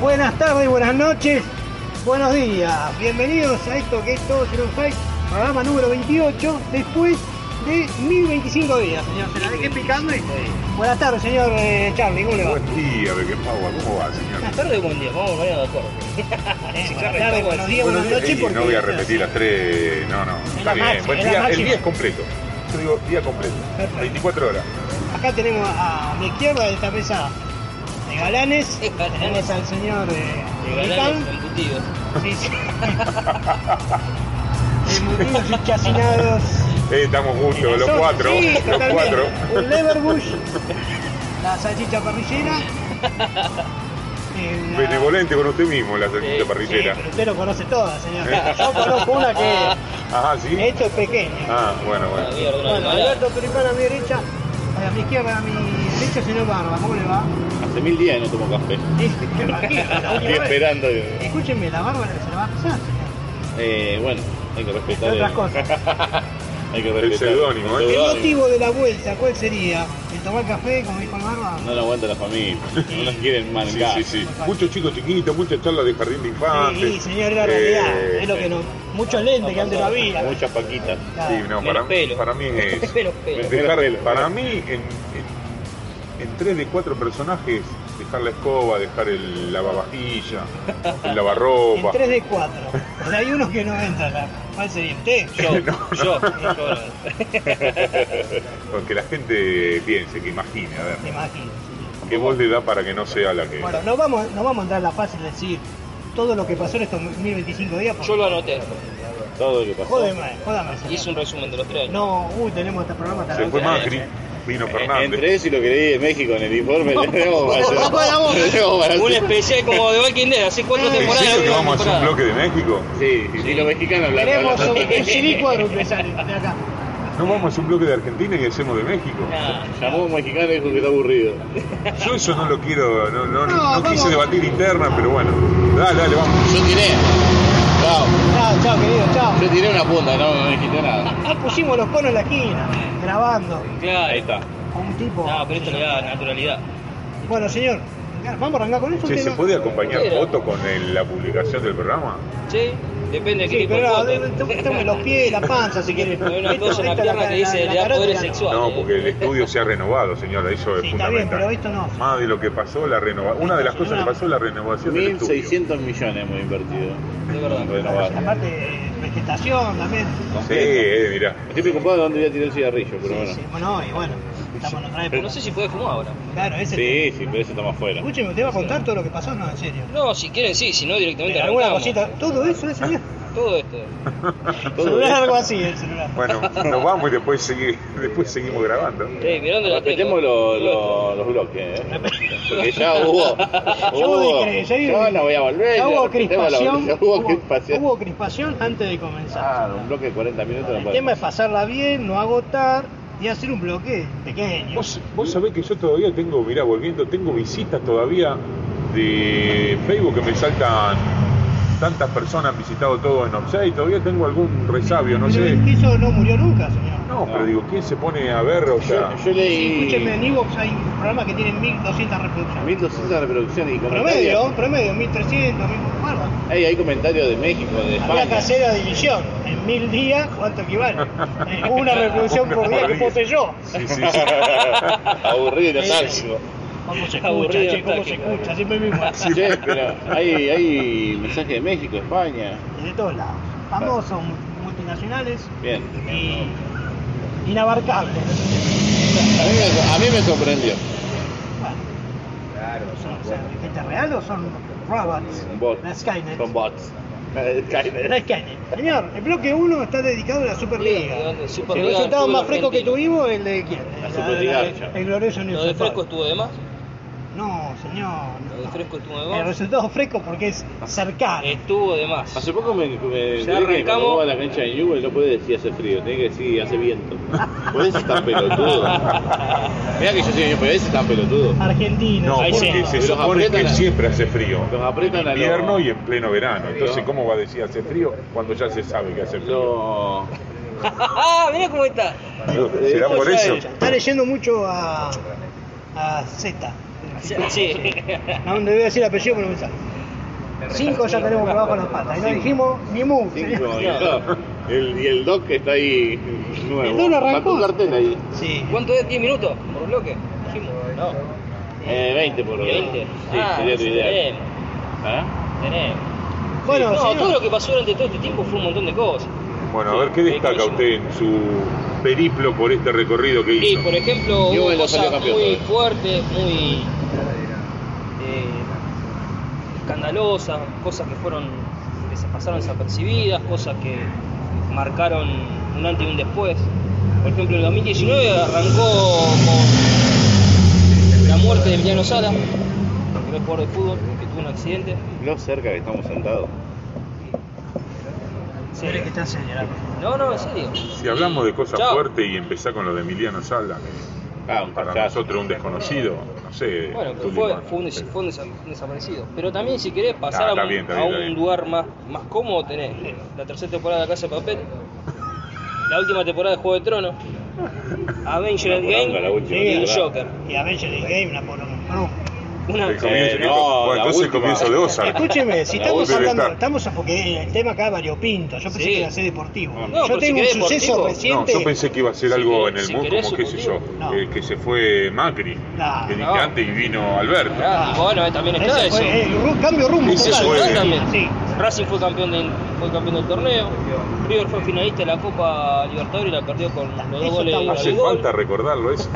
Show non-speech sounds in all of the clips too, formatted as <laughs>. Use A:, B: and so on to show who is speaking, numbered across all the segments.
A: Buenas tardes, buenas noches, buenos días. Bienvenidos a esto que es todo Zero Fight, programa número 28, después de 1025 días, señor. Se la dejé picando y... Buenas tardes, señor eh, Charlie, ¿cómo le va?
B: Buen día, Beque Power. ¿Cómo va, señor?
C: Buenas tardes, buen día. Vamos a poner de acuerdo.
A: Eh, buenas tardes, buenos días, buenas noches,
B: Eh,
A: porque...
B: no voy a repetir las tres. No, no. Está
A: la
B: bien.
A: máxima,
B: Buen
A: es la
B: día. El
A: máxima.
B: día es completo. Yo digo día completo. 24 horas.
A: Acá tenemos a, a mi izquierda de esta mesa de galanes,
C: De galanes.
A: tenemos al señor eh, Gaitán.
C: Regalar embutidos.
A: Sí, sí. <laughs> Embutidos y chacinados.
B: Eh, estamos juntos, los
A: Son-
B: cuatro.
A: sí,
B: los
A: totalmente.
B: cuatro.
A: Un Leverbush, la salchicha parrillera. eh, la-
B: Benevolente con usted mismo, la
C: Sí,
B: salchicha
C: sí,
A: ah, Sí,
B: parrillera.
A: pero usted lo conoce todas, señor. Yo conozco una
B: <laughs>
A: que
B: Ajá, ¿ah, sí.
A: esto es pequeño.
B: Eh. Ah, bueno, bueno.
C: Había alguna
A: Bueno,
C: regalada.
A: Alberto Tulipán a mi derecha, a mi izquierda, a mi derecha, señor Barba, ¿cómo le va?
D: Hace mil días que no tomo café.
A: Este, qué maravilla, la
D: Estoy
A: última vez.
D: esperando.
A: Escúchenme, la barba se la va a pasar, señor.
D: Eh, bueno, hay que respetar.
A: Entre otras
D: el-
A: cosas.
D: <laughs> hay que respetar.
B: seudónimo,
D: el
B: ¿eh?
A: El
D: seudónimo.
A: motivo de la vuelta, ¿cuál sería? ¿El tomar café, como dijo el barba?
D: No lo aguanta la familia. No nos quieren mal en
B: Sí,
D: casa.
B: sí, sí. Muchos chicos chiquitos, muchas charlas de jardín de infantes.
A: Sí, señor, es la realidad.
B: Ah, Eh,
A: es lo que no. Muchos lentes que antes no había.
D: Muchas paquitas.
A: Claro.
B: Sí, no,
C: Menos
B: para,
C: pelo.
B: para mí es.
C: Menos pelo.
B: dejar-
D: Menos pelo.
B: para mí, en, en- en tres de cuatro personajes, dejar la escoba, dejar el lavavajilla, el
A: En
B: lavarropa.
A: 3 de 4. O sea, hay unos que no entran. ¿la- ¿Cuál sería? ¿Usted?
C: Yo, yo, yo.
B: Porque la gente piense, que imagine, a ver,
A: Me imagino. sí.
B: que vos le da para que no sea la que.
A: Bueno, no vamos, no vamos a entrar en la fácil de decir todo lo que pasó en estos 1025 días. porque-
C: Yo lo anoté.
D: Todo lo que pasó.
A: Jódeme, jódame. señor.
C: Hice un resumen de los tres.
A: No, uy, tenemos este programa hasta
B: Se
A: la
B: fue
A: otra
B: Macri,
A: vez, eh.
B: vino
D: Eh,
B: Fernández.
D: Entre eso y lo que leí de México en el informe, tenemos para hacer.
A: Vamos.
D: tenemos para
C: Un
D: hacer-
C: especial como de Walking Dead, hace cuatro
A: ¿En
B: ¿En
C: temporadas.
B: serio que
C: una
B: vamos a hacer un
C: temporada.
B: bloque de México?
D: Sí, sí, sí, los mexicanos hablando.
A: Queremos
C: <laughs>
D: hablando-
A: un CD cuadro que sale de acá.
B: ¿No vamos a hacer un bloque de Argentina y hacemos de México?
C: Nah,
D: <laughs> Llamó un mexicano y dijo que está aburrido.
B: Yo eso no lo quiero, no,
A: No,
B: no- no
A: vamos.
B: quise debatir interna, pero bueno. Dale, dale, vamos.
D: Yo tiré. Chao.
A: Chao, chao, querido, chao.
D: Yo tiré una punta, no, no me dijiste nada.
A: Ah, pusimos los conos en la esquina, grabando
C: Claro.
D: Ahí está.
A: a un tipo.
C: No, pero esto le da naturalidad.
A: Bueno, señor, vamos a arrancar con eso.
B: Che,
A: usted
B: ¿se
A: no-
B: puede acompañar
C: Pero-
B: foto con el- la publicación del programa?
C: Sí, depende de qué
A: Sí,
C: tipo de
A: pero
C: foto.
A: no, tome los pies, la panza, si quiere.
C: Hay una
A: Esto
C: cosa en la
A: afecta
C: pierna que
A: la
C: dice le da
A: carota,
C: poderes
A: la-
C: sexuales.
B: No, porque el estudio se ha renovado, señora, eso es
A: Sí, está
B: fundamental.
A: bien, pero esto no.
B: Más de lo que pasó, la renovación. Una de las cosas que pasó, la renovación del estudio.
D: 1.600 millones hemos invertido.
C: <laughs> De verdad.
D: en renovar.
A: Aparte, eh, vegetación también.
B: Sí, eh, mirá.
D: Estoy preocupado de dónde voy a tirar el cigarrillo, pero
A: Sí,
D: bueno.
A: sí, bueno, y bueno, estamos en otra época.
C: No sé si puede fumar ahora.
A: Claro, ese.
D: Sí, sí, pero eso estamos afuera.
A: Escúcheme, ¿usted va a contar todo lo que pasó? No, en serio.
C: No, si quieren sí, si no directamente
A: Eh, ¿Alguna
C: arrancamos.
A: cosita? Todo eso, eh,
D: <laughs>
A: señor.
C: Todo esto.
A: Celular, algo así, el celular.
B: Bueno, nos vamos y después, segui- <laughs> después seguimos grabando.
C: Ey, mirando la tele.
D: Respetemos lo- lo- los bloques, ¿eh?
A: <laughs>
D: Porque ya hubo.
A: <laughs> Ya hubo
D: hubo-
A: discre- ya hubo-
D: no Oh, voy a volver.
A: Ya hubo
D: respetemos la-
A: crispación.
D: <laughs> Ya hubo crispación.
A: hubo crispación antes de comenzar.
D: Ah, un bloque de 40 minutos no
A: El
D: puede.
A: tema es pasarla bien, no agotar y hacer un bloque pequeño.
B: Vos, vos sabés que yo todavía tengo, mirá, volviendo, tengo visitas todavía de Facebook que me saltan tantas personas, han visitado todo en Orsay, y todavía tengo algún resabio, no
A: Pero
B: sé.
A: el que hizo no murió nunca, señor.
B: No, pero digo, ¿quién se pone a ver? O sea,
D: Yo, yo
A: Sí, escúcheme, en
D: leí
A: Evox hay programas que tienen 1200 reproducciones.
D: 1200 reproducciones y comentarios.
A: Promedio, promedio, 1300, 1400.
D: Ey, hay comentarios de México, de
A: Había que
D: España.
A: hacer la división. En mil días, ¿cuánto
D: <laughs>
A: equivale? Eh, Una reproducción
B: Una
A: por día
B: por
A: que
B: día.
A: puse yo.
B: sí, sí, sí.
D: Aburrido,
A: Sí.
D: táctico.
A: ¿Cómo se escucha,
C: Aburrido,
A: che? ¿Cómo se
C: táctico.
A: escucha? Siempre el
D: <laughs>
A: mismo.
D: Che, pero hay, hay mensajes de México, España.
A: De todos lados. Famosos, multinacionales
D: Bien.
A: y inabarcables.
D: A mí me, a mí me sorprendió.
A: <laughs> Claro, son o sea, gente real o son robots?
D: Un bot.
A: La Skynet.
D: Son bots.
A: La Skynet. Señor, el bloque 1 está dedicado a la Superliga.
C: Sí, Superliga
A: El resultado
C: del
A: más
C: fútbol
A: fresco que
C: argentino.
A: tuvimos, el de quién?
D: La
A: El-
D: Superliga
A: el-
D: ya.
A: El glorioso
C: Lo de
A: Newell's
C: fresco
A: Old.
C: estuvo de más.
A: No, señor.
C: Lo de fresco estuvo de
A: El
C: más.
A: resultado fresco porque es cercano.
C: Estuvo de más.
D: Hace poco me, me
C: Ya
D: enteré que
C: arrancamos.
D: cuando vos a la cancha de Newell no puede decir hace frío, tiene que decir hace viento. Por eso está pelotudo. Mirá que yo soy pero ese está pelotudo.
A: Argentina.
B: No,
D: Ahí
B: porque
D: sí.
B: se
D: Los
B: supone que
D: aprietan a-
B: siempre hace frío.
D: Los aprietan
B: en
D: a los-
B: invierno y en pleno verano. Entonces, ¿cómo va a decir hace frío cuando ya se sabe que hace frío?
D: Lo...
C: <laughs> Mira Ah, cómo está.
B: Digo, ¿Será
D: ¿Cómo
B: por
D: ya
B: eso?
D: ella?
A: Está leyendo mucho a, a Z.
C: Sí.
A: No, no le voy a decir el apellido, pero me sale. Cinco ya tenemos por abajo las patas. Y no dijimos ni mu.
D: Cinco, y no. El, y el Doc que está ahí nuevo.
A: El Doc no arrancó.
D: Sacó un cartel ahí.
A: Sí.
C: ¿Cuánto es? ¿10 minutos por bloque? Dijimos. No.
D: Eh, 20 por lo menos.
C: 20.
D: Sí,
C: Ah,
D: sería tu idea.
C: tenemos,
D: ¿Ah?
C: Tenemos.
A: Bueno,
C: Sí, no,
A: señor.
C: todo lo que pasó durante todo este tiempo fue un montón de cosas.
B: Bueno, a ver, ¿qué
C: Sí,
B: destaca
C: buenísimo.
B: usted en su periplo por este recorrido que
C: Sí,
B: hizo?
C: por ejemplo,
D: Newell
C: hubo
D: no salió
C: cosas
D: campeón
C: muy
D: todavía.
C: fuertes, muy eh, escandalosas, cosas que fueron que se pasaron desapercibidas, cosas que marcaron un antes y un después. Por ejemplo, el 2019 arrancó con la muerte de Emiliano Sala, que es jugador de fútbol, que tuvo un accidente.
D: No cerca que estamos sentados.
C: Sí.
A: Pero es que están señalando.
C: No, no, en serio.
B: Si hablamos de cosas
C: Chao.
B: fuertes y empezar con lo de Emiliano Sala,
D: Ah, un
B: para
D: payaso.
B: nosotros un desconocido, no sé.
C: Bueno, pero
B: Tulio
C: fue,
B: Mano,
C: fue un, des-
B: pero-
C: fue un desa- un desaparecido. Pero también, si querés pasar
B: Ah,
C: a
B: está
C: un,
B: bien, está
C: a
B: bien, está
C: un
B: bien.
C: lugar más, más cómodo, tenés la tercera temporada de Casa de Papel, la última temporada de Juego de Tronos, Avengers
D: Una poronga,
C: Endgame
D: la última,
C: y el
D: ¿verdad?
C: Joker.
A: Y a veces el game, la poronga. No.
C: Una,
B: El comienzo,
D: Eh,
B: ¿no?
D: no,
B: Bueno,
D: la
B: entonces el
D: última.
B: comienzo de Ozark.
A: Escúcheme, si
D: La
A: estamos
B: voy a
A: hablando,
B: prestar.
A: estamos porque el tema acá es variopinto, yo pensé
C: Sí.
A: que iba a ser deportivo.
D: No,
C: no,
A: yo
C: pero si
A: tengo un
C: querés
A: suceso
C: deportivo.
B: No,
A: reciente.
B: yo pensé que iba a ser
C: Si
B: algo
C: querés-
B: en el
C: si
B: mundo,
C: querés
B: como qué sé yo,
C: sucumbir.
A: No.
B: eh, que se fue Macri,
A: No.
B: que dije
C: No.
B: antes y vino Alberto.
C: Ah, y bueno, también
A: Ese
C: está eso.
A: fue, eh, ru- cambio de rumbo
B: Ese
A: total.
B: fue-
A: Sí.
C: También.
A: Sí.
C: Racing fue campeón, del, fue campeón del torneo, River fue finalista de la Copa Libertadores y la perdió con los dos
A: Eso
C: goles
A: está
C: de
A: bueno.
B: Hace
C: Gabigol.
B: falta recordarlo
A: <laughs>
B: eso.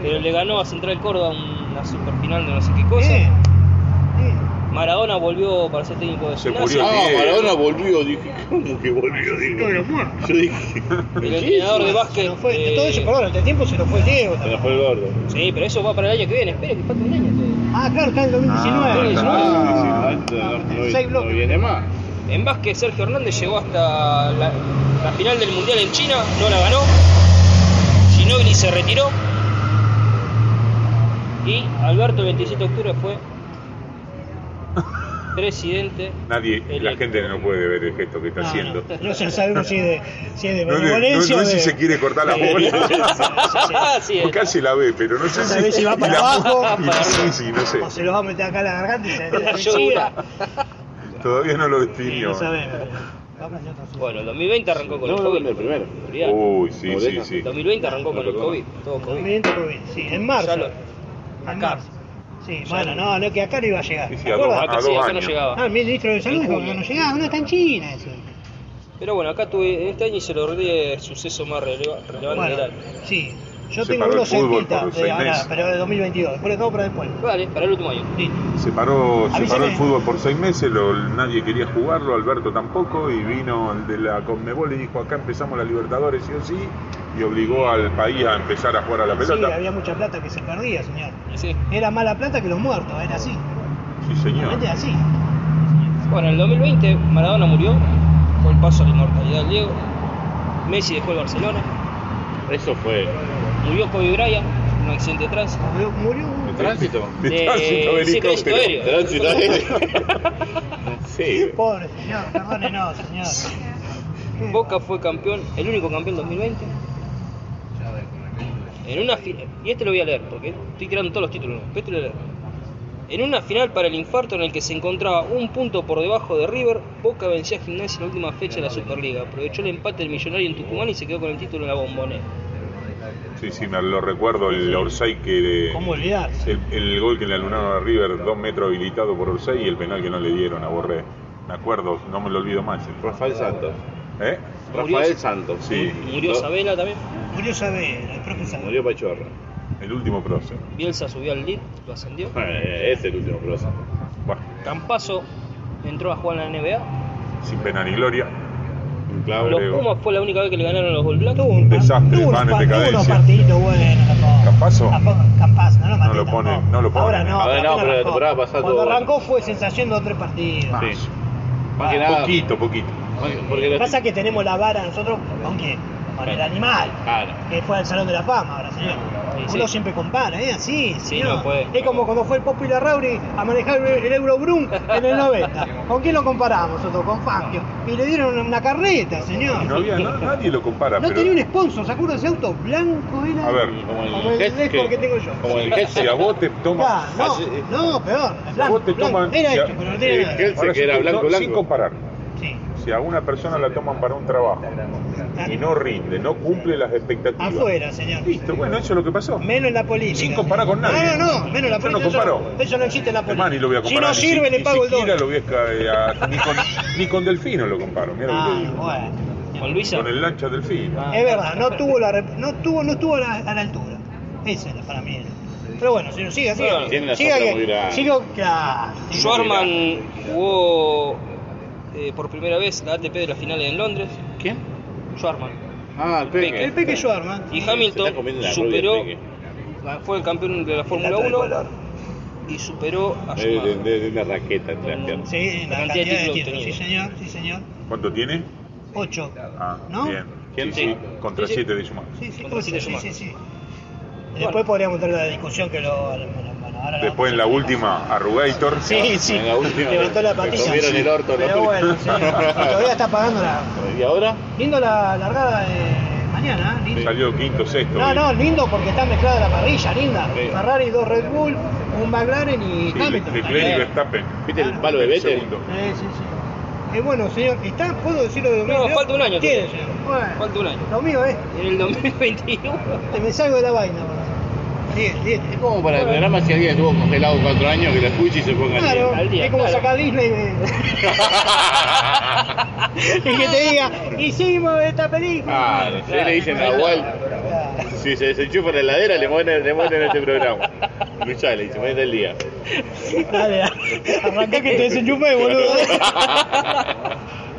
C: Pero le ganó a Central Córdoba una superfinal de no sé qué cosa.
A: Bien. Bien.
C: Maradona volvió para ser técnico de
B: Se
C: gimnasia.
B: murió.
D: Ah,
B: Bien.
D: Maradona volvió, dije, ¿cómo que volvió? <laughs> Digo, yo dije,
C: El entrenador de
A: Se
C: básquet.
A: nos fue,
C: eh,
A: Todo eso, perdón, entre tiempo se nos fue el Diego.
D: se nos
A: también.
D: fue el gordo.
C: Sí, pero eso va para el año que viene. Espera que falta un año todavía.
A: Ah, claro, está en el 2019.
D: Ah, sí, sí, no, no, no,
A: Seis
D: no
A: bloques.
D: viene más.
C: En básquet, Sergio Hernández llegó hasta la, la final del Mundial en China, no la ganó. Ginobili se retiró. Y Alberto, el 27 de octubre, fue
B: <laughs>
C: presidente.
B: Nadie, la
C: electo.
B: gente no puede ver el gesto que está
A: No,
B: haciendo.
A: No, no se sabe si es de, si es de
B: No, le-
A: benevolencia
B: no- no
A: o
B: sé
A: de-
B: si se quiere cortar la
A: Sí, sí, sí,
B: bola.
A: sí, sí.
C: sí,
B: <laughs> Porque casi la ve, pero no sé
A: No sabe si va
B: <laughs> y
A: para
B: la-
A: abajo,
B: y no
C: para
B: sé
C: arriba.
B: si, no sé.
A: O se los va a meter acá en la garganta y
C: <laughs>
A: se
C: la
A: se suicida.
C: yogura.
B: Todavía no lo
A: Sí,
B: definió.
A: No sabemos. Va a plantear otro asunto.
C: Bueno, el 2020 arrancó con
D: No,
C: el
D: no,
C: COVID.
D: no, el primero.
C: Olvidate.
B: Uy, sí, sí,
D: Oreja.
B: sí.
C: El 2020 arrancó con el
D: Perdón.
C: COVID. Todo COVID.
A: Movimiento COVID, sí, en marzo.
C: Ya lo-
A: En
C: acá.
A: marzo. Sí, bueno, no, no, que acá no iba a llegar.
B: Sí, sí,
A: ¿Te
B: a dos,
A: acuerdas?
B: a
C: Acá
B: dos
C: sí, acá no
B: años.
C: llegaba.
A: Ah, el ministro de Salud
C: En
A: dijo que
C: junio.
A: no llegaba, no está en China eso.
C: Pero bueno, acá tuve, este año hice lo el suceso más releva- relevante
A: Bueno,
C: del año.
A: sí, yo
B: Se
A: tengo
B: paró el
A: uno
B: fútbol
A: cerquita
B: por
A: de
B: seis
A: ahora,
B: meses.
A: pero de 2022, después lo dejamos para después.
C: Vale, para el último año.
A: Listo.
B: Se paró, se
A: Avísame.
B: paró el fútbol por seis meses, lo- nadie quería jugarlo, Alberto tampoco, y vino el de la Conmebol y dijo acá empezamos la Libertadores sí o sí, y obligó al país a empezar a jugar a la
A: Sí,
B: pelota.
A: había mucha plata que se perdía, señor.
C: Sí.
A: Era mala plata que los muertos, era así.
B: Sí, señor.
A: Realmente era así.
C: Bueno, en el 2020 Maradona murió, fue el paso a la inmortalidad del Diego. Messi dejó el Barcelona,
D: Eso fue.
C: murió Kobe Bryant, en un accidente de tránsito.
A: Murió, murió un-
B: <laughs>
D: Tránsito.
B: De
C: De-
B: tránsito de
C: sí, tránsito
B: helicóptero.
C: aéreo.
D: Tránsito aéreo.
C: <laughs>
D: Sí.
A: Pobre señor, perdónenos, señor.
C: Boca fue campeón, el único campeón 2020. En una fi- y este lo voy a leer porque estoy tirando todos los títulos. pero este lo voy a leer. En una final para el infarto en el que se encontraba un punto por debajo de River, Boca vencía a Gimnasia en la última fecha de la Superliga. Aprovechó el empate del Millonario en Tucumán y se quedó con el título en la bombonera.
B: Sí, sí, me lo recuerdo, el Orsay que...
A: ¿Cómo olvidarse?
B: El, el gol que le alunaron a River, dos metros habilitado por Orsay y el penal que no le dieron a Borré. Me acuerdo, no me lo olvido más.
D: Rafael Santos.
B: ¿Eh?
D: Rafael Santos.
B: Sí,
C: Murió
D: No,
C: Sabela también.
A: Murió Sabela, el profe Sabela.
D: Murió <laughs> Pachorra.
B: el último proceso.
C: Bielsa subió al lead, lo ascendió.
D: Eh, Es el último proceso.
B: Bueno,
C: Campazo entró a jugar en la NBA.
B: sin pena ni gloria.
D: Un clavo.
C: Los
B: Creo.
C: Pumas fue la única vez que le ganaron a los All Blacks.
A: Tuvo un
B: desastre,
A: tuvo unos
B: van en
A: par- tuvo unos
B: decadencia.
A: partiditos buenos tampoco.
B: ¿Campazzo?
A: Tampoco, Campazzo, no lo maté
B: lo pone-
A: tampoco.
B: no lo pone.
A: Ahora no,
D: Ahora
A: pero
D: no,
A: apenas
D: pero la
A: arrancó.
D: temporada pasada
A: Cuando
D: tuvo
A: arrancó fue sensación de otros partidos.
D: Sí.
B: Más.
D: Más que nada.
B: Ah, Poquito, poquito.
D: más que- Porque
A: Lo que
D: los-
A: pasa es que tenemos la vara nosotros, aunque para el animal,
D: Claro.
A: que fue al Salón de la Fama ahora, señor.
C: Sí,
A: Uno
C: sí.
A: siempre compara, ¿eh? Así,
C: Sí,
A: señor.
C: no puede.
A: Es como cuando fue el Popo y la Rauri a manejar el el Eurobrum en el
B: <laughs>
A: 90. ¿Con quién lo comparamos nosotros? Con Fangio. Y le dieron una carreta, señor.
B: No había na- nadie lo compara.
A: No
B: pero
A: tenía un sponsor, ¿se acuerdan de ese auto? Blanco era.
B: A ver.
D: Como el,
A: Como el
D: jet
A: récord que tengo yo.
D: Como el jet
B: si a vos te
A: Ya,
B: toma.
A: no,
D: Ah, sí.
A: no, peor. Blanco,
B: eh, vos te
A: blanco.
B: toman-
A: Era
B: ya,
A: esto, pero no tenía
B: eh,
A: nada.
D: Hells-
B: Ahora
D: que
B: sí
D: era blanco,
B: no,
D: blanco.
B: Sin comparar.
A: Sí.
B: Si a una persona la toman para un trabajo y no rinde, no cumple las expectativas.
A: Afuera, señor.
B: Listo, bueno, eso es lo que pasó.
A: Menos en la política. Ah,
B: Sin comparar con nadie.
A: No, no, no, menos en la
B: Yo no
A: política. eso-
B: comparo.
A: Eso, no existe en la política.
B: Además, ni lo voy a comparar.
A: Si no sirve,
B: ni, si-
A: le pago
B: ni
A: el doble.
B: siquiera lo voy a esca- eh, a-
A: <laughs>
B: ni, con, ni con Delfino lo comparo. Mira lo que te
A: Ah,
B: digo.
A: bueno.
C: Con Luisa.
B: Con el lancha Delfino.
C: Ah.
A: Es verdad, no tuvo la, rep- no tuvo, no estuvo a la, a la altura. Esa era para mí. Pero bueno, señor, siga, siga.
D: Bueno, tiene la
A: siga,
D: sombra muy grande.
A: siga, claro.
C: Schwarman jugó eh, por primera vez la ATP de las finales en Londres.
D: ¿Quién?
C: Schwarman.
D: Ah, el Peque.
A: El Peque Schwarman.
C: Y
D: Se está comiendo
C: Hamilton
D: la
C: superó,
D: rubia, el
C: fue el campeón de la Fórmula
A: lata de
C: 1
A: color.
C: y superó a
D: Debe
C: Schumacher.
D: tener una raqueta entre las piernas.
A: Sí, la
C: Cantidad de
A: cantidad de
C: títulos
A: títulos. Sí,
C: obtenidos.
A: señor, sí, señor.
B: ¿Cuánto tiene?
A: Ocho.
B: Ah,
A: ¿No?
B: bien.
D: ¿Quién?
B: Sí, sí, Contra
C: Sí, sí.
B: 7 de Schumacher.
A: Sí, sí,
C: Contra
A: sí,
C: siete
A: sí,
C: Schumacher.
A: sí, sí. Después podríamos tener la discusión que lo. bueno, ahora lo
B: Después en la
A: vamos a-
B: última, Arrugator.
A: Sí, sí.
D: En la última.
A: Levantó la patilla.
D: Me comieron el orto, ¿no?
A: Pero bueno,
D: <laughs>
A: señor. Todavía está pagando la.
D: ¿Y ahora?
A: Lindo la largada de mañana, ¿eh? Lindo.
B: Salió quinto, sexto.
A: No, no, lindo porque está mezclada la parrilla, linda.
D: Sí.
A: Ferrari, dos Red Bull, un McLaren y
B: Sí,
A: Hamilton.
B: Leclerc y Verstappen.
D: ¿Viste Ah, el palo de
B: El
D: Vettel?
B: segundo.
A: Eh, sí, sí. Es bueno, señor. ¿Está? ¿Puedo decirlo de domingo?
C: No, falta un año
A: ¿Quiere,
C: todavía.
A: señor? Bueno.
C: Falta un año.
A: Lo mío, ¿eh?
C: En
A: <laughs>
C: el 2021.
A: Te me salgo de la vaina, boludo. Bien, bien.
D: Es como para el programa si alguien estuvo congelado cuatro años que lo escuche y se ponga al
A: Claro, <laughs>
D: día.
C: al día,
A: es como
C: claro.
A: sacar Disney de... <laughs> y que te diga, hicimos esta película.
D: Claro, si le dicen a Walt,
A: Claro.
D: si se desenchufa la heladera, le mueren, le mueren este programa. Escuchá, le dice, ponete
A: <laughs>
D: al día.
A: Dale,
C: <laughs>
A: dale. arrancá Ah, que te desenchufé, boludo.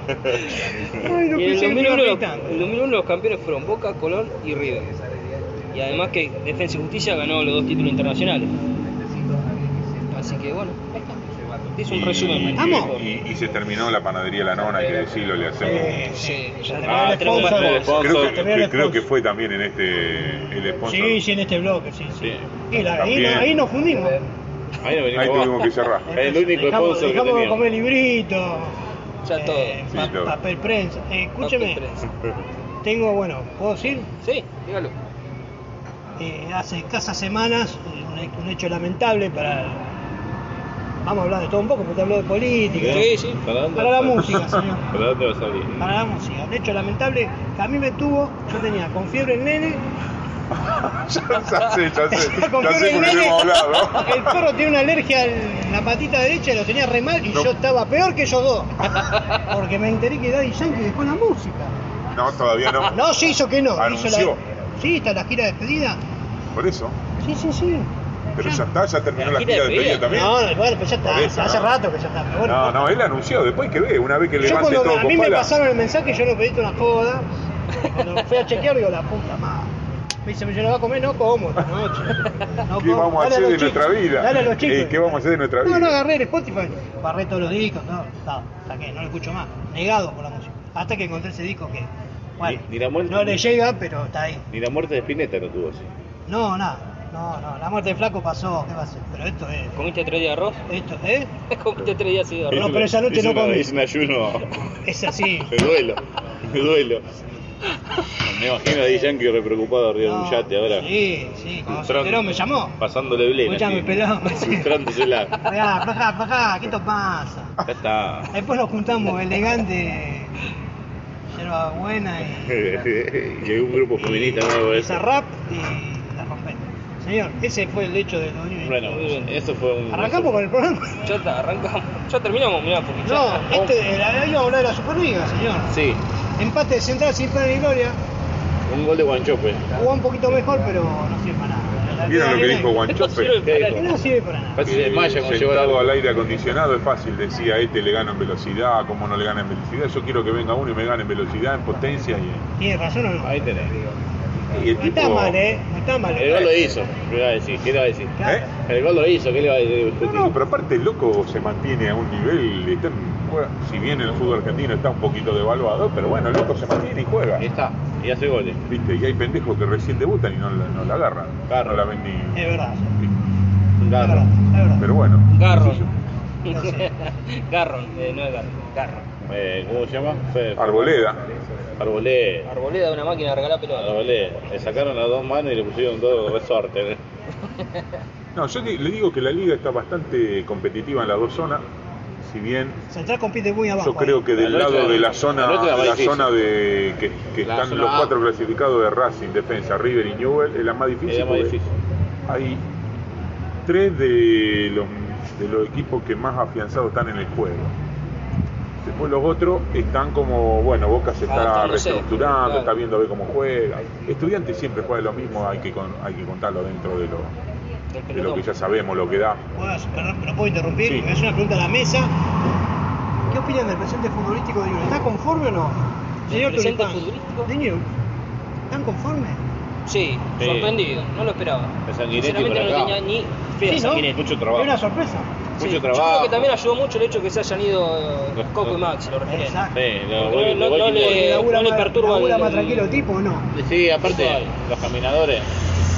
A: Ay, no
C: Y en el
A: pensé que me
C: 2001,
A: iba a
C: los,
A: afeitar.
C: el 2001 los campeones fueron Boca, Colón y River. Y además que Defensa y Justicia ganó los dos títulos internacionales. Así que bueno, ahí está. es un resumen.
A: Vamos.
B: Y, y se terminó la panadería La Nona, hay que decirlo, le hacemos.
A: Eh,
C: Sí, ya
A: Ah,
C: tenemos más
A: sponsor.
C: nuevos.
B: Creo que,
A: Terminó el
B: que- creo
A: sponsor.
B: que fue también en este el sponsor.
A: Sí, sí, en este bloque, sí, sí. Y la- ahí,
B: También.
A: no- ahí nos fundimos.
D: Ahí no venimos
B: Ahí
D: más.
B: tuvimos que cerrar.
D: Es el único
A: dejamos,
D: sponsor que
A: dejamos de
D: teníamos.
A: comer libritos.
C: Ya
B: Sí,
A: pa-
B: todo.
A: Papel prensa. Eh, escúcheme,
C: Papel prensa.
D: <laughs>
A: tengo, bueno, ¿puedo decir?
C: Sí, dígalo.
A: Eh, hace escasas semanas, eh, un, he- un hecho lamentable para... el- Vamos a hablar de todo un poco, porque te habló de política.
C: Sí, sí.
D: ¿Para dónde?
A: Para la música,
D: <laughs>
A: señor.
D: ¿Para dónde vas a salir?
A: Para la música. Un hecho lamentable que a mí me tuvo, yo tenía con fiebre el nene,
B: <laughs> ya, ya sé, ya
A: <laughs>
B: sé.
A: con
B: Ya
A: fiebre
B: sé
A: el
B: por qué
A: nene,
B: hemos hablado.
A: <laughs> el perro tiene una alergia en la patita derecha, lo tenía re mal y
B: No.
A: yo estaba peor que ellos dos. <laughs> Porque me enteré que Daddy Yankee dejó la música.
B: No, todavía no.
A: No, se hizo que no. Hizo
B: Anunció.
A: la, sí, está la gira de despedida.
B: Por eso.
A: Sí, sí, sí.
B: Pero ya está, ya terminó la gira de despedida también.
A: No, no, bueno, pues ya
B: Por
A: está.
B: eso,
A: hace
B: no.
A: rato que ya está. pero bueno.
B: Ah. No, no, él anunció, después que ve, una vez que
A: yo
B: levante
A: cuando
B: todo
A: a mí me
B: con pala.
A: pasaron el mensaje, yo no pedí una joda. Cuando fui a chequear, digo, la puta madre. Me dice, ¿me lo va a comer? No como esta noche. No
B: ¿Qué
A: como.
B: vamos a
A: Dale
B: hacer
A: los
B: de
A: chicos.
B: nuestra vida?
A: Dale a los chicos.
B: Eh, ¿Qué vamos a hacer de nuestra
A: No,
B: vida?
A: no agarré el Spotify, barré todos los discos, no, no, saqué, no lo escucho más, negado por la música. Hasta que encontré ese disco que, bueno,
D: Ni- ni la muerte
A: no
D: ni-
A: le llega, pero está ahí.
D: Ni la muerte de Spinetta no tuvo así.
A: No, nada, no, no, la muerte de Flaco pasó, ¿qué va a ser? Pero esto es,
C: ¿Comiste tres días de arroz? <laughs>
A: esto es,
C: ¿Comiste tres días de
A: No,
C: arroz?
A: pero esa noche
D: Hice
A: no
D: una-
A: comí.
D: Hice un ayuno
A: es
D: <laughs>
A: así.
D: de duelo. De duelo. Me imagino a Di Yankee re preocupado arriba de un
A: No,
D: yate ahora.
A: Sí, sí, cuando se
D: Trump.
A: enteró me llamó.
D: Pasándole blena.
A: Escuchame,
D: así.
A: pelón.
D: Filtrándosela.
A: Mirá, flojá, flojá, ¿qué te pasa? <laughs>
D: Ya está.
A: Después nos juntamos elegante, yerba buena y...
B: <laughs>
D: Llegó un grupo feminista nuevo
A: y
D: ese.
A: rap y la rompemos. Señor, ese fue el hecho del 2020.
D: Bueno, eso fue un.
A: Arrancamos con el programa.
C: Ya está, arrancamos. Ya terminamos, mirá, porque ya
A: No,
C: está. <laughs>
B: <laughs>
A: este, la- ahí vamos a hablar de la Superliga, señor.
D: Sí,
A: Empate de central sin pena ni gloria.
D: un gol de Guanchope.
A: Jugó un poquito mejor, pero no sirve para nada. La-
B: ¿Vieron
A: la-
B: lo que
A: la-
B: dijo
C: sirve
B: Guanchope?
D: ¿Qué dijo?
A: No sirve para nada.
D: Parece que se desmaya cuando llegó
B: Sentado
D: la.
B: al aire acondicionado es fácil, decía, este le gano en velocidad, cómo no le gana en velocidad. Yo quiero que venga uno y me gane en velocidad, en potencia y en...
A: Tiene razón o no.
D: Ahí tenés.
B: Y el
A: No
B: tipo-
A: está mal, ¿eh? No está mal.
D: El gol lo hizo, ¿qué iba a decir? ¿Qué le iba a decir?
B: ¿Eh?
D: El gol lo hizo, ¿qué le iba a decir?
B: No, no, pero aparte el loco se mantiene a un nivel, está en- juega- si bien el fútbol argentino está un poquito devaluado, pero bueno, el loco se mantiene y juega.
D: Ahí está, y hace goles.
B: ¿Viste? Y hay pendejos que recién debutan y no, la- no la agarran.
D: Claro.
B: No la ven ni...
A: Es verdad.
D: Un
A: Es
D: garro.
A: verdad. Es verdad.
B: Pero bueno.
C: Garro.
A: No
C: <laughs>
A: sé.
C: Garron, eh, no es Garron, Garron.
D: Eh, ¿Cómo se llama? Fue-
B: Arboleda.
D: Arbolé.
C: Arboleda, una máquina de regalar pelotas.
D: Arbolé. Le sacaron las dos manos y le pusieron dos resortes.
B: No, yo di- le digo que la liga está bastante competitiva en las dos zonas, si bien
A: Central compite muy abajo. eh.
B: yo creo que del
D: La otra-
B: lado de la zona,
D: la otra
B: de la
D: más difícil.
B: zona de que, que
D: La
B: están
D: zona
B: los
D: A.
B: cuatro clasificados de Racing, Defensa, River y Newell, es la más difícil.
D: Es la más
B: porque
D: difícil.
B: Hay tres de los, de los equipos que más afianzados están en el juego. Después los otros están como, bueno, Boca se está
C: Adaptándose,
B: reestructurando,
C: claro.
B: está viendo a ver cómo juega. Estudiantes siempre juega lo mismo, hay que, con- hay que contarlo dentro de lo,
D: Ah,
C: del
B: de lo
C: pelotón.
B: que ya sabemos, lo que da.
A: Bueno, perdón, pero puedo interrumpir,
B: Sí.
A: porque es una pregunta a la mesa. ¿Qué opinan del presente futbolístico de Newell? ¿Está conforme o no? Señor
C: presente
A: Tulipán,
C: futbolístico?
A: ¿De Newell? ¿Están conformes?
C: Sí,
D: Sí.
C: sorprendido, no lo esperaba.
D: El Sanguinetti
C: Sinceramente
D: por
C: no
D: acá.
C: tenía ni fe a
A: Sí, ¿no?
C: Sanguinetti.
D: Mucho trabajo.
A: Es una sorpresa.
D: Mucho
C: Sí, Yo creo
D: trabajo.
C: que también ayudó mucho el hecho que se hayan ido eh,
D: Los-
C: Coco y
D: los-
C: Max, los referentes.
A: Exacto.
D: Sí,
C: No,
D: los goles-
C: no-
D: los
C: Eh, no
D: goles-
C: le-
A: ¿Labura
C: le
A: más-
C: perturba
A: labura
C: el-
A: más tranquilo el tipo o no?
D: Sí, aparte,
C: Igual.
D: los caminadores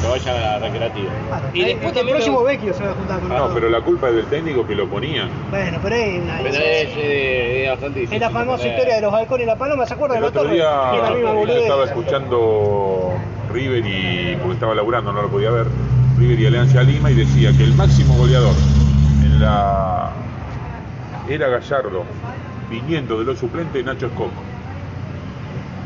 D: que vayan a la recreativa.
A: Claro,
C: Y
A: eh,
C: después
A: el
C: también
A: próximo
C: lo-
A: Vecchio se va a juntar con
B: Ah, No,
A: nosotros.
B: pero la culpa es del técnico que lo ponía.
A: Bueno, pero hay una...
D: Pero es, eh, es bastante difícil.
A: Es la famosa
D: poner-
A: historia de los halcones y la paloma, ¿se acuerdan?
B: El
A: de
B: otro
A: Matorre?
B: día
A: Que es la misma
B: yo
A: boludez.
B: estaba escuchando River y porque estaba laburando, no lo podía ver, River y Alianza Lima y decía que el máximo goleador en la era Gallardo, viniendo de los suplentes Nacho Escoco.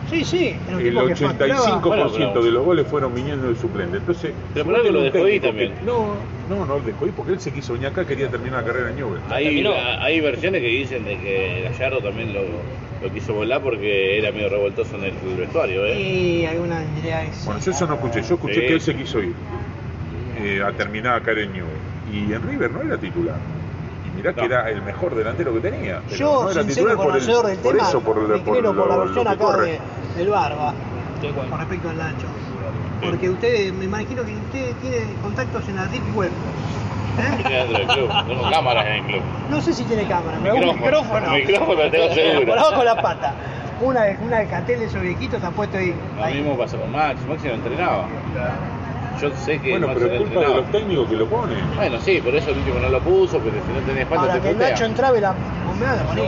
A: Sí, sí. era un
B: El
A: tipo que
B: 85%
D: facturaba.
B: de los goles fueron viniendo del suplente. Entonces,
D: Pero por algo lo
B: un técnico
D: dejó ahí
B: que-
D: también.
B: No, no, no lo dejó ahí porque él se quiso venir acá, quería terminar la carrera en Newell's.
D: Eh, Hay,
C: Terminó.
D: hay versiones que dicen de que Gallardo también lo, lo quiso volar porque era medio revoltoso en el, vestuario,
A: facturaba.
D: ¿eh?
A: Y alguna idea es...
B: Bueno, yo eso no escuché, yo escuché
D: Sí.
B: que él se quiso ir eh, a terminar acá en el Newell. Y en River no era titular. Y mirá que
D: No.
B: era el mejor delantero que tenía. pero
A: Yo,
B: no era
A: sincero
B: titular por, el-
A: conocedor del
B: por
A: tema,
B: eso, por,
A: me
B: lo- por
A: inclino por la
B: lo-
A: versión
B: lo que
A: acá
B: corre.
A: de- del barba,
C: Tal cual.
A: con respecto al Nacho. Porque usted, me imagino que usted tiene contactos en la Deep Web. ¿eh?
D: Estoy dentro del club, tengo cámaras en el club.
A: No sé si tiene cámara, pero un micrófono.
D: Micrófono,
A: <laughs>
D: tengo seguro.
A: Por abajo la pata. Una de una de Catel de esos viejitos está puesto ahí.
D: Lo
A: ahí.
D: mismo pasa con Max, Maxi no entrenaba. Yo sé que
B: Bueno,
D: Maxi
B: pero
D: no
B: es culpa de
D: entrenaba.
B: los técnicos que lo ponen.
D: Bueno, sí, por eso el último no lo puso, pero si no tenés falta
A: Ahora
D: te
A: que el
D: putea.
A: Nacho entraba y la bombeada la ponía.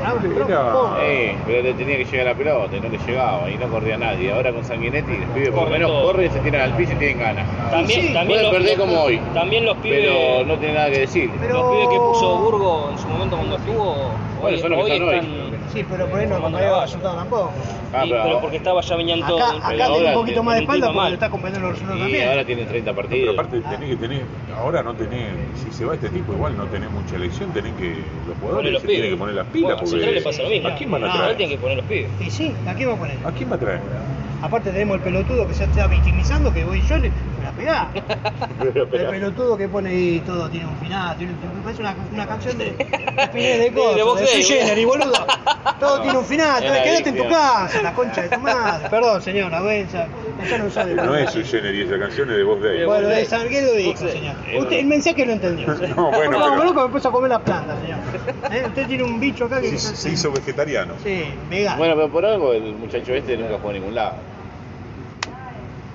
A: Ah, un
B: Era-
A: micrófono.
D: Sí, pero le tenía que llegar la pelota y no le llegaba y no corría nadie. Ahora con Sanguinetti, los pibes por lo
C: Corren
D: menos
C: todos.
D: corren, se tiran al piso y tienen ganas.
C: También,
A: Sí,
C: también
D: pueden perder como hoy.
C: También los pibes,
D: Pero no tiene nada que decir.
A: Pero-
C: los pibes que puso Burgo en su momento cuando estuvo,
D: Bueno,
C: hoy,
D: son los que
C: hoy
D: son hoy.
C: están.
A: Sí, pero por ahí no
C: tomando
A: acompañaba
C: la
A: el resultado tampoco.
D: Ah,
C: Y-
D: pero-
C: pero porque estaba ya venían todos.
A: Acá, acá
D: pero
A: tiene
D: ahora
A: un poquito
D: tiene-
A: más de
C: tiene un
A: espalda
C: clima
A: porque
C: mal.
A: lo está acompañando los resultados
D: Y
A: también.
D: ahora tienen 30
B: Pero
D: partidos.
B: aparte tenés que tener, ahora no tenés, si se va este tipo igual no tenés mucha elección, tenés que, los
C: Poner
B: jugadores
C: los
B: se
C: pibes.
B: tienen que poner las pilas
C: Bueno, a Central le pasa lo
B: porque
C: mismo.
B: ¿a quién van a
A: No,
C: Central
B: traer?
C: tiene que poner los pibes.
A: Y sí, ¿a quién va a poner?
B: ¿A quién va a
C: <laughs>
B: traer?
A: Aparte tenemos el pelotudo que se está victimizando, que voy yo le me la pegá. El pelotudo que pone ahí todo, tiene un final, tiene un- me parece una, una canción de Pinés de
C: De- de
A: Corso,
C: Box
A: de
C: Day,
A: Sui Generis,
C: boludo.
A: boludo. Todo tiene un final,
D: Era
A: quédate en tu
D: adicción.
A: casa, la concha de tu madre. Perdón, señora, vergüenza. Ella no sabe.
B: No es su generis, esa canción es de voz de él.
A: Bueno, de San Miguel lo
C: Box
A: dijo,
C: Day.
A: señor.
D: Eh,
A: Usted, el mensaje lo entendió.
B: No, bueno,
A: Porque
B: pero-
A: loco me empezó a comer las plantas, señor. ¿Eh? Usted tiene un bicho acá que...
B: Se, se hizo vegetariano.
A: Sí, vegano.
D: Bueno, pero por algo el muchacho este nunca jugó a ningún lado.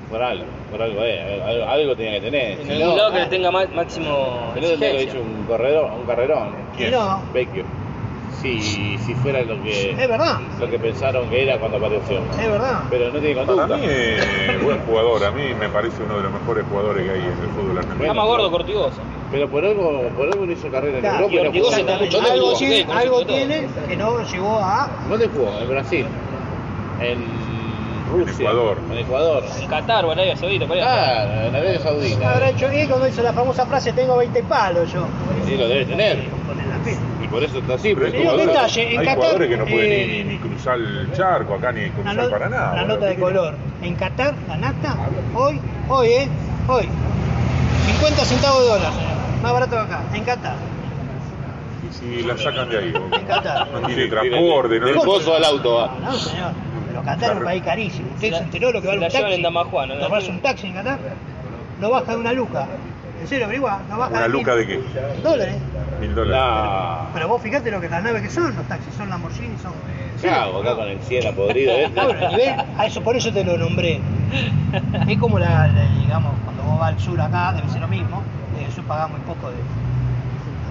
D: Por algo, por algo, eh, algo, algo tenía que tener.
C: En
D: Si
C: algún
D: no,
C: lado que le
D: eh,
C: tenga ma- máximo
D: si no, tendría que haber
C: exigencia.
D: hecho un, corredor, un carrerón,
A: Y no,
D: vecchio. Si, si fuera lo
A: es
D: que,
A: verdad,
D: lo que pensaron que era cuando apareció.
A: es verdad.
D: Pero no tiene
B: Para
D: conducta.
B: mí es buen jugador, a mí me parece uno de los mejores jugadores que hay en el fútbol
C: Está
B: argentino.
C: más gordo Cortigosa.
D: Pero por algo, por algo no hizo carrera en
A: Claro,
D: Europa.
A: y
D: no jugó.
C: Ortigosa también.
D: ¿Dónde
A: algo
D: jugó?
A: tiene,
C: Sí, con
A: algo
C: eso todo.
A: tiene que no llegó a.
D: ¿Dónde jugó? En Brasil. En Rusia.
B: Ecuador.
D: En Ecuador.
C: En Qatar o Arabia Saudita, por ahí.
D: Ah, en Arabia
A: Habrá
D: Saudita.
A: hecho bien cuando hizo la famosa frase: Tengo 20 palos yo.
D: Sí, lo debe tener.
A: Con el lapé.
D: Y por eso está así.
B: Pero
D: pero
B: hay
A: Pero
D: jugador-
A: detalle, en
B: hay
A: Qatar,
B: jugadores que no pueden
A: eh,
B: ni, ni cruzar el charco acá, ni
A: Una,
B: cruzar
A: no-
B: para nada.
A: una
B: boludo.
A: nota de color. En Qatar, la nata, hoy, hoy, ¿eh? Hoy. 50 centavos de dólar, señor. Más barato que acá. En Qatar.
B: Y si la sacan de ahí, boludo.
A: En Qatar.
B: no tiene transporte, no
D: Del
B: no-
D: pozo al auto va.
A: No, señor. Pero Qatar es un
B: Claro.
A: país carísimo. Usted
C: Se
A: se
C: la-
A: enteró lo que
C: se
A: vale
C: la
A: un
C: llevan
A: taxi.
C: en Damajuana, ¿no?
A: Tomarse un taxi en Qatar no baja de una luca. En serio, averigua, no baja
B: ¿Una
A: de
B: luca de
A: mil
B: qué?
A: dólares.
B: Mil dólares.
D: La...
A: Pero vos fijate lo que las naves que son los taxis, son Lamborghini, son...
D: Cago acá con el
A: <laughs>
D: Siena podrido este.
A: Bueno, el nivel, a eso por eso te lo nombré. <laughs> Es como la, la- digamos, cuando vos vas al sur acá, debe ser lo mismo. En el sur pagás muy poco de.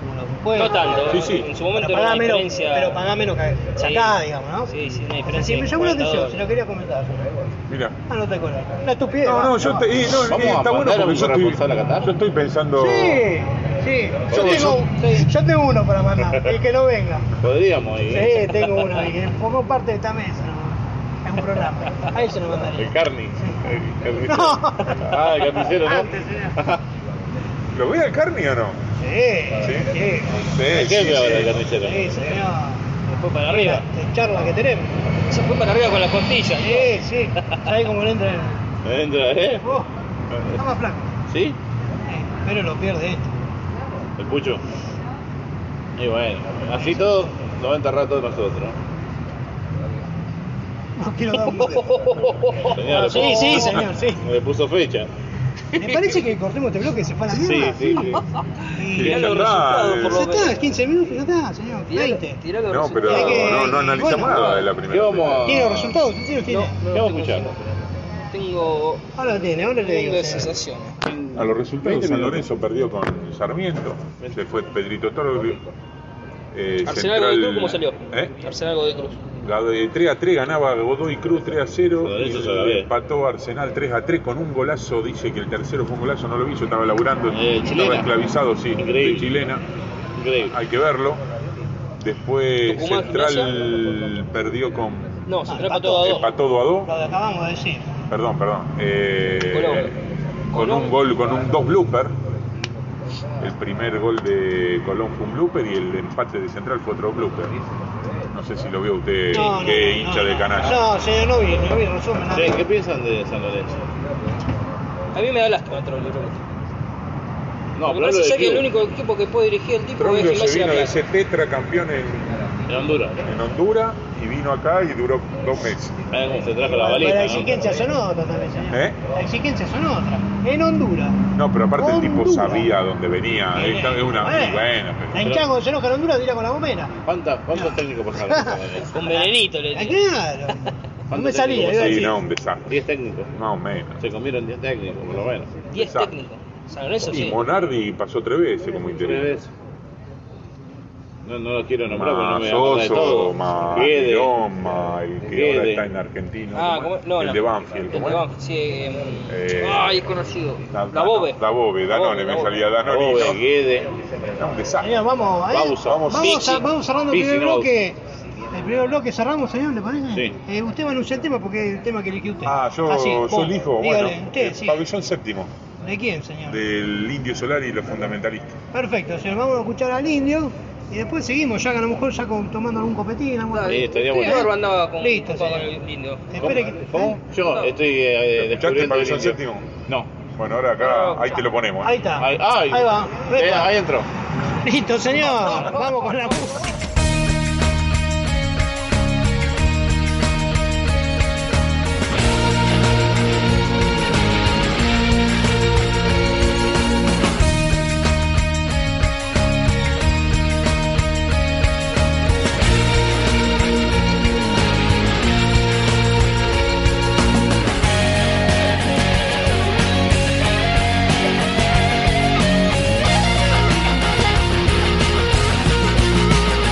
A: como los impuestos.
C: No tanto,
B: Sí, sí.
C: en su momento
A: pero
C: era
A: pagás
C: una
A: menos,
C: diferencia-
A: pero pagás menos que
C: Sí.
A: acá, digamos, ¿no?
C: Sí, sí, una
A: O sea,
C: diferencia
A: sí,
C: de
A: me llamó la atención,
C: 40
A: se lo quería comentar. eh,
B: Mira.
A: Anota el color. Una estupidez.
B: No,
A: va,
B: no, yo
A: va.
B: te- eh, no,
D: Vamos
B: eh,
D: a
B: está bueno
D: mandar a
B: porque
D: un
B: yo
D: corresponsal a Qatar.
B: estoy, yo estoy pensando.
A: Sí, sí. Yo
D: Podría-
A: tengo, sí, yo tengo uno para
C: <laughs>
A: mandar, el que no venga.
D: Podríamos ir.
A: Sí, tengo uno, el que formó parte de esta mesa. ¿no? Es un programa. Ahí se lo mandaría.
D: El carni. El carnicero.
A: No.
D: Ah, el carnicero, ¿no?
A: Antes
D: <laughs>
A: era.
B: ¿Lo ve al carne o no?
A: Sí, sí,
D: ¿Qué es ahora el carnicero?
A: sí, señor.
C: Se fue para arriba.
A: La charla que tenemos.
C: Se fue para arriba con las costillas.
A: Sí, sí. ¿Sabés cómo le entra?
D: Entra, ¿eh?
A: Oh, está más flaco.
D: ¿Sí?
A: Eh, pero lo pierde esto.
D: El pucho. Y bueno, así todo nos va a enterrar a todos nosotros.
A: No quiero dar un
C: <laughs>
D: Señor,
A: Oh, Sí, sí, señor, sí.
D: Le puso fecha.
A: ¿Me parece que cortemos este bloque y se fue a la
D: Sí,
A: mierda?
D: sí, sí.
A: Sí.
B: Sí,
C: Mirá los
B: ya está,
C: resultados,
A: Ya
C: por lo
A: está,
C: menos.
A: 15 minutos, ya está, señor.
C: Tirá lo-
A: 20.
C: tirá los
B: No, pero
A: Hay que-
B: no, no analizamos
A: bueno,
B: nada de la
D: ¿Qué
B: primera.
D: vamos a...?
A: ¿Tiene los resultados? ¿Sí los tiene?
D: ¿Qué vamos a escuchar?
C: Tengo
A: Ahora lo tiene, ahora le digo.
C: tengo
A: señor.
C: sensaciones.
B: A los resultados,
D: 20
B: San
D: minutos.
B: Lorenzo perdió con Sarmiento, se fue Pedrito Toro. Eh,
C: Arsenal Godoy Cruz, ¿cómo salió?
B: ¿Eh?
C: Arsenal Godoy Cruz.
B: Gade- 3 a 3 ganaba Godoy Cruz 3 a 0
D: Pero eso
B: y
D: se la ve.
B: empató Arsenal 3 a 3 con un golazo, dice que el tercero fue un golazo, no lo vi, yo estaba laburando,
D: Eh,
B: estaba
D: chilena.
B: esclavizado, sí,
D: Increíble.
B: de chilena,
D: Increíble.
B: hay que verlo. Después
C: Tucumán,
B: Central perdió con
C: No, se
A: Ah,
C: trajo
A: empató.
C: todo a dos.
B: empató 2 a 2
A: Lo que acabamos de decir.
B: perdón, perdón, eh,
C: Colón.
B: con
C: Colón.
B: un gol, con un dos blooper. El primer gol de Colón fue un blooper y el empate de Central fue otro blooper. No sé si lo vio usted,
A: No,
B: qué
A: no, no,
B: hincha
A: no.
B: de canalla.
A: No, señor, no vi, no vi, resumen. nada.
D: Che, ¿Qué piensan de San Lorenzo?
C: A mí me da lástima Troglio.
D: No,
C: Lo que pasa
D: pero hablo
C: es
D: del
C: que el
D: club.
C: único equipo que puede dirigir el tipo es
B: Troglio se
C: Gimnasia
B: vino
C: de
B: de
C: la Plata.
B: ser tetracampeón en,
D: En Honduras.
B: en Honduras y vino acá y duró dos meses.
D: Vean cómo se trajo la
A: Pero
D: balita,
A: las
D: ¿no?
A: exigencias son otras también, señor.
B: ¿Eh?
A: Las exigencias son otras. En Honduras.
B: No, pero aparte el tipo
A: Honduras.
B: sabía a dónde venía. Es Ah, es una
A: Bueno,
B: muy buena.
A: La
B: pero-
A: hinchada cuando se enoja en Honduras tira con la bombera.
D: ¿Cuántas- ¿Cuántos técnicos
A: <laughs>
D: pasaron en San Lorenzo?
C: Con venenito le
A: Ah,
C: digo.
D: <laughs>
A: Claro. No me salía, iba a
B: Sí,
A: decir.
B: no, un desastre.
D: 10 técnicos.
B: Más o menos.
D: Se comieron 10 técnicos, por lo menos.
C: 10
B: Exacto.
C: técnicos. San Lorenzo
B: Y
C: sí.
B: Monardi pasó tres veces como
D: Tres
B: interés.
D: veces. No, no lo quiero nombrar porque no me acuerdo de
B: Soso,
D: todo.
B: más
D: Guede.
B: Guilloma, el que ahora
D: Guede.
B: está en Argentino,
C: Ah,
B: ¿cómo es?
C: ¿cómo- no,
B: el
C: no.
B: de Banfield,
C: El
B: ¿cómo
C: de
B: es?
C: Banfield, sí. eh,
B: Eh,
C: Ay, es conocido.
B: Da-
C: La Bobe.
B: Da Bobe, Danone, me salía Danone.
D: Obe,
B: y
D: Guede.
B: yo- No, un
A: Señor,
B: desastre.
A: vamos, ¿eh?
D: Vamos,
A: vamos,
D: vamos.
A: a- vamos cerrando el
D: Pizzi,
A: primer
D: no.
A: bloque. El primer bloque cerramos, señor, ¿le parece?
D: Sí.
A: Eh, usted va a anunciar el tema porque es el tema que eligió usted.
B: Ah, yo,
A: Así,
B: yo
A: vos,
B: elijo,
A: dígale,
B: bueno,
A: usted,
B: el
A: sí.
B: pabellón séptimo
A: ¿De quién, señor?
B: del Indio Solar y los fundamentalistas.
A: Perfecto, señor, vamos a escuchar al indio y después seguimos ya, que a lo mejor ya con- tomando algún copetín, algo
C: Dale.
D: Sí, estaría bueno.
C: Sí, Barba andaba con,
A: Listo,
C: con
A: señor.
C: el lindo.
A: Espere que...
D: ¿Cómo? Yo
C: No.
D: estoy eh,
B: ¿Escuchaste el
D: descubriendo el
B: pabellón
D: indio.
B: séptimo?
D: No.
B: Bueno, ahora acá, ahí te lo ponemos.
A: Ahí está.
D: Ahí, ay.
A: Ah. Ahí va.
D: Eh,
A: Epa.
D: ahí entró.
A: Listo, señor. Vamos con la música.
E: Thank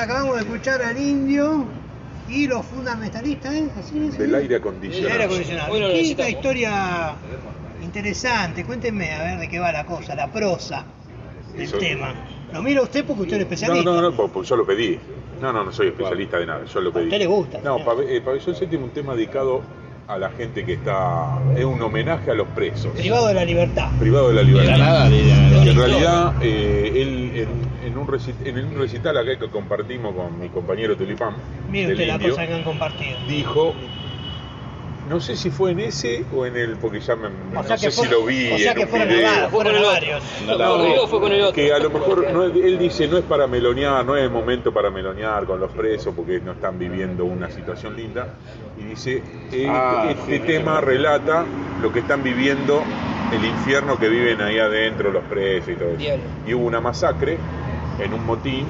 A: acabamos de escuchar al indio y los fundamentalistas, ¿eh? ¿Así es? Del
B: Del aire
A: aire
B: acondicionado.
A: acondicionado.
C: Hoy lo
A: Qué
C: necesitamos.
A: historia interesante. Cuéntenme, a ver, de qué va la cosa, la prosa del
B: Eso-
A: tema. Lo mira usted porque usted es
B: No,
A: especialista.
B: no, no, po- po- yo lo pedí. No, no, no soy especialista de nada, yo lo pedí.
A: usted le gusta,
B: No,
A: señor.
B: pabe- eh, Pabellón Séptimo es un tema dedicado a la gente que está. Es un homenaje a los presos,
A: Privado de la libertad.
B: privado de la
D: De la
B: libertad.
D: nada, de la-
B: Y
D: de
B: en
D: la-
B: realidad, eh, él en, en un recital, en un recital acá que compartimos con mi compañero Tulipán,
A: Mire
B: del
A: usted la
B: Indio,
A: cosa que han compartido.
B: dijo, no sé si fue en ese o en el, porque ya me, no sé
A: fue-
B: si lo vi
A: o sea
B: en
A: que
B: un
A: fueron a
B: video.
A: varios, fueron a
C: Fue con el
A: varios.
C: otro. No, Rodrigo fue con el otro.
B: Que a lo mejor no es- él dice no es para melonear, no es el momento para melonear con los presos porque no están viviendo una situación linda. Y dice, eh,
D: Ah,
B: este
D: sí.
B: tema relata lo que están viviendo, el infierno que viven ahí adentro los presos y todo eso.
C: Diablo.
B: Y hubo una masacre en un motín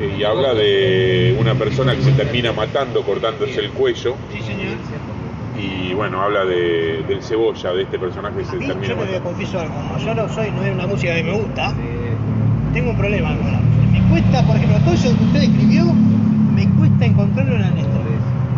B: eh, y habla de una persona que se termina matando cortándose el cuello
A: Sí, señor.
B: y bueno, habla de, del cebolla, de este personaje que
A: A
B: se
A: mí,
B: termina
A: yo le
B: matando.
A: confieso algo, como yo no soy, no es una música que me gusta, tengo un problema con la música. Me cuesta, por ejemplo, todo eso que usted escribió, me cuesta encontrarlo en la letra.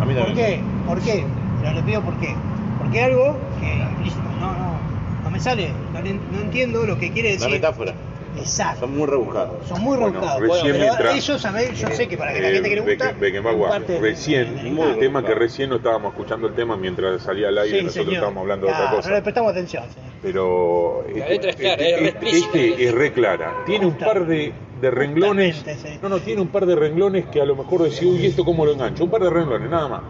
D: A mí
A: ¿Por
D: también.
A: qué? ¿Por qué? Se lo pido por qué. Porque algo que listo, no, no, no me sale, no, le- no entiendo lo que quiere
D: La
A: decir.
D: metáfora.
A: Exacto.
D: Son muy rebujados.
A: Son muy
B: Bueno,
A: roncados.
B: recién
A: pero
B: mientras-
A: eso, ¿sabés? Yo sé que para que la
B: Eh,
A: gente que le gusta...
B: Becke- Beckenbauer,
A: parte del-
B: recién,
A: del-
B: el
D: Muy
B: tema
D: bien.
B: que recién no estábamos escuchando el tema mientras salía al aire,
A: Sí,
B: nosotros
A: señor.
B: estábamos hablando de otra
A: Claro,
B: cosa.
A: No le prestamos atención, señor.
B: Pero
C: La
B: este-
C: letra es clara,
B: este,
C: es re
B: este-
C: explícita.
B: este es re clara. Tiene un par de, de renglones.
A: Justamente, sí.
B: No, no, tiene un par de renglones que a lo mejor decís, uy, ¿esto cómo lo engancho? Un par de renglones, nada más.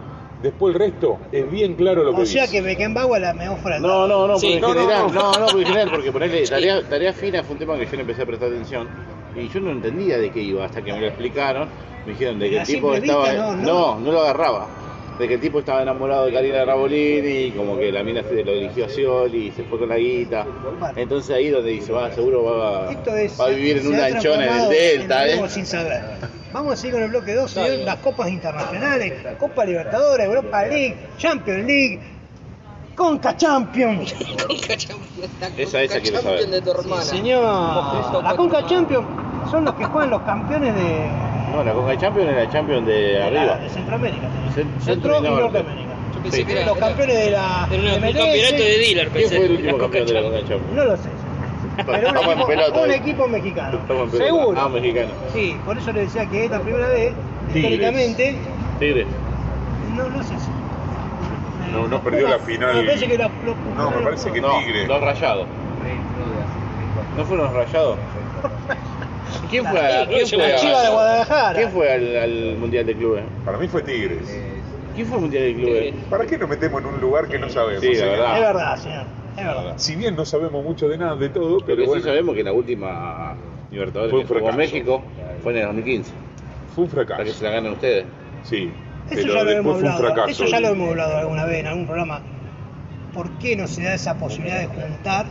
B: Después el resto es bien claro lo que
A: O sea
B: dice.
A: que Beckenbauer la metáfora...
D: No, no, no,
C: Sí.
D: porque
C: No,
D: en
B: no,
D: general,
B: no.
D: no, no, porque en general, porque ponerle tarea, tarea fina fue un tema que yo le empecé a prestar atención y yo no entendía de qué iba hasta que me lo explicaron, me dijeron de que
A: A
D: el tipo
A: simple
D: estaba,
A: vista, no, no.
D: no, no lo agarraba, de que el tipo estaba enamorado de Karina Rabolini y como que la mina se lo eligió a Scioli y se fue con la guita, entonces ahí donde dice va, seguro va,
A: Esto es,
D: va a vivir en
A: se
D: un
A: ha
D: lanchón en el
A: transformado
D: Delta,
A: en
D: ¿eh?
A: algo sin saber. Vamos a seguir con el bloque 2,
C: Está bien.
A: las copas internacionales, Copa Libertadores, Europa League, Champions League, Conca Champions.
D: Esa, esa quiero saber.
C: Champion de tu hermana.
A: Señor, la Conca Champions son los que juegan los campeones de,
D: No, la Conca Champions era la Champions de
A: de la-
D: arriba.
A: de Centroamérica.
D: Cent-
A: Centro y
D: Norte.
A: Norteamérica.
C: Yo pensé
D: Sí.
C: que era-
A: Los campeones de la
C: Era un
A: MLS.
C: campeonato de dealer,
D: ¿Quién
C: pensé.
D: fue el último
C: La
D: campeón de la
C: Coca-Cola.
D: Conca Champions?
A: No lo sé. Pero un
D: Estamos en
A: equipo,
D: pelota,
A: un
D: eh.
A: equipo mexicano.
D: Estamos en pelota.
A: Seguro.
D: Ah, mexicano.
A: Sí, por eso le decía que es la primera vez,
B: Tigres.
A: históricamente,
D: Tigres.
A: no, no sé si.
B: No, no perdió la final.
A: Me parece que la, lo-
B: No, me parece que-
D: No,
B: Tigre.
D: los rayados. ¿No fueron los rayados? ¿Quién fue, a-
C: Las
D: quién fue
C: Chivas
D: a-
A: Chivas de Guadalajara.
D: ¿Quién fue al, al Mundial de Clubes?
B: Para mí fue Tigres.
D: ¿Quién fue al Mundial de Clubes?
B: ¿Para qué nos metemos en un lugar que no sabemos?
D: Sí, la
B: señor?
D: verdad.
A: Es verdad, señor. Es verdad.
B: Si bien no sabemos mucho de nada, de todo,
D: Lo
B: pero
D: que
B: bueno,
D: sí sabemos que la última Libertadores
B: Fue un
D: que jugó
B: fracaso.
D: México fue en el 2015.
B: fue un
D: Para que se
B: fracaso.
D: la ganan ustedes.
B: Sí,
A: Eso
B: pero
A: ya lo hemos
B: después fue un
A: hablado.
B: fracaso.
A: Eso ya lo hemos hablado alguna vez en algún programa. ¿Por qué no se da esa posibilidad de juntar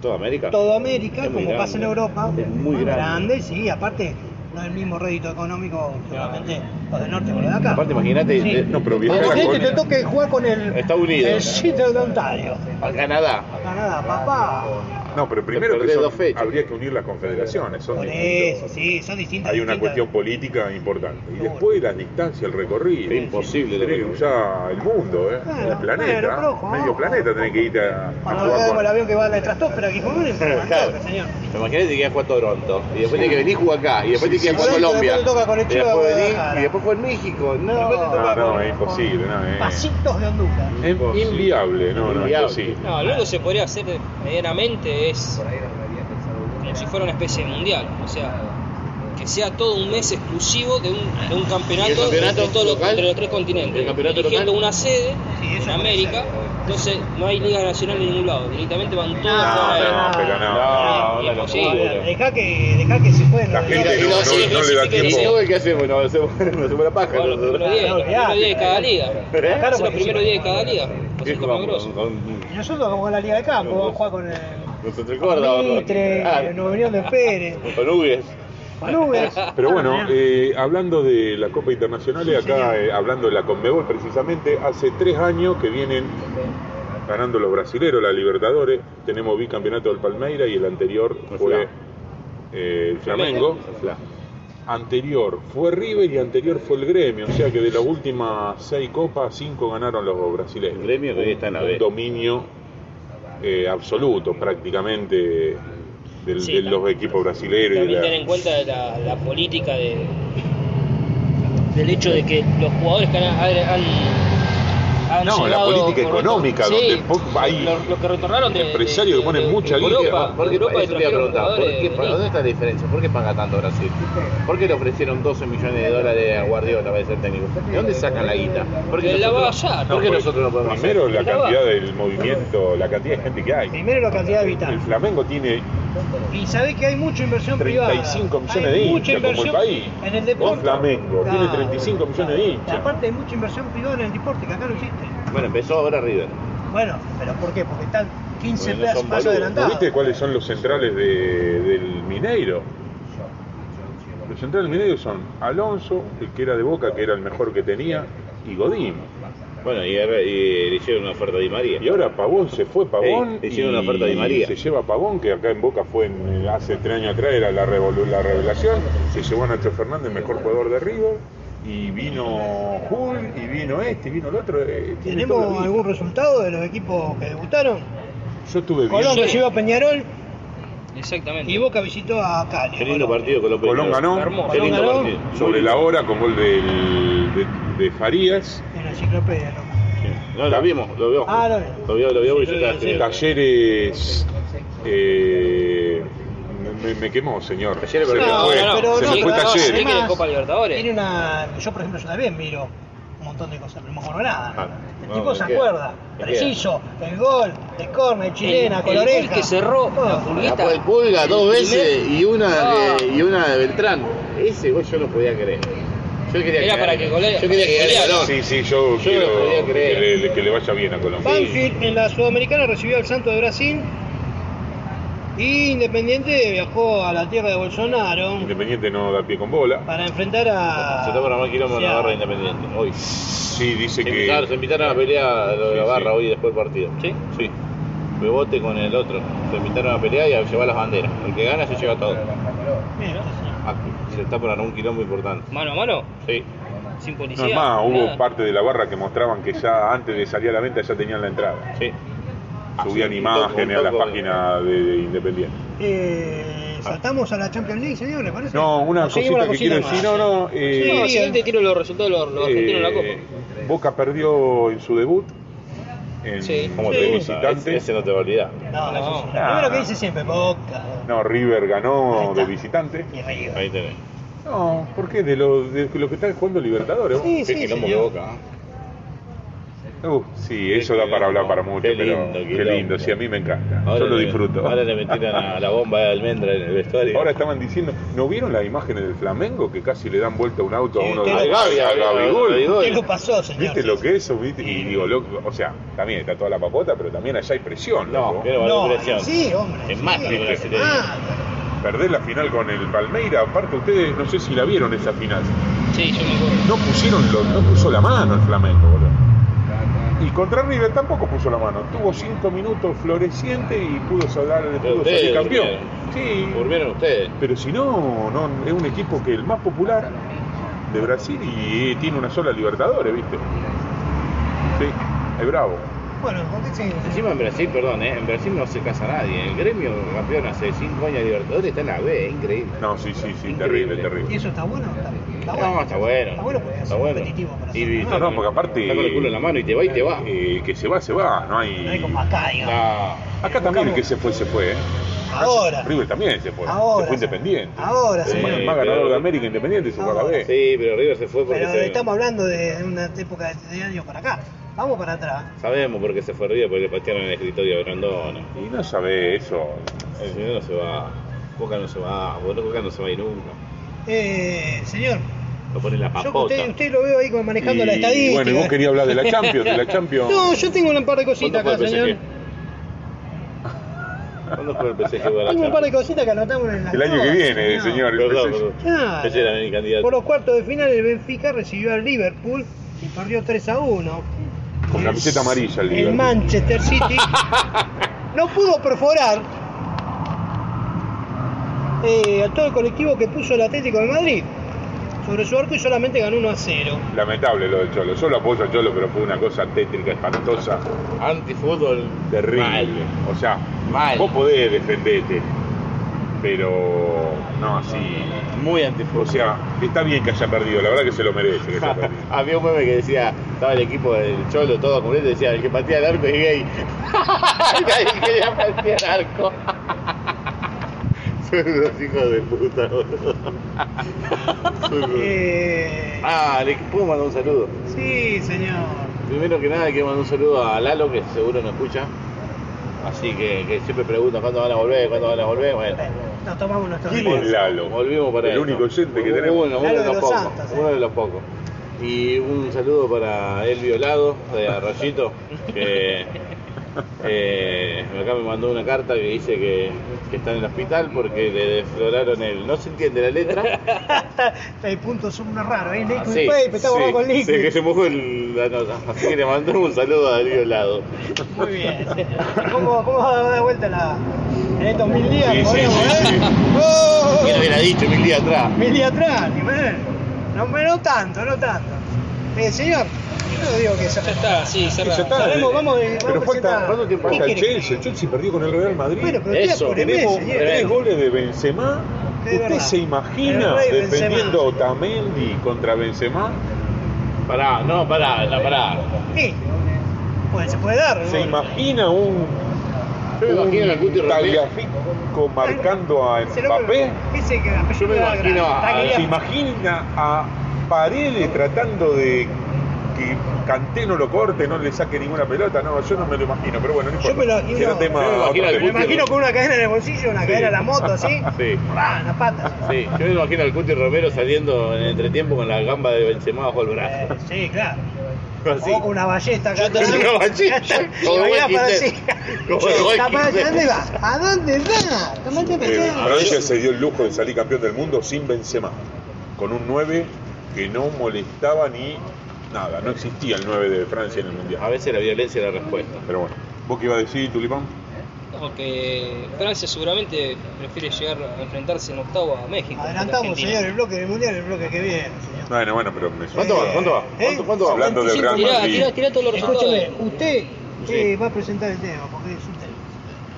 D: ¿Toda América?
A: toda América,
D: Es muy
A: como
D: grande.
A: pasa en Europa?
D: Es muy grande.
A: sí, aparte no es el mismo rédito económico, seguramente los del norte con los de acá.
D: Aparte, imagínate, eh,
A: Sí.
D: de-
B: No, pero viajar a
A: Imagínate que este te
B: Colonia-
A: toque jugar con el,
D: Estados Unidos.
A: el sitio de Ontario.
D: a Canadá.
A: Canadá, papá.
B: No, pero primero que
D: perdés
B: son-
D: dos fechas.
B: habría que unir las confederaciones. son
A: Por
B: distintos.
A: eso, sí, son distintas.
B: Hay una
A: distintas.
B: cuestión política importante. Y
A: Seguro.
B: después las distancias, el recorrido.
D: Es imposible de
B: Tenés que
D: recorrer.
B: cruzar el mundo, ¿eh?
A: Ah, Bueno,
B: el planeta.
A: bueno, pero ojo,
B: medio
A: ojo.
B: planeta tenés que ir a, a
A: Cuando
B: jugar
A: veamos
B: con-
A: el avión que va a la estratosfera aquí, por
D: <laughs>
A: favor,
D: Claro.
A: señor.
D: Imagínate que juega a Toronto y después tiene que venir y jugar acá y después
B: Sí,
D: tiene que
B: sí,
D: jugar a
A: sí.
D: Colombia
A: Después te toca con el
D: y
A: Chivas
D: después venir
A: Guadalajara.
D: y después fue en México.
A: Después te
D: No,
A: toca
B: No, no,
A: con-
B: es imposible. No, es-
A: Pasitos de Honduras.
B: es inviable. No, no,
D: Inviable.
B: imposible.
C: No, lo único que se podría hacer medianamente es como si fuera una especie de mundial, o sea, que sea todo un mes exclusivo de un, de un
D: ¿Y el
C: campeonato,
D: campeonato
C: entre, todos los-
D: local?
C: entre los tres continentes,
D: ¿El campeonato
C: eligiendo
D: local?
C: una sede
A: Sí, eso
C: en
A: puede
C: América, entonces no hay liga nacional en ningún lado, directamente van todos
B: No,
C: a
B: no, pero no.
D: No,
C: no,
D: no,
C: no,
D: no,
C: Sí,
A: A ver,
C: boludo.
A: Dejá que, dejá que se jueguen
B: La
A: los
B: gente
A: dos.
B: no, no- no le da
D: ¿Y
B: tiempo.
D: luego qué hacemos? Nos hacemos, nos hacemos la paja.
C: Bueno, los
D: nosotros.
C: primeros días, los primeros días de cada liga.
D: ¿Eh?
C: Hacer los primeros días de cada liga. Pues
D: ¿Qué
C: es como
D: jugamos?
C: grosso.
D: Con- con-
A: Y Nosotros vamos con la Liga de Campo, vamos a jugar con
D: Nosotros el Córdoba.
A: el Mitre,
D: Ah,
A: con Nueva Unión de Pérez,
D: Con Hugues.
A: con Nubes.
C: Ah,
B: Pero bueno, eh, hablando de la Copa Internacional, y acá
A: señor.
B: eh, hablando de la Conmebol precisamente, hace tres años que vienen ganando los brasileros, la Libertadores, tenemos bicampeonato del Palmeira y el anterior
D: El
B: fue
D: Fla.
B: eh, el Flamengo.
D: Fla.
B: anterior fue River y anterior fue el Gremio. O sea que de las últimas seis copas, cinco ganaron los brasileños.
D: El Gremio que hoy está en la
B: Un
D: B.
B: dominio eh, absoluto prácticamente del-
C: Sí,
B: de
C: tam-
B: los equipos brasileños. y
C: También
B: la-
C: ten en cuenta de la, la política de, del hecho de que los jugadores que han, han, han
B: No, la
C: llegado
B: política
C: por
B: económica,
C: otro-
B: donde po- hay
C: los, los que retornaron de
B: empresarios que ponen mucha
C: de
B: guita.
C: Europa,
D: ¿Por qué,
C: Europa
D: eso te iba a
C: trajeron
D: preguntar, ¿por
C: jugadores
D: qué-
C: de
D: por- ¿dónde
C: elite.
D: está la diferencia? ¿Por qué paga tanto Brasil? ¿Por qué le ofrecieron 12 millones de dólares a Guardiola para ser técnico? ¿De dónde sacan la guita? ¿Por qué
C: De la
D: nosotros,
C: Baja,
D: ¿por qué
B: porque
D: nosotros no podemos hacer?
B: pues, Primero la
C: Estaba-
B: cantidad del movimiento, la cantidad de gente que hay.
A: Primero la cantidad de
B: El
A: habitantes.
B: Flamengo tiene
A: Y sabés que hay mucha inversión privada.
B: 35 millones de
A: Hay mucha
B: hinchas como el
A: inversión
B: país.
A: En el
B: No
A: deporte.
B: Flamengo,
A: Claro.
B: tiene 35 millones de hinchas.
A: Aparte hay mucha inversión privada en el deporte, que acá no existe.
D: Bueno, empezó ahora River.
A: Bueno, pero ¿por qué? Porque están 15
D: Porque no
A: pasos
D: son
A: pasos
D: boludos,
B: ¿No
A: adelantados.
B: viste cuáles son los centrales de- del Mineiro? Los centrales del Mineiro son Alonso, el que era de Boca, que era el mejor que tenía, y Godín.
D: Bueno, y, ahora- y le hicieron una oferta a Di María.
B: Y ahora Pavón se fue, Pavón.
D: Ey, le hicieron
B: y
D: una oferta a Di María.
B: Se lleva Pavón, que acá en Boca fue en- eh, hace tres años atrás, era la, revolu- la revelación. Se llevó a Nacho Fernández, mejor jugador de River. Y vino Jul, y vino este, y vino el otro. eh, tiene todo
A: ¿Tenemos
B: lo
A: algún resultado de los equipos que debutaron?
B: mismo. Yo estuve viendo.
A: Colón recibió a Peñarol
C: Exactamente.
A: y Boca visitó a Cali.
D: Qué lindo partido Colón
B: Colón
D: Peñarol.
B: ganó.
C: Hermoso.
D: Qué lindo
A: Colón ganó.
D: partido.
B: sobre la hora con gol del- de, de Farías.
A: En la enciclopedia, loco.
D: No, lo vimos, lo vimos.
A: Ah, lo vi.
D: Lo vio, lo vio, y yo estaba estudiando.
B: Talleres. eh, me, me quemó, señor.
D: Talleres
B: se me
D: perdió.
B: fue,
A: No, no, pero
B: se
A: no,
B: me fue
A: pero no,
B: Talleres.
A: sí.
C: Tiene Copa
A: Tiene
C: Libertadores.
A: una. Yo, por ejemplo, yo también miro un montón de cosas, pero no me acuerdo nada.
D: Ah,
A: el
D: no,
A: tipo
D: me
A: se
D: queda,
A: acuerda.
D: me
A: Preciso, el gol, el córner, chilena,
C: El-
A: con
C: el
A: la
C: gol
A: oreja.
C: que cerró
A: Todo.
C: la pulga.
D: La fue el Pulga dos
C: El primer-
D: veces y una, de,
C: No.
D: y una de Beltrán. Ese gol yo no podía creer. Yo quería
C: Era
D: que
C: para
D: gane.
C: que golee-
D: Yo quería que gane
C: goleara.
D: Colón.
B: Sí, sí, yo,
D: Yo
B: quiero
D: no podía
B: que
D: creer.
B: le, que le vaya bien a Colombia.
A: Banfield en la Sudamericana recibió al Santo de Brasil. Y Independiente viajó a la tierra de Bolsonaro
B: Independiente no da pie con bola.
A: para enfrentar a.
D: Se está por más quilombo en la
A: Sí, ah. a-
D: barra independiente. Hoy. Se
B: Sí, dice
D: invitaron, se
B: que.
D: invitaron a pelear a lo de la
B: Sí,
D: barra
B: sí.
D: hoy después del partido.
C: ¿Sí?
D: Sí. Bebote con el otro. Se invitaron a pelear y a llevar las banderas. El que gana se lleva todo.
A: Mira,
D: Ah, Se está por armar un quilombo importante.
C: Mano a mano,
D: Sí.
C: sin
B: No
C: policía.
B: es más, hubo
C: nada.
B: parte de la barra que mostraban que ya antes de salir a la venta ya tenían la entrada.
D: Sí.
B: Subían
D: Sí, un toco, un
B: imágenes a la
D: toco de-
B: página de, de Independiente.
A: eh, saltamos a la Champions League, señor, ¿le parece?
B: No, una
A: Nos seguimos
B: cosita que quiero
A: más.
B: decir. No, no. eh,
C: No,
A: Sí,
C: siguiente
A: eh.
C: tiro los resultados de los, los argentinos en la
B: Eh,
C: Copa.
B: Boca perdió en su debut. En,
C: Sí.
B: Como
A: Sí.
B: de
D: Ese,
B: visitante.
D: ese no te va a olvidar.
A: No, no, eso sí.
B: No.
A: Primero que dice siempre, Boca.
B: No, River
A: Ahí
B: ganó
A: está.
B: de visitante.
A: Y River.
D: Ahí tenés.
B: No, ¿por qué? De lo, de lo que están jugando Libertadores.
A: Sí,
D: Qué
A: sí,
D: quilombo
A: señor.
D: que boca. ¿eh?
B: Uh, sí, eso da para hablar para mucho,
D: Qué
B: pero
D: lindo,
B: qué
D: quilombo.
B: lindo, sí, a mí me encanta.
D: Ahora
B: Yo lo
D: le-
B: disfruto.
D: Ahora
B: <laughs>
D: le metieron a la bomba de almendra en el vestuario.
B: Ahora estaban diciendo, ¿no vieron las imágenes del Flamengo que casi le dan vuelta un auto a
A: Sí,
B: uno
A: que-
B: de
A: Al
D: Gavi,
B: a
D: al-
B: Gabigol?
D: al Gabigol.
A: ¿Qué lo pasó, señor?
B: ¿Viste lo que es eso? ¿Viste? Y digo, loco, o sea, también está toda la papota, pero también allá hay presión.
D: No,
B: loco.
D: pero
A: No,
D: valor presión.
A: sí, hombre.
D: Es más,
A: sí. Ah.
D: lo
B: que
A: Es
B: se
D: le-
A: más.
B: Perder la final con el Palmeira, aparte ustedes, no sé si la vieron esa final.
C: Sí, yo me acuerdo.
B: No pusieron, lo- no puso la mano el Flamengo, boludo. Y contra River tampoco puso la mano. Tuvo cinco minutos floreciente y pudo, salar,
D: Pero
B: pudo
D: ustedes
B: salir campeón.
D: durmieron.
B: Sí.
D: Durmieron ustedes.
B: Pero si no, no, es un equipo que es el más popular de Brasil y tiene una sola Libertadores, ¿viste? Sí, es bravo.
A: Bueno, contexto.
D: Encima en Brasil, perdón, ¿eh? en Brasil no se casa nadie. El gremio campeón hace 5 años de Libertadores está en la B, es increíble.
B: No, sí, sí, sí,
D: Increíble.
B: terrible, terrible.
A: ¿Y eso está bueno? Está, está bueno.
D: No, está bueno.
A: Está bueno porque es
D: Está bueno.
A: competitivo para
D: Y-
A: hacer.
B: No, no, porque aparte-
D: Está con el culo en la mano y te va y te va.
B: Eh, el que se va, se va, no
A: No hay
B: hay.
A: como acá, digamos.
D: No.
B: Acá también el que se fue, se fue, ¿eh?
A: Ahora.
B: River también se fue,
A: Ahora.
B: se fue independiente.
A: Ahora se
B: El más-
A: fue.
B: el más ganador de América independiente se fue a la B.
D: Sí, pero River se fue porque
A: Pero
D: se...
A: estamos hablando de una época de, de años para acá. Vamos para atrás.
D: Sabemos por qué se fue River, porque le patearon en el escritorio a Grandona.
B: Y no sabe eso.
D: El señor no se va. Boca no se va, bueno, Boca no se va a ir nunca.
A: Eh, señor,
D: Lo ponen la
A: yo que
D: papota.
A: usted, usted lo veo ahí como manejando
B: Y,
A: la estadística.
B: Bueno, y vos querías hablar de la Champions, de la
A: <laughs>
B: Champions.
A: No, yo tengo un par de cositas
D: ¿Cuándo
A: acá,
D: fue el
A: señor.
D: PSG? ¿Cuándo fue el PSG de la
A: Tengo un par de
D: Champions?
A: cositas que anotamos en la
B: El año que
A: notas,
B: viene, señor. el
D: Perdón,
B: PSG.
D: perdón.
A: Claro.
D: Ese era mi candidato.
A: Por los cuartos de final, el Benfica recibió al Liverpool y perdió 3 a 1.
B: Con
A: El-
B: camiseta amarilla el Liverpool.
A: Manchester
B: <laughs>
A: City no pudo perforar eh, a todo el colectivo que puso el Atlético de Madrid.
C: sobre su arco y solamente ganó 1 a 0.
B: Lamentable lo del Cholo. Yo lo apoyo al Cholo, pero fue una cosa tétrica, espantosa,
D: Antifútbol.
B: terrible.
D: Mal.
B: O sea,
D: Mal.
B: vos podés defenderte, pero no así.
D: Muy
B: O
D: antifútbol.
B: sea, está bien que haya perdido, la verdad que se lo merece que
D: <laughs>
B: haya perdido.
D: Había un meme que decía, estaba el equipo del Cholo todo completo, decía, el que patea el arco es gay. <laughs> Nadie quería patear arco. <laughs> Son unos hijos de puta, boludo. Son unos-
A: <laughs> Eh,
D: Ah, le puedo mandar un saludo.
A: sí, señor.
D: Primero que nada quiero mandar un saludo a Lalo, que seguro no escucha. Así que, que siempre pregunta cuándo van a volver, cuándo van a volver. Bueno,
A: Nos tomamos nuestro
B: ¿Quién
A: tiempo.
B: es Lalo?
D: volvimos para
B: El
D: esto.
B: único oyente que tenemos.
D: Uno, uno
A: Lalo
D: de
A: de
D: los
A: los
D: pocos.
A: Santos, eh.
D: Uno de los pocos. Y un saludo para El Violado de Arroyito,
B: <laughs>
D: que eh, acá me mandó una carta que dice que, que está en el hospital porque le desfloraron el. No se entiende la letra.
A: Está está <laughs> el punto sub raro, ¿eh? Liquid
D: Sí,
A: paper, está borrado
D: sí,
A: con liquid.
D: Se que se mojó el- la nota. Así que le mandó un saludo a El Violado.
A: Muy bien, señor. ¿Cómo, ¿Cómo va a dar vuelta la, en estos mil días?
B: Sí, sí,
A: podríamos,
B: sí,
A: ¿eh?
B: sí.
A: ¡Oh!
D: ¿Quién lo hubiera dicho mil días atrás?
A: Mil días atrás, ni más. No, no tanto, no tanto. Eh, señor, yo digo que
C: Ya está, sí, cerrado.
B: Ya está. eh,
A: Sabemos, vamos de- vamos
B: pero
A: a
B: falta,
A: presentar.
B: ¿cuánto tiempo falta
A: ¿Qué
B: el
A: quiere?
B: Chelsea? El Chelsea perdió con el Real Madrid.
A: Bueno, pero usted
D: Eso,
A: apúreme,
B: Tenemos
A: señor.
B: tres goles de Benzema.
A: Sí, es
B: ¿Usted
A: verdad.
B: se imagina
A: El rey Benzema.
B: defendiendo a Otamendi contra Benzema?
D: Pará, no, pará, la pará.
A: Sí. Bueno, se puede dar, ¿no?
B: ¿Se imagina un,
D: Yo me imagino a Cuti
B: un
D: Romero.
B: Tagliafico marcando a
A: Se lo- Ah,
B: Mbappé?
A: Dice que la
D: Yo me imagino a-
B: ¿Se
A: Tagliafico.
B: imagina a Paredes tratando de que Canté no lo corte, no le saque ninguna pelota? No, yo no me lo imagino, pero bueno, no
A: Yo
B: importa.
A: me lo imagino-
B: Será tema-
D: Yo me imagino
B: otro
D: al
A: Me lo
B: tema.
A: imagino con una cadena en el bolsillo, una
B: Sí.
A: cadena en la moto, Ah, así.
B: Sí.
A: ¡Ra! en las patas.
D: Sí, yo me imagino al Cuti Romero saliendo en el entretiempo con la gamba de Benzema bajo el
A: Eh,
D: brazo.
A: <laughs>
D: <laughs>
A: sí, claro.
D: Así.
A: O con una ballesta acá.
D: Con una ballesta.
A: <laughs>
D: Como
A: Y bailá
D: Joaquín
A: para
D: Tep.
A: así.
D: Como Joaquín
A: Capaz, ¿a
D: Tep.
A: dónde va? ¿A dónde va? Tomate
B: Eh,
A: pesado.
B: Francia se dio el lujo de salir campeón del mundo sin Benzema, con un 9 que no molestaba ni nada, no existía el 9 de Francia en el
D: A
B: Mundial.
D: veces la violencia es la respuesta.
B: Pero bueno, ¿vos qué ibas a decir, Tulipán?
C: Porque Francia seguramente prefiere llegar a enfrentarse en octavo a México.
A: Adelantamos, señor, el bloque del mundial, el bloque que viene, señor.
B: Bueno, bueno, pero me
D: ¿Cuánto va? ¿Cuánto va? ¿Cuánto, cuánto va?
B: Hablando del Real
C: Tirá,
B: Madrid.
C: tirá, tirá todos los
A: Escúcheme,
C: resultados.
A: usted
D: Sí.
A: eh, va a presentar el tema, porque es un tema.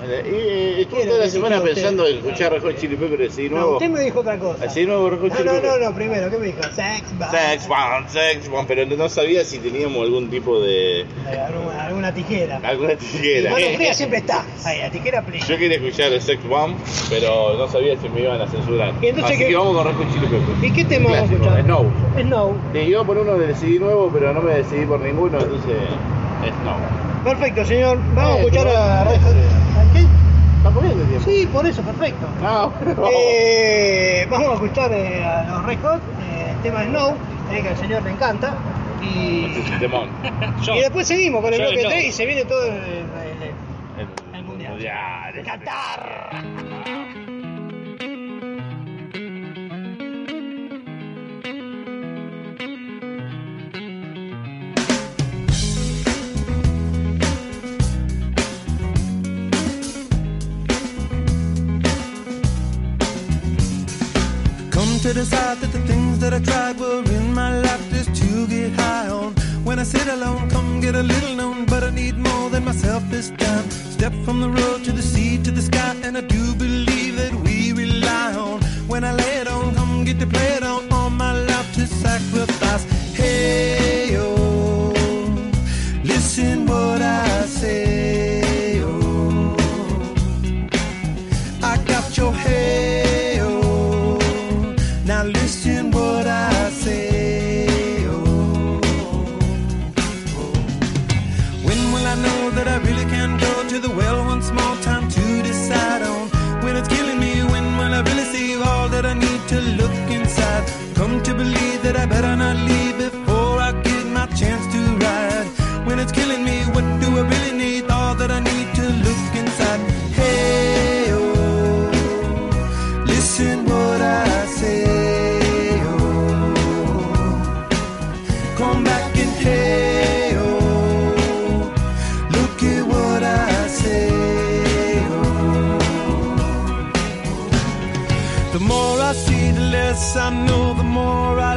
D: Eh, eh, estuve toda la semana pensando en escuchar Red Hot Chili Peppers y de
A: No,
D: nuevo.
A: usted me dijo otra cosa.
D: Así de nuevo Red Hot
A: No,
D: Chili
A: no, no,
D: Peppers.
A: no, primero, ¿qué me dijo? Sex, bomb.
D: Sex bomb, sex bomb, pero no sabía si teníamos algún tipo de.
A: Eh, Alguna, alguna tijera.
D: alguna
A: Y
D: tijera.
A: mano
D: <laughs>
A: fría siempre está. Ahí, la tijera fría.
D: Yo quería escuchar el Sex Bomb, pero no sabía si me iban a censurar.
A: ¿Y entonces
D: Así
A: qué?
D: que vamos con Red Hot Chili Peppers.
A: ¿Y qué tema vamos a
D: Clásico,
A: escuchar?
D: Snow.
A: Snow.
D: Sí, iba por uno del CD nuevo, pero no me decidí por ninguno, entonces es no.
A: Perfecto, señor. Vamos a
D: Eh,
A: escuchar
D: pero-
A: a... ¿A qué?
D: ¿Está poniendo tiempo?
A: Sí, por eso, perfecto.
D: Ah, bueno.
A: Eh, vamos a escuchar eh, a los Red Hot, eh, el tema Snow, eh, que al señor le encanta.
D: Este
A: Y,
D: es el temón.
C: <laughs> Yo.
A: y después seguimos con el
C: Yo,
A: bloque
C: yo.
A: 3 y se viene todo el, el- el-
D: El,
A: el mundial.
D: mundial. este.
A: De Qatar.
E: Come to decide that the things that I tried were in my life just to get high on. When I sit alone, come get a little known, but I need more than myself this time. Step from the road to the sea to the sky, and I do believe that we rely on. When I lay it on, come get to play it on, all my life to sacrifice. Hey, oh, listen what I say, oh. I got your hail. Now listen what I say. Oh, When will I know that I really can go to the well once more time to decide on when it's killing me? When will I really see all that I need to look inside? Come to believe that I better not leave before I get my chance to ride. When it's killing me, what do I really need? All that I need to look inside. Hey, oh, listen what I say. Oh, come back and hey, oh, look at what I say. Oh, the more I see, the less I know, the more I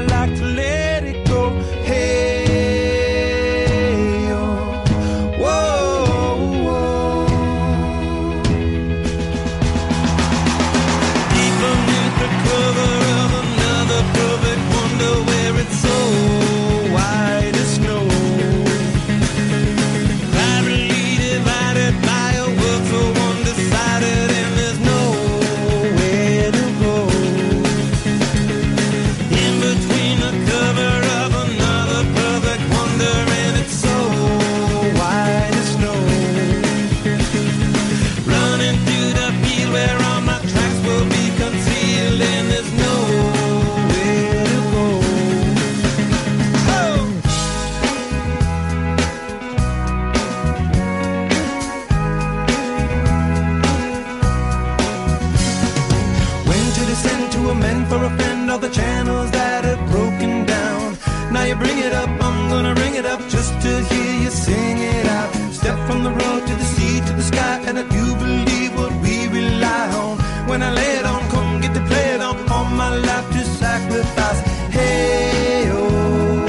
E: you sing it out. Step from the road to the sea to the sky, and I do believe what we rely on. When I lay it on, come get to play it on. All my life to sacrifice. Hey, oh,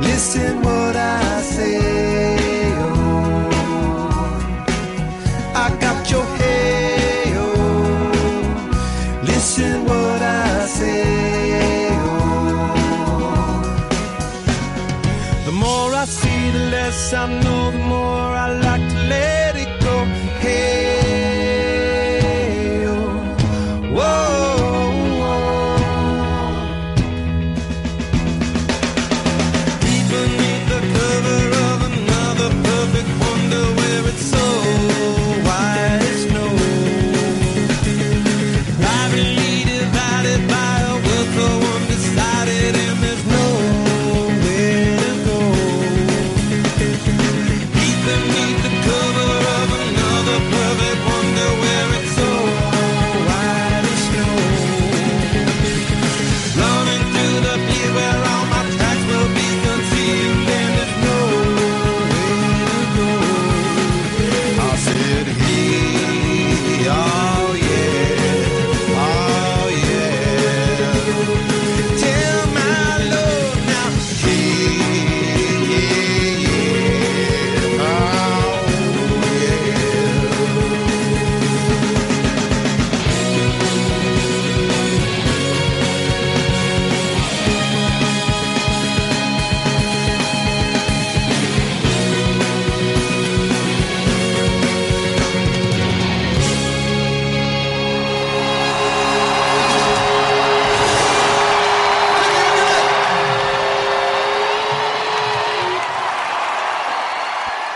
E: listen what I say. Oh, I got your hey, oh, listen what I say. Oh. The more I see, the less I know, the more I like to let it go. Hey, oh, whoa, whoa. Deep beneath the cover of another perfect wonder where it's so wide as snow. Privately divided by a world so undecided, and there's nowhere to go. Deep beneath the cover of another perfect wonder, where it's so white as snow. Running through the beat where all my tracks will be concealed, and there's nowhere to go. I said, hey, oh yeah, oh yeah. Tell my Lord now, hey, yeah, yeah, oh yeah.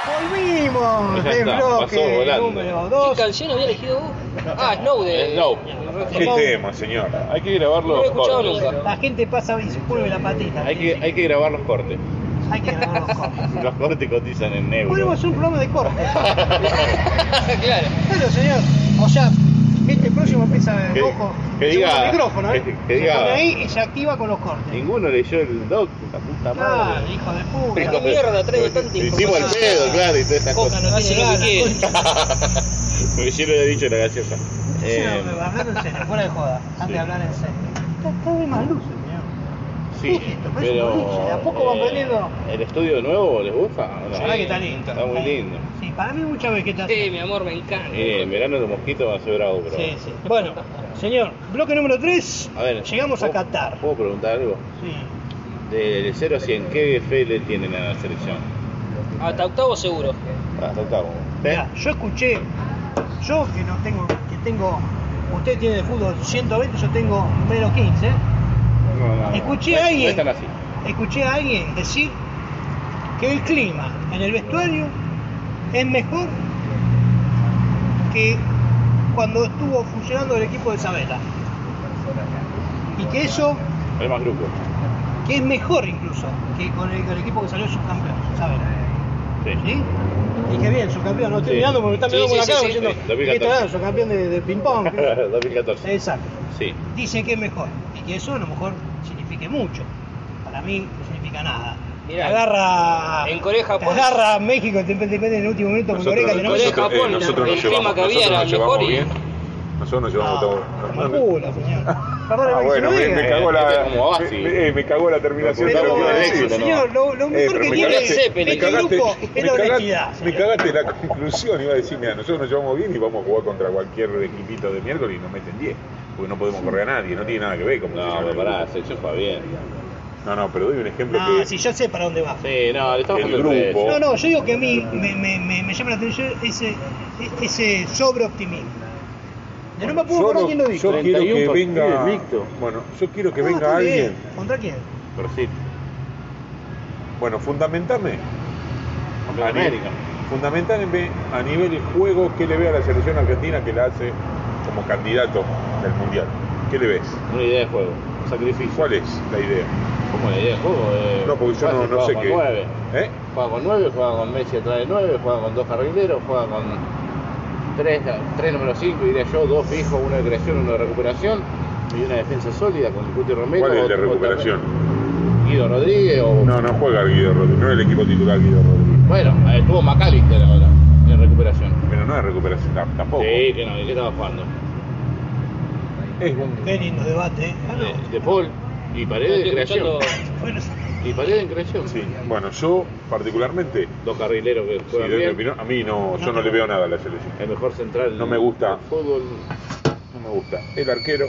A: Volvimos
D: Ya
A: del
D: está, pasó
A: bloque
D: volando.
A: número
C: ¿Qué
A: 2.
C: canción había elegido vos? Ah, Snow
B: Eh,
C: de.
D: Snow.
B: ¿Qué tema, señor?
D: Hay que grabar
C: No lo he
D: los
C: escuchado
D: cortes.
C: nunca.
A: La gente pasa y se pulve la patita.
D: Hay que, hay que grabar los cortes.
A: Hay que grabar los
D: <laughs>
A: cortes.
D: Los cortes cotizan en euros.
A: Volvemos a un programa de cortes.
C: <laughs>
D: <laughs>
C: claro.
A: Claro, señor. O sea, este próximo empieza
D: Que-
A: el ojo.
D: que
A: se
D: diga-
A: pone el micrófono, ¿eh?
D: que- que
A: Se
D: diga-
A: pone ahí y se activa con los cortes.
D: Ninguno leyó el doc, puta puta
C: Ah,
A: Claro,
D: madre.
A: hijo de puta.
C: Pero qué mierda, trae tanta
D: Hicimos el
C: información.
D: pedo, claro, y todas esas
C: Coca
D: cosas.
C: no
A: Ah,
D: <laughs>
C: tiene
A: sí,
C: lo
A: la
C: que quiere.
A: concha.
D: Porque yo le he dicho la gaseosa. Eh,
A: No, hablando en serio, fuera de joda. Antes
D: sí.
A: de hablar en serio. Está cada vez más luces, señor.
D: sí,
A: ¿qué es esto? Parece un boliche,
D: pero. eh,
A: de a poco van prendiendo.
D: ¿El estudio nuevo les gusta? o no?
A: La verdad que está lindo.
D: Está muy lindo.
A: Sí, para mí mucha vegetación.
C: Sí, mi amor, me encanta.
D: Eh, en verano los mosquitos van a ser bravos, pero.
A: Sí, sí. Bueno, señor, bloque número 3.
D: A ver, Oh.
A: Llegamos a
D: ¿puedo-
A: Qatar.
D: ¿Puedo preguntar algo?
A: Sí.
D: De, de 0 a 100, ¿qué fe le tienen a la selección?
C: Hasta octavo seguro.
D: Hasta octavo.
A: Mirá, yo escuché, yo que no tengo, que tengo, usted tiene de fútbol 120, yo tengo menos 15. Escuché a alguien.
D: No están así.
A: Escuché a alguien decir que el clima en el vestuario es mejor que cuando estuvo funcionando el equipo de Sabela. Y que eso,
D: Hay más grupos.
A: que es mejor incluso que con el, con el equipo que salió subcampeón, Sabela.
D: Sí.
A: ¿Sí? Dije bien, subcampeón, no estoy
D: Sí.
A: mirando porque me están
C: Sí,
A: mirando con
C: sí,
A: la
C: sí,
A: cara
C: sí.
A: diciendo,
D: Sí,
A: ¿qué
D: 2014.
A: tal? Subcampeón de, de
D: <laughs>
A: ping-pong. <laughs>
D: 2014.
A: Exacto.
D: Sí.
A: Dicen que es mejor y que eso a lo mejor signifique mucho. Para mí no significa nada.
C: Mirá,
A: te agarra,
C: en Corea,
A: te
C: Japón.
A: agarra México, te te mete en el último momento con Corea que no
C: nosotros-
A: me
C: Corea, Japón,
B: eh, nosotros
C: el Ah,
B: nos
C: clima
B: llevamos,
C: que había
B: nosotros
C: era
B: nos llevamos
C: mejor y-
B: bien. Nosotros nos llevamos todo.
A: Ah, Como el culo, señor. Perdóneme
B: Ah,
A: que
B: bueno,
A: se lo
B: me,
A: diga.
B: me cagó
D: Este
B: la,
D: es como Oasis.
B: me, eh, me cagó la terminación de lo
A: Pero,
B: que iba a
D: Pero,
B: decir.
D: éxito,
A: señor, lo, lo mejor
B: pero
A: que
B: me
A: tiene
B: cagaste-
A: este grupo es la
B: me cagaste-
A: honestidad.
B: me
A: señor.
B: cagaste la conclusión, iba a decir, mira, nosotros nos llevamos bien y vamos a jugar contra cualquier equipito de miércoles y nos meten 10, porque no podemos correr a nadie, no tiene nada que ver con
D: No, pero pará, la selección juega bien.
B: No, no, pero doy un ejemplo
A: Ah,
B: que
A: sí, ya sé para dónde va.
D: Sí, no, le estamos
B: El
D: dando el
B: grupo.
D: peso.
A: No, no, yo digo que a mí me, me- me- me llama la atención ese, ese sobreoptimismo. De no me puedo
B: yo,
A: acordar
B: no-
A: quién lo dijo.
B: yo quiero
D: 31
B: que
D: partidos
B: venga
D: invicto.
B: bueno, yo quiero Ah, que
A: No,
B: venga
A: está bien.
B: alguien
A: ¿Contra quién?
D: Pero sí,
B: Bueno, fundamentame.
D: campeón de
B: A nivel-
D: América.
B: Fundamentame a nivel de juego que le ve a la selección argentina que la hace como candidato del mundial. ¿Qué le ves?
D: Una idea de juego. Un sacrificio.
B: ¿Cuál es la idea?
D: ¿Cómo una idea de juego? Eh,
B: No, porque yo no,
D: fácil,
B: no
D: juega
B: sé
D: con
B: qué.
D: nueve.
B: ¿Eh?
D: Juega con 9, juega con Messi atrás de 9, juega con dos carrileros, juega con 3, número 5, diría yo, dos fijos, uno de creación, uno de recuperación y una defensa sólida con Cuti Romero.
B: ¿Cuál es
D: otro-
B: la
D: otro-
B: recuperación?
D: Y Guido Rodríguez o.
B: No, no juega Guido Rodríguez, no es el equipo titular Guido Rodríguez.
D: Bueno, eh, estuvo McAllister ahora en recuperación.
B: Pero no es recuperación tam- tampoco.
D: Sí, que no, ¿de qué estaba jugando?
B: Es un.
A: Qué lindo debate, ¿eh? Ah,
D: De, de Paul y Paredes en
C: Estoy
D: creación.
C: escuchando-
A: no. Bueno, sí.
D: Y Paredes en creación.
B: Sí. Bueno, yo particularmente,
D: Dos carrileros que
B: si doy
D: juegan
B: mi
D: bien.
B: opinión, a mí no, yo no le veo nada a la selección.
D: El mejor central.
B: No me gusta.
D: del Fútbol.
B: No me gusta. El arquero,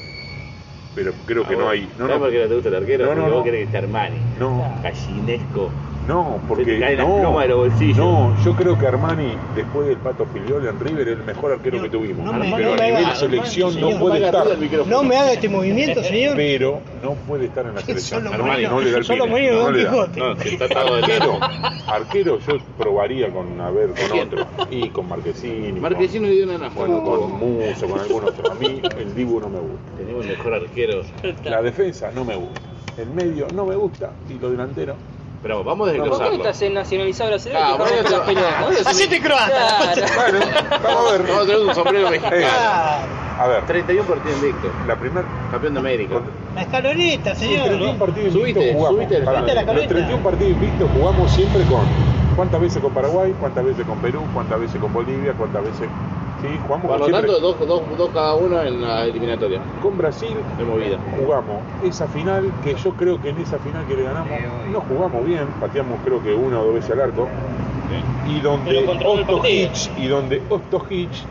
B: pero creo que
D: Ah,
B: no
D: bueno.
B: hay. No,
D: ¿Sabes
B: no,
D: por qué no te gusta el arquero?
B: No,
D: Porque
B: no,
D: vos
B: no.
D: querés que esté Armani.
B: no,
D: Gallinesco.
B: no, porque.
D: te caen las
B: no,
D: plumas de los bolsillos.
B: no, yo creo que Armani, después del Pato Filiol en River, es el mejor arquero
A: No,
B: que tuvimos.
A: no me-
B: pero
A: no
B: a
A: me
B: nivel
A: hagas,
B: selección
A: Armani,
B: no
A: señor.
B: puede
D: Apaga
B: estar.
D: arriba el micrófono.
A: no me haga este movimiento, señor.
B: Pero no puede estar en la
A: <laughs>
B: selección.
A: Solo
B: Armani
A: Moreno,
B: no le da el
A: solo
B: pie.
A: Moreno
B: no
A: Don
B: le da.
A: Quijote.
D: No, se está atado de
B: Arquero,
D: lado.
B: arquero yo probaría con a ver con
D: ¿Quién?
B: otro. Y con Marquesini. con-
D: Marquesino le dio una
B: bueno, con
D: Bueno,
B: Muso, con algún otro. A mí el Dibu no me gusta.
D: Tenemos el mejor arquero.
B: La defensa no me gusta. El medio no me gusta. Y lo delantero.
D: Pero vamos a
C: ¿Por qué no
D: desglosarlo.
C: estás en nacionalizado brasileño?
D: Ah,
C: y te
D: bueno,
C: rompes las
D: te- ah,
C: pelotas?
A: Hacete croata.
C: Claro.
B: Bueno, vamos a ver. Eh.
D: Vamos a tener
B: <laughs>
D: un sombrero mexicano.
A: Ah,
B: A ver,
D: 31 partidos invictos.
B: la primera.
D: Campeón de América.
A: la escaloneta, señor.
B: 31 partidos
D: Subite,
B: invictos jugamos.
D: subite la
B: Pará,
A: escaloneta.
B: los 31 partidos invictos jugamos siempre con. ¿Cuántas veces con Paraguay? ¿Cuántas veces con Perú? ¿Cuántas veces con Bolivia? ¿Cuántas veces.? Sí, jugamos
D: Por
B: con
D: lo
B: siempre.
D: tanto, dos, dos, dos cada uno en la eliminatoria
B: Con Brasil
D: de movida.
B: jugamos esa final que yo creo que en esa final que le ganamos no jugamos bien, pateamos creo que una o dos veces al arco y donde
C: Pero controló el
B: Otto
C: partido.
B: Hitch y donde Otto Hitch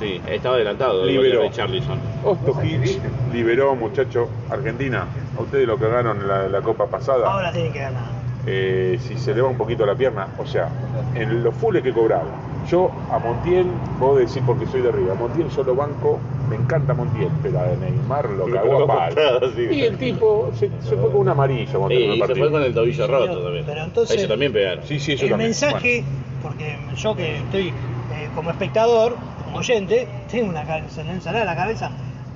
D: Sí, estaba adelantado. el
B: Liberó.
D: gol de Richarlison.
B: Otto Hitch liberó muchacho Argentina a ustedes lo cagaron en la, la copa pasada
A: Ahora tiene que ganar.
B: Eh, si se le va un poquito la pierna o sea en los fules que cobraba yo a Montiel vos decís porque soy de arriba a Montiel yo lo banco me encanta Montiel pero a Neymar lo cagó a palo y el tipo se, se fue con un amarillo Montiel, en el
D: Y se
B: partido.
D: fue con el tobillo
A: Señor,
D: roto también.
A: pero entonces-
D: A ese también pegaron.
B: Sí, sí, eso
A: el
B: también.
A: mensaje, porque yo que estoy eh, como espectador, como oyente, tengo una, ca- una ensalada en la cabeza.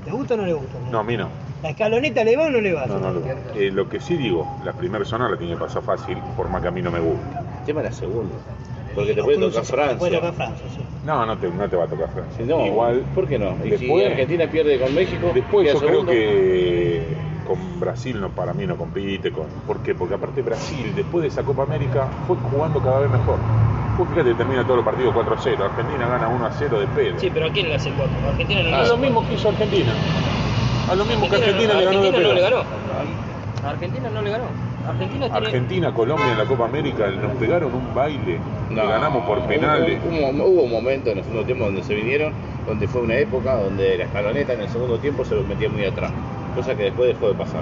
A: ¿Le gusta o no le gusta?
B: Bueno, no, a mí no.
A: ¿La escaloneta le va o no le va?
B: No, no, no. Eh, lo que sí digo, la primera zona la tiene que pasar fácil, por más que a mí no me gusta.
D: El tema era segundo. Porque te
A: Los
D: puede tocar
A: cruces,
D: Francia.
A: Te puede tocar Francia, sí.
B: No, no te, no te va a tocar Francia.
D: No,
B: Igual,
D: ¿Por qué no? Y si
B: después-
D: Argentina pierde con México,
B: Después
D: queda
B: yo creo
D: segundo.
B: que con Brasil no, para mí no compite. Con, ¿Por qué? Porque aparte Brasil, después de esa Copa América, fue jugando cada vez mejor. Vos fíjate, termina todos los partidos 4-0. Argentina gana 1-0 de pedo.
C: Sí, pero ¿a quién le hace el cuatro? Argentina no le
D: Ah,
B: A
C: hace
B: lo
C: el cuatro.
B: mismo que hizo Argentina. A Ah, lo mismo que Argentina
C: no-
B: le ganó de
C: Argentina no le
B: pedo.
C: ganó. A Argentina no le ganó. Argentina tiene.
B: Argentina, Colombia en la Copa América nos pegaron un baile,
D: No,
B: le ganamos por
D: hubo-
B: penales.
D: Hubo, hubo, un momento en el segundo tiempo donde se vinieron, donde fue una época donde la escaloneta en el segundo tiempo se metía muy atrás. Cosa que después dejó de pasar.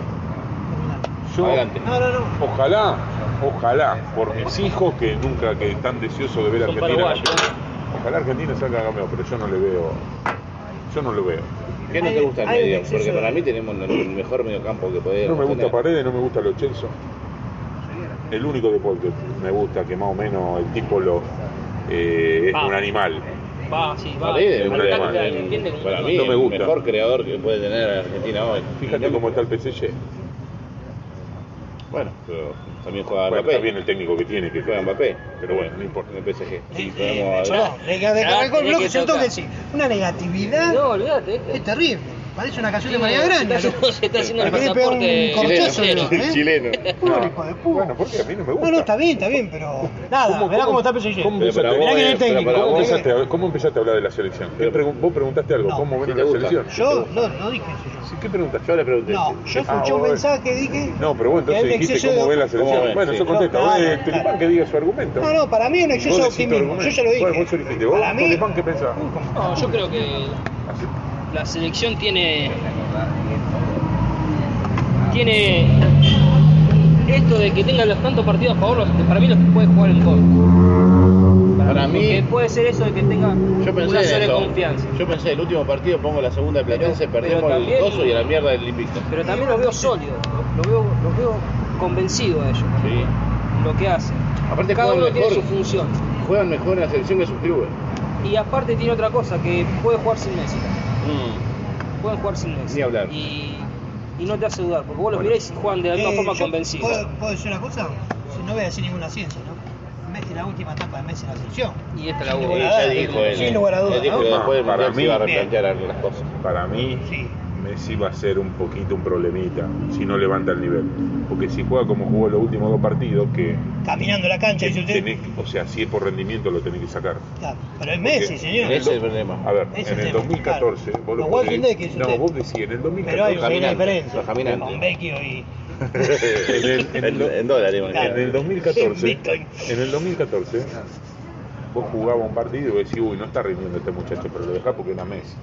B: Yo,
D: Adelante.
A: No, no, no.
B: ojalá, ojalá, por mis hijos que nunca que están deseosos de ver a
C: Son
B: Argentina.
C: paraguayos,
B: Ojalá Argentina salga campeón, pero yo no le veo, yo no lo veo.
D: ¿Qué no
A: Hay-
D: te gusta el
A: hay un
D: medio?
A: exceso
D: Porque
A: de-
D: para mí tenemos el el mejor mediocampo que podemos
B: No me gusta
D: tener.
B: Paredes, no me gusta Lo Celso. El único deporte que me gusta, que más o menos el tipo lo eh, es
C: Ah.
B: un animal.
C: Va, sí, va.
D: Paredes,
B: no le ganó.
C: Entiende como
D: para
C: que
D: mí,
B: No me gusta.
D: el mejor creador que puede tener Argentina hoy.
B: Fíjate cómo está el PSG.
D: Bueno, pero también juega
B: Bueno, está bien
D: Mbappé.
B: el técnico que tiene, que
D: Juega Mbappé.
B: pero bueno, no importa.
D: En el PSG.
A: Eh, eh,
D: Sí, podemos hablar.
A: Perdón, le le
C: Ah,
A: arrancó el
C: tenés
A: bloque,
C: que
A: yo tengo que
C: tocar.
A: decir. Una negatividad
C: No, olvídate.
A: es terrible. Parece una canción de María Grande.
C: Se <laughs> está haciendo- se está haciendo el
A: Me quería pegar un
C: pasaporte
A: corchazo,
C: chileno.
A: ¿eh?
D: <laughs> Chileno.
A: Puro hijo de puta.
B: Ah. Bueno, porque a mí no me gusta.
A: No, no, está bien, está bien, pero. Nada,
B: ¿Cómo-
A: verá cómo
B: cómo-
A: está PSG.
B: cómo
D: Pero para
B: Mirá
D: vos,
A: que no hay
D: eh, pero
A: técnico.
D: para
B: ¿Cómo
D: vos,
B: empezaste, a, cómo empezaste a hablar de la selección? ¿Qué pregun- vos preguntaste algo,
A: No.
B: ¿cómo ven
D: Si te
B: la
D: gusta.
B: selección?
A: Yo no, no dije eso yo.
B: Sí, ¿Qué preguntaste?
D: Yo le pregunté.
A: No, yo
B: Ah,
A: escuché un
B: bueno.
A: mensaje que dije.
B: No, pero vos
A: que
B: entonces
A: hay un
B: dijiste
A: exceso
B: cómo
A: de-
B: ven la selección.
D: ¿Cómo ven?
B: Bueno,
D: Sí.
B: yo contesto.
A: No,
B: Vos,
A: claro,
B: eh, Tulipán
A: claro.
B: que diga su argumento.
A: No, no, para mí es un exceso de
B: Vos decís tu
A: optimismo. Yo
B: argumento.
A: ya lo dije.
B: Bueno, vos ya lo dijiste. Vos,
A: Para mí-
B: Tulipán, ¿qué pensás?
C: No, yo creo que
B: Así.
C: la selección tiene. Tiene. Esto de que tenga los tantos partidos a favor, los- para mí los puede jugar en contra.
D: Para mí,
C: Porque puede ser eso de que tenga
D: yo
C: una
D: pensé en
C: sola
D: eso.
C: confianza.
D: Yo pensé, el último partido pongo la segunda de Platense,
C: Pero-
D: perdemos
C: pero también-
D: el coso y a la mierda del invicto.
C: Pero también los veo sólidos, los veo, los veo convencidos a ellos,
D: Sí.
C: lo que hacen.
D: Aparte
C: Cada uno
D: juegan
C: tiene su
D: mejor,
C: función.
D: juegan mejor en la selección que sus clubes.
A: Mm.
C: Y aparte tiene otra cosa, que puede jugar sin Messi.
D: Mm.
C: Pueden jugar sin Messi.
D: Ni hablar.
C: Y, y no te hace dudar, porque vos los mirás y juegan de la misma
A: Eh,
C: forma
A: yo
C: convencidos.
A: ¿puedo, puedo decir una cosa? Si No voy a decir ninguna ciencia, ¿no? Messi, la última etapa de Messi en la selección.
C: Y esta la
A: Sin
C: voy.
A: lugar a
D: ya
A: dudas,
D: dijo
A: sin
D: él.
A: lugar a dudas,
D: Él dijo que
A: ¿no?
B: ¿no?
D: después del
B: Ah, Para
D: Mundial se iba a
B: mí-
D: replantear algunas cosas.
B: Para mí,
A: Sí.
B: Messi va a ser un poquito un problemita si no levanta el nivel. Porque si juega como jugó los últimos dos partidos, que
A: Caminando la cancha, dice usted.
B: tenés- o sea, si es por rendimiento lo tenés que sacar.
A: Claro, pero es Messi,
B: Porque-
A: señor.
D: Ese es el problema.
B: A ver,
A: Ese
B: en
A: es
B: el
A: el
B: 2014,
A: tema,
B: vos lo
A: claro. Los
B: podés-
A: Walking Dead que dice
B: No,
A: usted.
B: vos decís, en el 2014
A: Pero hay una
D: caminante,
A: diferencia.
D: los caminantes.
A: Con Vecchio y.
B: <laughs> <laughs> en el, en el-
D: <laughs> En- en dólares,
A: Claro.
B: en el
A: En
B: 2014,
A: Bitcoin.
B: en el 2014,
A: Ah.
B: vos jugabas un partido y decís, uy, no está rindiendo este muchacho, pero lo dejás porque era Messi.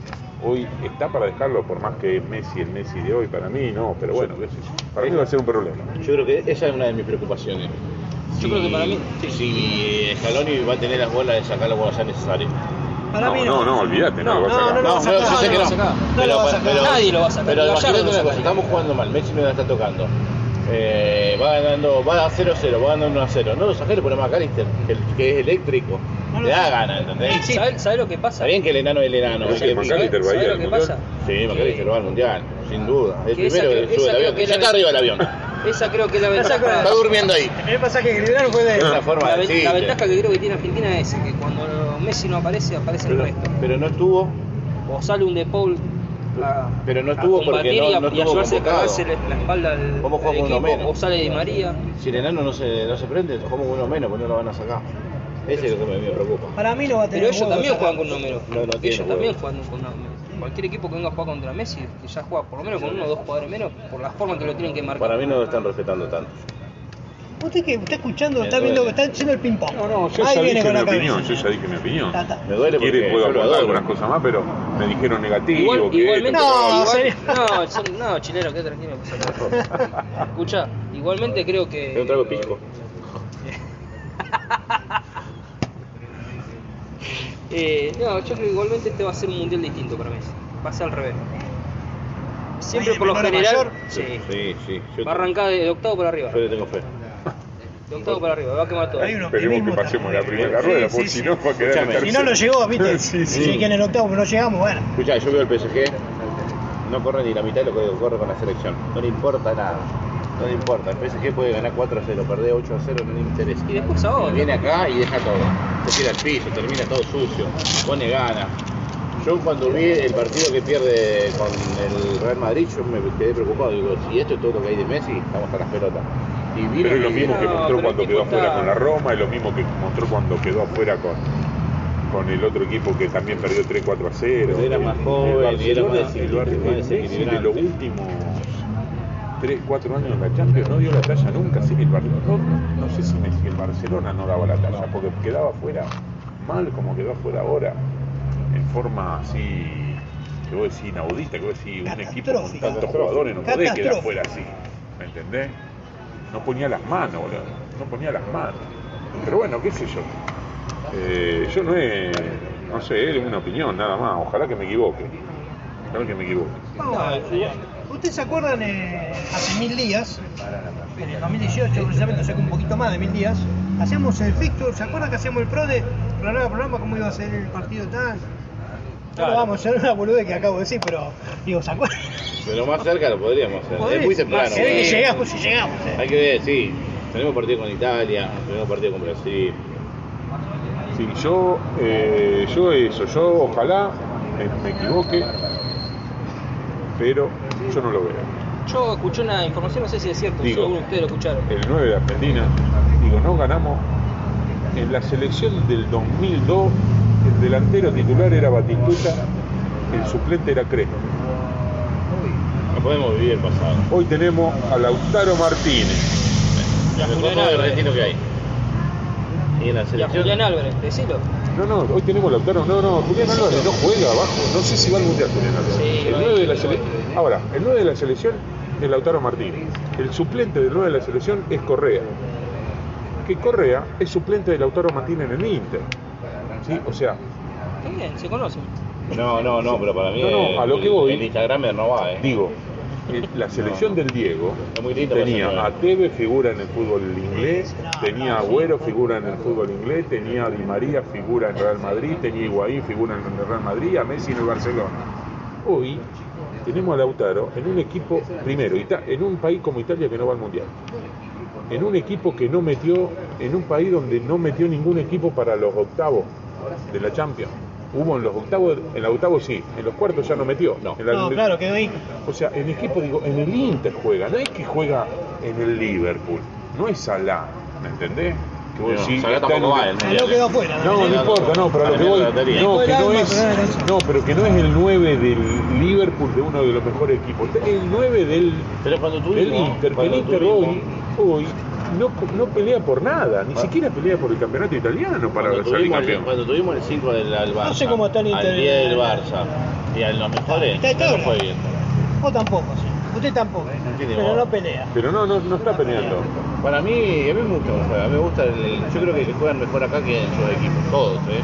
B: Hoy está para dejarlo, por más que es Messi el Messi de hoy, para mí no, pero bueno, qué sé yo. para mí va a ser un problema.
D: Yo creo que esa es una de mis preocupaciones.
C: Yo creo que para mí, sí.
D: Si Scaloni va a tener las bolas de sacarlo cuando sea necesario.
A: Para mí
B: no, no, olvídate, no, lo vas a
A: no, no,
B: sacar.
D: No,
A: lo vas a
D: yo sé
A: sacar,
D: que
A: no lo
D: no.
A: vas a sacar. No
D: Pero-
A: lo vas a
D: pero-
A: sacar.
C: Nadie lo va a sacar.
D: Pero
C: Gallardo
D: imagínate
C: lo
D: una cosa,
C: sacaría.
D: estamos jugando mal, Messi no la está tocando. Eh, va ganando, va a 0-0, va ganando 1-0. No lo saqué, le ponemos a Callister, que, que es eléctrico.
A: No lo
D: le da
A: saca.
D: gana, ¿entendés?
C: ¿Sabés, sabés lo que pasa?
D: Está bien que el enano es el enano.
B: Pero
D: que-
B: sí, Macalister va a
C: ¿Sabés
B: ir al
C: lo que
B: Mundial.
C: pasa?
D: Sí, Macalister va al mundial, sin duda. El
C: Que esa
D: primero
C: creo-
D: que sube
C: esa creo
D: el avión.
C: que
D: Ya
C: era-
D: está arriba el avión.
C: que <laughs> Esa creo que es la
A: saco
C: ventaja.
D: Está durmiendo ahí.
A: El pasaje que le dieron fue de.
D: Esa forma
C: La,
D: de
C: ven- la
D: decirle.
C: ventaja que creo que tiene Argentina es que cuando Messi no aparece, aparece el
D: Pero,
C: resto.
D: pero no estuvo.
C: O sale un De Paul a,
D: Pero no
C: a
D: estuvo porque
C: combatir
D: no-
C: y a-
D: no
C: y a
D: estuvo
C: llevarse a
D: convocado.
C: cagarse la, la espalda al,
D: Vamos a jugar
C: al
D: con uno
C: equipo.
D: menos.
C: O sale Di María.
D: Si el enano no se, no se prende, jugamos uno menos, porque no lo van a sacar. Ese es lo que me, me preocupa.
A: Para mí no va a tener.
C: Pero ellos
A: huevo
C: también
A: sacar.
C: juegan con números.
D: No, no tiene
C: ellos también
D: huevo.
C: juegan con números. Cualquier equipo que venga a jugar contra Messi, que ya juega por lo menos con uno o dos jugadores menos, por la forma que lo tienen que marcar.
D: Para mí no lo están respetando
C: <laughs>
D: tanto.
A: Usted que está escuchando,
D: Me
A: está viendo que
D: duele.
A: está haciendo el ping-pong.
B: No, no, yo
A: Ahí
B: ya
A: viene
B: dije
A: con
B: mi
A: la cabeza.
B: opinión, yo ya dije mi opinión.
A: Ta, ta.
D: Me duele
B: Si quiere,
D: porque
B: puedo
D: yo lo
B: aportar
D: adoro.
B: algunas cosas más, pero me dijeron negativo.
C: Igual,
B: que
C: igualmente,
B: esto,
A: No,
C: igual-
A: serio.
C: no, son- no, chileno, qué tranquilo. Escucha, igualmente creo que.
D: Es un trago de pisco.
C: Eh, no, yo creo que igualmente este va a ser un mundial distinto para Messi. Va a ser al revés. Siempre
A: Oye,
C: por lo
A: menor a mayor.
C: general. Sí.
D: sí. sí. Yo,
C: Va a arrancar de octavo para arriba.
D: yo le tengo fe.
C: De octavo para arriba, va a quemar todo.
A: Hay uno
B: Esperemos que
A: mismo
B: pasemos
A: está-
B: la primera rueda,
A: Sí, sí,
B: porque si
A: sí.
B: no va a quedar en
D: Escuchame.
B: tercero.
A: Si no lo llegó, ¿viste?
B: Sí, sí.
A: que en el octavo no llegamos, bueno.
D: Escuchá, yo veo el PSG, no corre ni la mitad de lo que corre con la selección. No le importa nada. No le importa. El PSG puede ganar 4 a 0, perder 8 a 0, no le interesa.
C: Y después a otro.
D: Viene acá y deja todo. Se tira al piso, termina todo sucio, pone ganas. Yo cuando vi el partido que pierde con el Real Madrid, yo me quedé preocupado. Digo, si esto es todo lo que hay de Messi, estamos a las pelotas. Y vi
B: Pero es lo
D: que-
B: mismo que
C: No,
B: mostró
C: Ah, pero
B: cuando
C: el
B: quedó
C: tipo
B: afuera
C: está-
B: con la Roma, es lo mismo que mostró cuando quedó afuera con, con el otro equipo que también perdió 3-4 a 0.
D: Era más
B: El-
D: joven,
B: el
D: y era
B: Barcelona-
D: más
B: el Bar-
D: desequilibrante,
B: el
D: más
B: Messi de los
D: desequilibrante.
B: últimos 3, 4 años en la Champions no dio la talla nunca. Sí, el Barcelona, no, no sé si Messi, el Barcelona no daba la talla, porque quedaba afuera mal como quedó afuera ahora, en forma así, que vos decís, inaudita, que vos decís, un equipo con
A: Catastrófica.
B: tantos jugadores no podés quedar
A: Catastrófica.
B: afuera así, ¿me entendés? No ponía las manos, boludo. No ponía las manos. Pero bueno, qué sé yo. Eh, yo no he. No sé, es una opinión nada más. Ojalá que me equivoque. Ojalá que me equivoque.
A: Vamos a ver. ¿Ustedes se acuerdan eh, hace mil días? En el 2018, precisamente, hace un poquito más de mil días, hacíamos el fixture. ¿Se acuerdan que hacíamos el pro de programa a programa cómo iba a ser el partido tal? No
C: Claro.
A: lo vamos a hacer <laughs> una boludez que acabo de decir, pero digo, ¿se acuerdan?
D: Pero más cerca lo podríamos hacer.
A: Podés-
D: Es muy temprano.
A: Se ve que
D: eh.
A: llegamos, si llegamos. eh.
D: Hay que ver, sí. Tenemos partido con Italia, tenemos partido con Brasil.
B: Sí, yo. eh, yo eso. Yo ojalá eh, me equivoque. Pero yo no lo veo.
C: Yo escuché una información, no sé si es cierto,
B: Digo.
C: seguro ustedes lo escucharon.
D: Eh,
B: El 9 de Argentina. Digo, no ganamos. En la selección del 2002, el delantero titular era Batistuta. El suplente era Crespo.
D: No podemos vivir el pasado.
B: Hoy tenemos a Lautaro Martínez.
C: Ya
D: Lo
C: Julián
D: poco de
C: Álvarez.
D: retiro que hay. Y en la
C: Y a
D: selección.
C: Julián Álvarez, decilo.
B: No, no, hoy tenemos a Lautaro. No, no, Julián Álvarez no juega abajo. No sé si va al mundial Julián Álvarez.
C: Sí,
B: el
C: va
B: 9 de la
C: a ir,
B: sele-
C: va a ir.
B: Ahora, el 9 de la selección es Lautaro Martínez. El suplente del 9 de la selección es Correa. Que Correa es suplente de Lautaro Martínez en el Inter. ¿Sí? O sea,
C: Está bien, se conocen.
D: No, no, no, pero para mí.
B: No, no,
D: el-
B: a lo que voy.
D: El Instagram no va, eh.
B: digo, eh, la selección del Diego
D: Es muy lindo para
B: tenía a
D: ser
B: Teve figura en el fútbol inglés,
A: No,
B: tenía a Agüero figura en el fútbol inglés, tenía a Di María figura en Real Madrid, tenía a Higuaín figura en el Real Madrid, y a Messi en el Barcelona. Hoy tenemos a Lautaro en un equipo, primero, Ita- en un país como Italia que no va al Mundial. En un equipo que no metió, en un país donde no metió ningún equipo para los octavos de la Champions. Hubo en los octavos, en los octavos sí, en los cuartos ya no metió.
D: No.
B: En la-
A: No, claro, quedó ahí.
B: O sea, el equipo, digo, en el Inter juega, no es que juega en el Liverpool, no es Salah, ¿me entendés? Que vos
D: No,
B: decís,
D: Salah
B: está
D: tampoco
B: en-
D: va, ¿eh?
A: Ah, No quedó fuera.
B: No, no importa, no, pero a lo que voy. No, que no, es, no, pero que no es el 9 del Liverpool de uno de los mejores equipos. El 9 del,
D: Pero cuando
B: del
D: tuvimos,
B: Inter, que el
D: cuando
B: Inter
D: tuvimos- Ah.
B: hoy, hoy no, no pelea por nada, ni siquiera pelea por el campeonato italiano para
D: cuando
B: salir
D: tuvimos,
B: campeón.
D: el, cuando tuvimos el 5 del al Barça,
A: No sé cómo está el Inter.
D: al 10 del Barça y a los mejores,
A: Está de
D: no
A: tabla.
D: fue bien.
A: Vos tampoco, sí. Usted tampoco.
D: tiene
A: Pero
D: voz.
A: no pelea.
B: Pero no, no, no está peleando.
D: Para mí, a mí me gusta cómo juega, me gusta, el- yo creo que juegan mejor acá que en sus equipos, todos, ¿eh?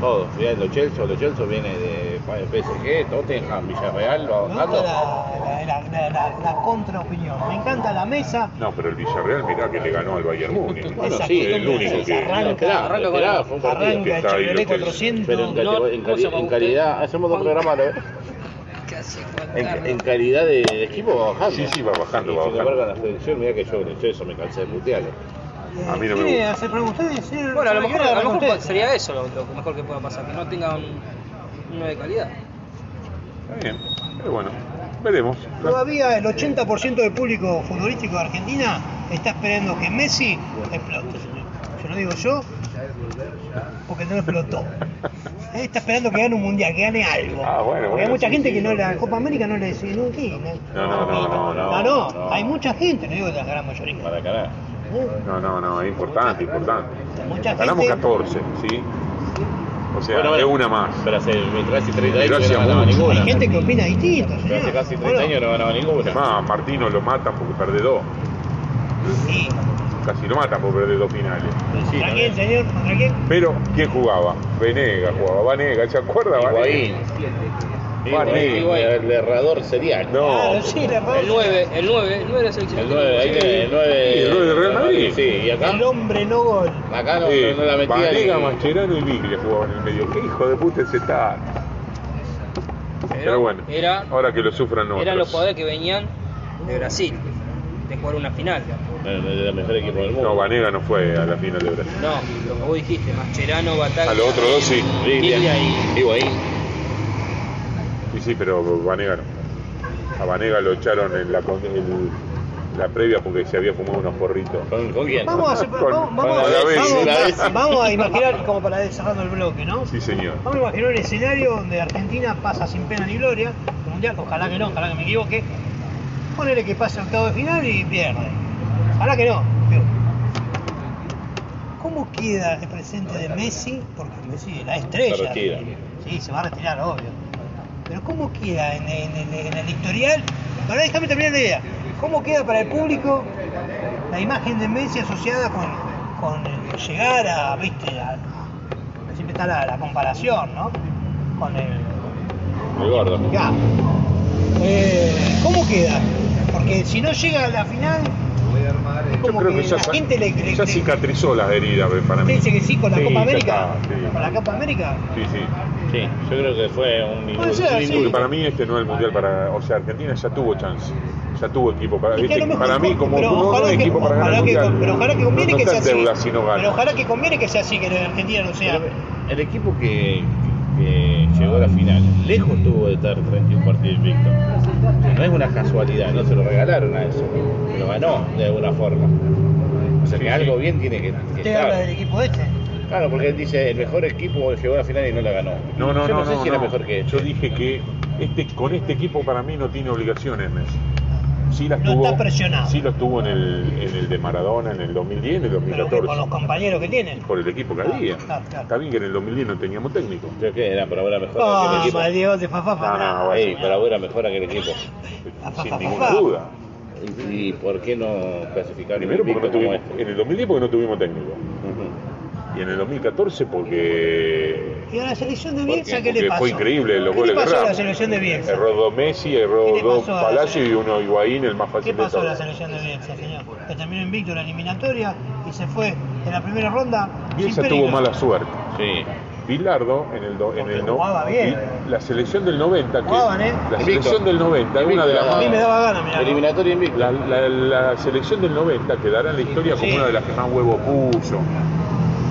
D: Todos, mirá, los Chelsea, los Chelsea viene de PSG, Tottenham, Villarreal,
A: Me
D: los
A: gusta
D: datos.
A: la, la, la, la- la contraopinión. Me encanta la mesa.
B: No, pero el Villarreal, mirá que le ganó al Bayern Múnich.
D: Bueno,
A: Esa
D: sí,
A: cosa
D: el
A: que
D: único
A: haces,
B: que-
A: Arranca,
D: Esperá,
A: arranca,
D: esperá,
A: con-
D: fue un partido
A: arranca
B: que
A: el
B: está ahí,
A: Chevrolet
B: lo que-
A: 400.
D: Pero en,
C: No,
D: cali- en
C: ¿cómo se
D: cali-
C: llama
D: en
C: usted?
D: calidad, hacemos dos
C: Juan-
D: programas a la vez.
C: Casi Juan
D: En,
C: Carlos.
D: en calidad de, de equipo va bajando.
B: Sí, sí, va bajando,
D: Y
B: va
D: sin
B: bajando.
D: embargo, en la selección, mirá que yo con el Chelsea me cansé de putearlo.
A: Eh,
B: a mí no me
A: ¿quiere
B: gusta.
A: hacer preguntas? Ustedes, eh,
C: Bueno, a lo
A: ¿sabe
C: mejor,
A: qué?
C: a lo
A: Arranca
C: mejor
A: usted.
C: sería eso lo, lo mejor que pueda pasar, que no tengan uno de calidad.
B: Está bien, pero bueno, veremos.
A: Todavía el 80% del público futbolístico de Argentina está esperando que Messi explote. Yo no digo yo, porque no explotó. Eh, Está esperando que gane un mundial, que gane algo.
B: Ah, bueno,
A: Porque hay
B: bueno,
A: mucha
B: sí,
A: gente
B: sí.
A: que no la Copa América no le decide nunca.
B: No, no, no, no,
A: No,
B: no.
A: no,
D: no.
A: hay mucha gente, no digo la gran mayoría.
D: Para carajo.
A: ¿eh?
B: No, no, no, es importante, importante.
A: Mucha
B: Ganamos
A: gente-
B: 14, ¿sí? O sea,
D: Bueno,
B: es
D: bueno.
B: una más.
D: Pero hace mientras casi 30
B: Pero
D: años que
B: hacía
D: no ganaba
B: mucho.
D: ninguna.
A: Hay gente que opina distinto,
D: Pero hace
A: señor.
D: casi 30
A: Bueno,
D: años no ganaba ninguna.
B: Además, Martino lo matan porque perdió dos.
A: sí.
B: Casi lo matan por perder dos finales.
D: Sí,
A: ¿Contra quién,
D: también.
A: señor? ¿Contra quién?
B: Pero, ¿quién jugaba? Venega jugaba. Vanega, ¿se acuerda?
D: Higuaín.
B: Vanega?
D: Higuaín,
B: Higuaín.
D: el errador serial.
B: No.
A: Claro, sí, la
C: El
A: rosa.
C: 9, el 9, el 9 de la selección.
D: El 9, ahí tiene el 9.
B: Sí, el nueve de Real Madrid.
D: Sí, y acá.
A: El hombre no gol.
D: Acá Ah, no,
B: Sí,
D: no, no la metía.
B: Vanega,
D: ni-
B: Mascherano y Viglia jugaban en el medio. ¿Qué hijo de puta se está? Pero, bueno,
C: Era,
B: ahora que lo sufran otros.
C: eran los jugadores que venían de Brasil, de jugar una final.
D: Bueno, de los mejores equipos del mundo.
B: No, Vanega no fue a la final de Brasil.
C: No, lo que vos dijiste, Mascherano, Batalla.
B: A los otros dos sí.
D: Biblia.
C: Biblia y-
D: Higuaín.
B: Sí, sí, pero Vanega no. A Vanega lo echaron en la, con- el- la previa porque se había fumado unos porritos.
D: ¿Con, con quién?
A: Vamos a, hacer-
B: Con-
A: vamos,
B: con
A: vamos,
B: la vez,
A: vamos-
D: la vez.
A: vamos a imaginar, como para ir cerrando el bloque, ¿no?
B: Sí, señor.
A: Vamos a imaginar un escenario donde Argentina pasa sin pena ni gloria, el mundial, ojalá que no, ojalá que me equivoque. Ponele que pasa octavo de final y pierde. Ojalá que no. pero- ¿Cómo queda el presente de Messi? Porque Messi es la estrella.
D: retira.
A: Sí, se va a retirar, obvio. Pero ¿cómo queda en, en- en- en el historial? Ahora déjame terminar la idea. ¿Cómo queda para el público la imagen de Messi asociada con, con llegar a, viste, a- siempre está la, la comparación, ¿no? Con el
D: El gordo.
A: ya. Eh, ¿Cómo queda? Porque si no llega a la final, es
B: Yo
A: como
B: creo que, ya,
A: la
B: sa-
A: gente le, le-
B: ya
A: le-
B: cicatrizó las heridas para
A: ¿Usted
B: mí.
A: dice que sí con la
B: Sí,
A: Copa
B: ya
A: América?
B: está, sí.
A: ¿Con la Copa América?
B: Sí, sí.
D: Sí, yo creo que fue un
A: Puede ser,
D: un
A: sí.
B: Porque
D: indulto.
B: para mí este no es el mundial para. O sea, Argentina ya tuvo chance. Ya tuvo equipo para.
A: Es que a
B: viste,
A: lo mejor
B: para mí,
A: Este, no,
B: como
A: pero
B: no, no
A: ojalá
B: hay
A: que-
B: equipo para ganar
A: ojalá
B: el
A: que-
B: mundial.
A: pero ojalá que
B: no,
A: conviene
B: no
A: que
B: está
A: sea
B: en
A: así.
B: deuda si no gana.
A: Pero ojalá que conviene que sea así, que la Argentina no sea.
D: Pero El equipo que, que llegó a la final, lejos tuvo de estar 31 partidos invicto. No es una casualidad, no se lo regalaron a eso. Lo ganó de alguna forma. O sea que algo bien tiene que, que
A: Usted habla del
D: estar.
A: equipo este.
D: Claro, porque él dice, el mejor equipo llegó a la final y no la ganó.
B: No, no,
D: Yo
B: no.
D: no sé si era mejor que
B: Yo
D: este.
B: dije que este, con este equipo para mí no tiene obligaciones Messi. Sí las
A: No
B: tuvo,
A: está presionado.
B: Sí las tuvo en el, en el de Maradona, en el 2010, en el
A: Pero que
B: 2014.
A: con los compañeros que tienen.
B: Por el equipo que
A: Claro,
B: había.
A: claro, claro.
B: Está bien que en el 2010 no teníamos técnico.
D: Creo que era por ahora mejor que el
A: Ah,
D: equipo.
A: Dios de Fafá.
B: No, no,
A: Fafá.
B: bueno.
D: Ey, por ahora mejor que el equipo.
B: Sin ninguna duda.
D: ¿Y, y por qué no clasificar
B: Primero porque no
D: invicto como
B: tuvimos,
D: este?
B: en el 2010 porque no tuvimos técnico.
D: Ujú.
B: Y en el 2014 porque
A: ¿Y a la selección de
B: ¿Por
A: Bielsa
B: qué?
A: qué le
B: Porque
A: pasó?
B: fue increíble los
A: ¿Qué
B: goles
A: le pasó
B: de
A: a la
B: Ramos.
A: selección de Bielsa?
B: erró dos Messi, erró
A: ¿Qué le
B: dos
A: pasó a la
B: Palacio y
A: selección?
B: uno Higuaín, el más
A: ¿Qué
B: fácil de
A: pasó a la
B: todos.
A: selección de Bielsa, señor? Que terminó invicto la eliminatoria y se fue en la primera ronda. sin
B: Bielsa tuvo
A: peligro.
B: mala suerte.
D: Sí.
B: Pilardo en el, do- en
A: Porque
B: el no-
A: jugaba bien. eh.
B: y la selección del 90 que
A: Jugaban, ¿eh?
B: la
D: Invicto.
B: selección del 90 es una de las
A: A mí me
B: más-
A: daba ganas, mirá.
D: Eliminatoria invicto.
B: la, la- la selección del 90 quedará en la historia como
A: Sí.
B: una de las que más huevo puso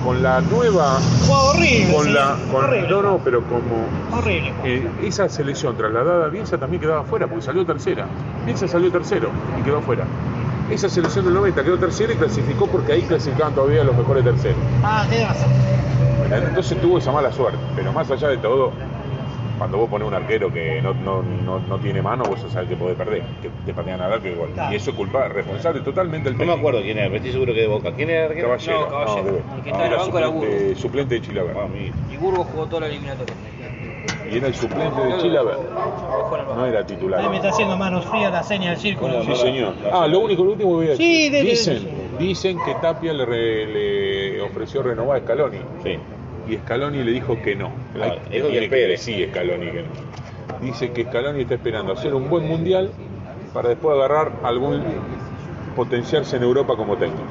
B: con la nueva,
A: Fue horrible.
B: con la,
A: señor.
B: con,
A: horrible.
B: no, no, pero como
A: Horrible.
B: eh, esa selección trasladada a Bielsa también quedaba fuera, porque salió tercera. Bielsa salió tercero y quedó fuera. Esa selección del 90 quedó tercera y clasificó porque ahí clasificaban todavía los mejores terceros.
A: Ah, tenés razón.
B: Entonces tuvo esa mala suerte, pero más allá de todo, cuando vos pones un arquero que no, no- no- no tiene mano, vos ya sabés que podés perder, que te patean al arco y gol.
A: Claro.
B: Y eso es culpa responsable totalmente del
D: No me
B: técnico.
D: acuerdo quién era, pero estoy seguro que de Boca. ¿Quién era el arquero?
B: Caballero,
C: No, Caballero.
B: de Boca.
C: El que está en
B: Era
C: el banco era
B: suplente, suplente de Chilaver.
D: Ah, mira.
C: Y Burgos jugó toda la eliminatoria.
B: Y era el suplente de Chilaver, no era titular.
A: Ahí me está haciendo manos frías la seña del círculo.
B: Sí, señor. Ah, lo único, lo último que voy a decir.
A: Sí, dele,
B: dicen, dicen que Tapia le, re- le ofreció renovar a Scaloni.
D: Sí.
B: Y Scaloni le dijo que no.
D: Claro,
B: Ay,
D: dijo que
B: tiene
D: espere.
B: Sí, Scaloni que no. Dice que Scaloni está esperando hacer un buen mundial para después agarrar algún potenciarse en Europa como técnico.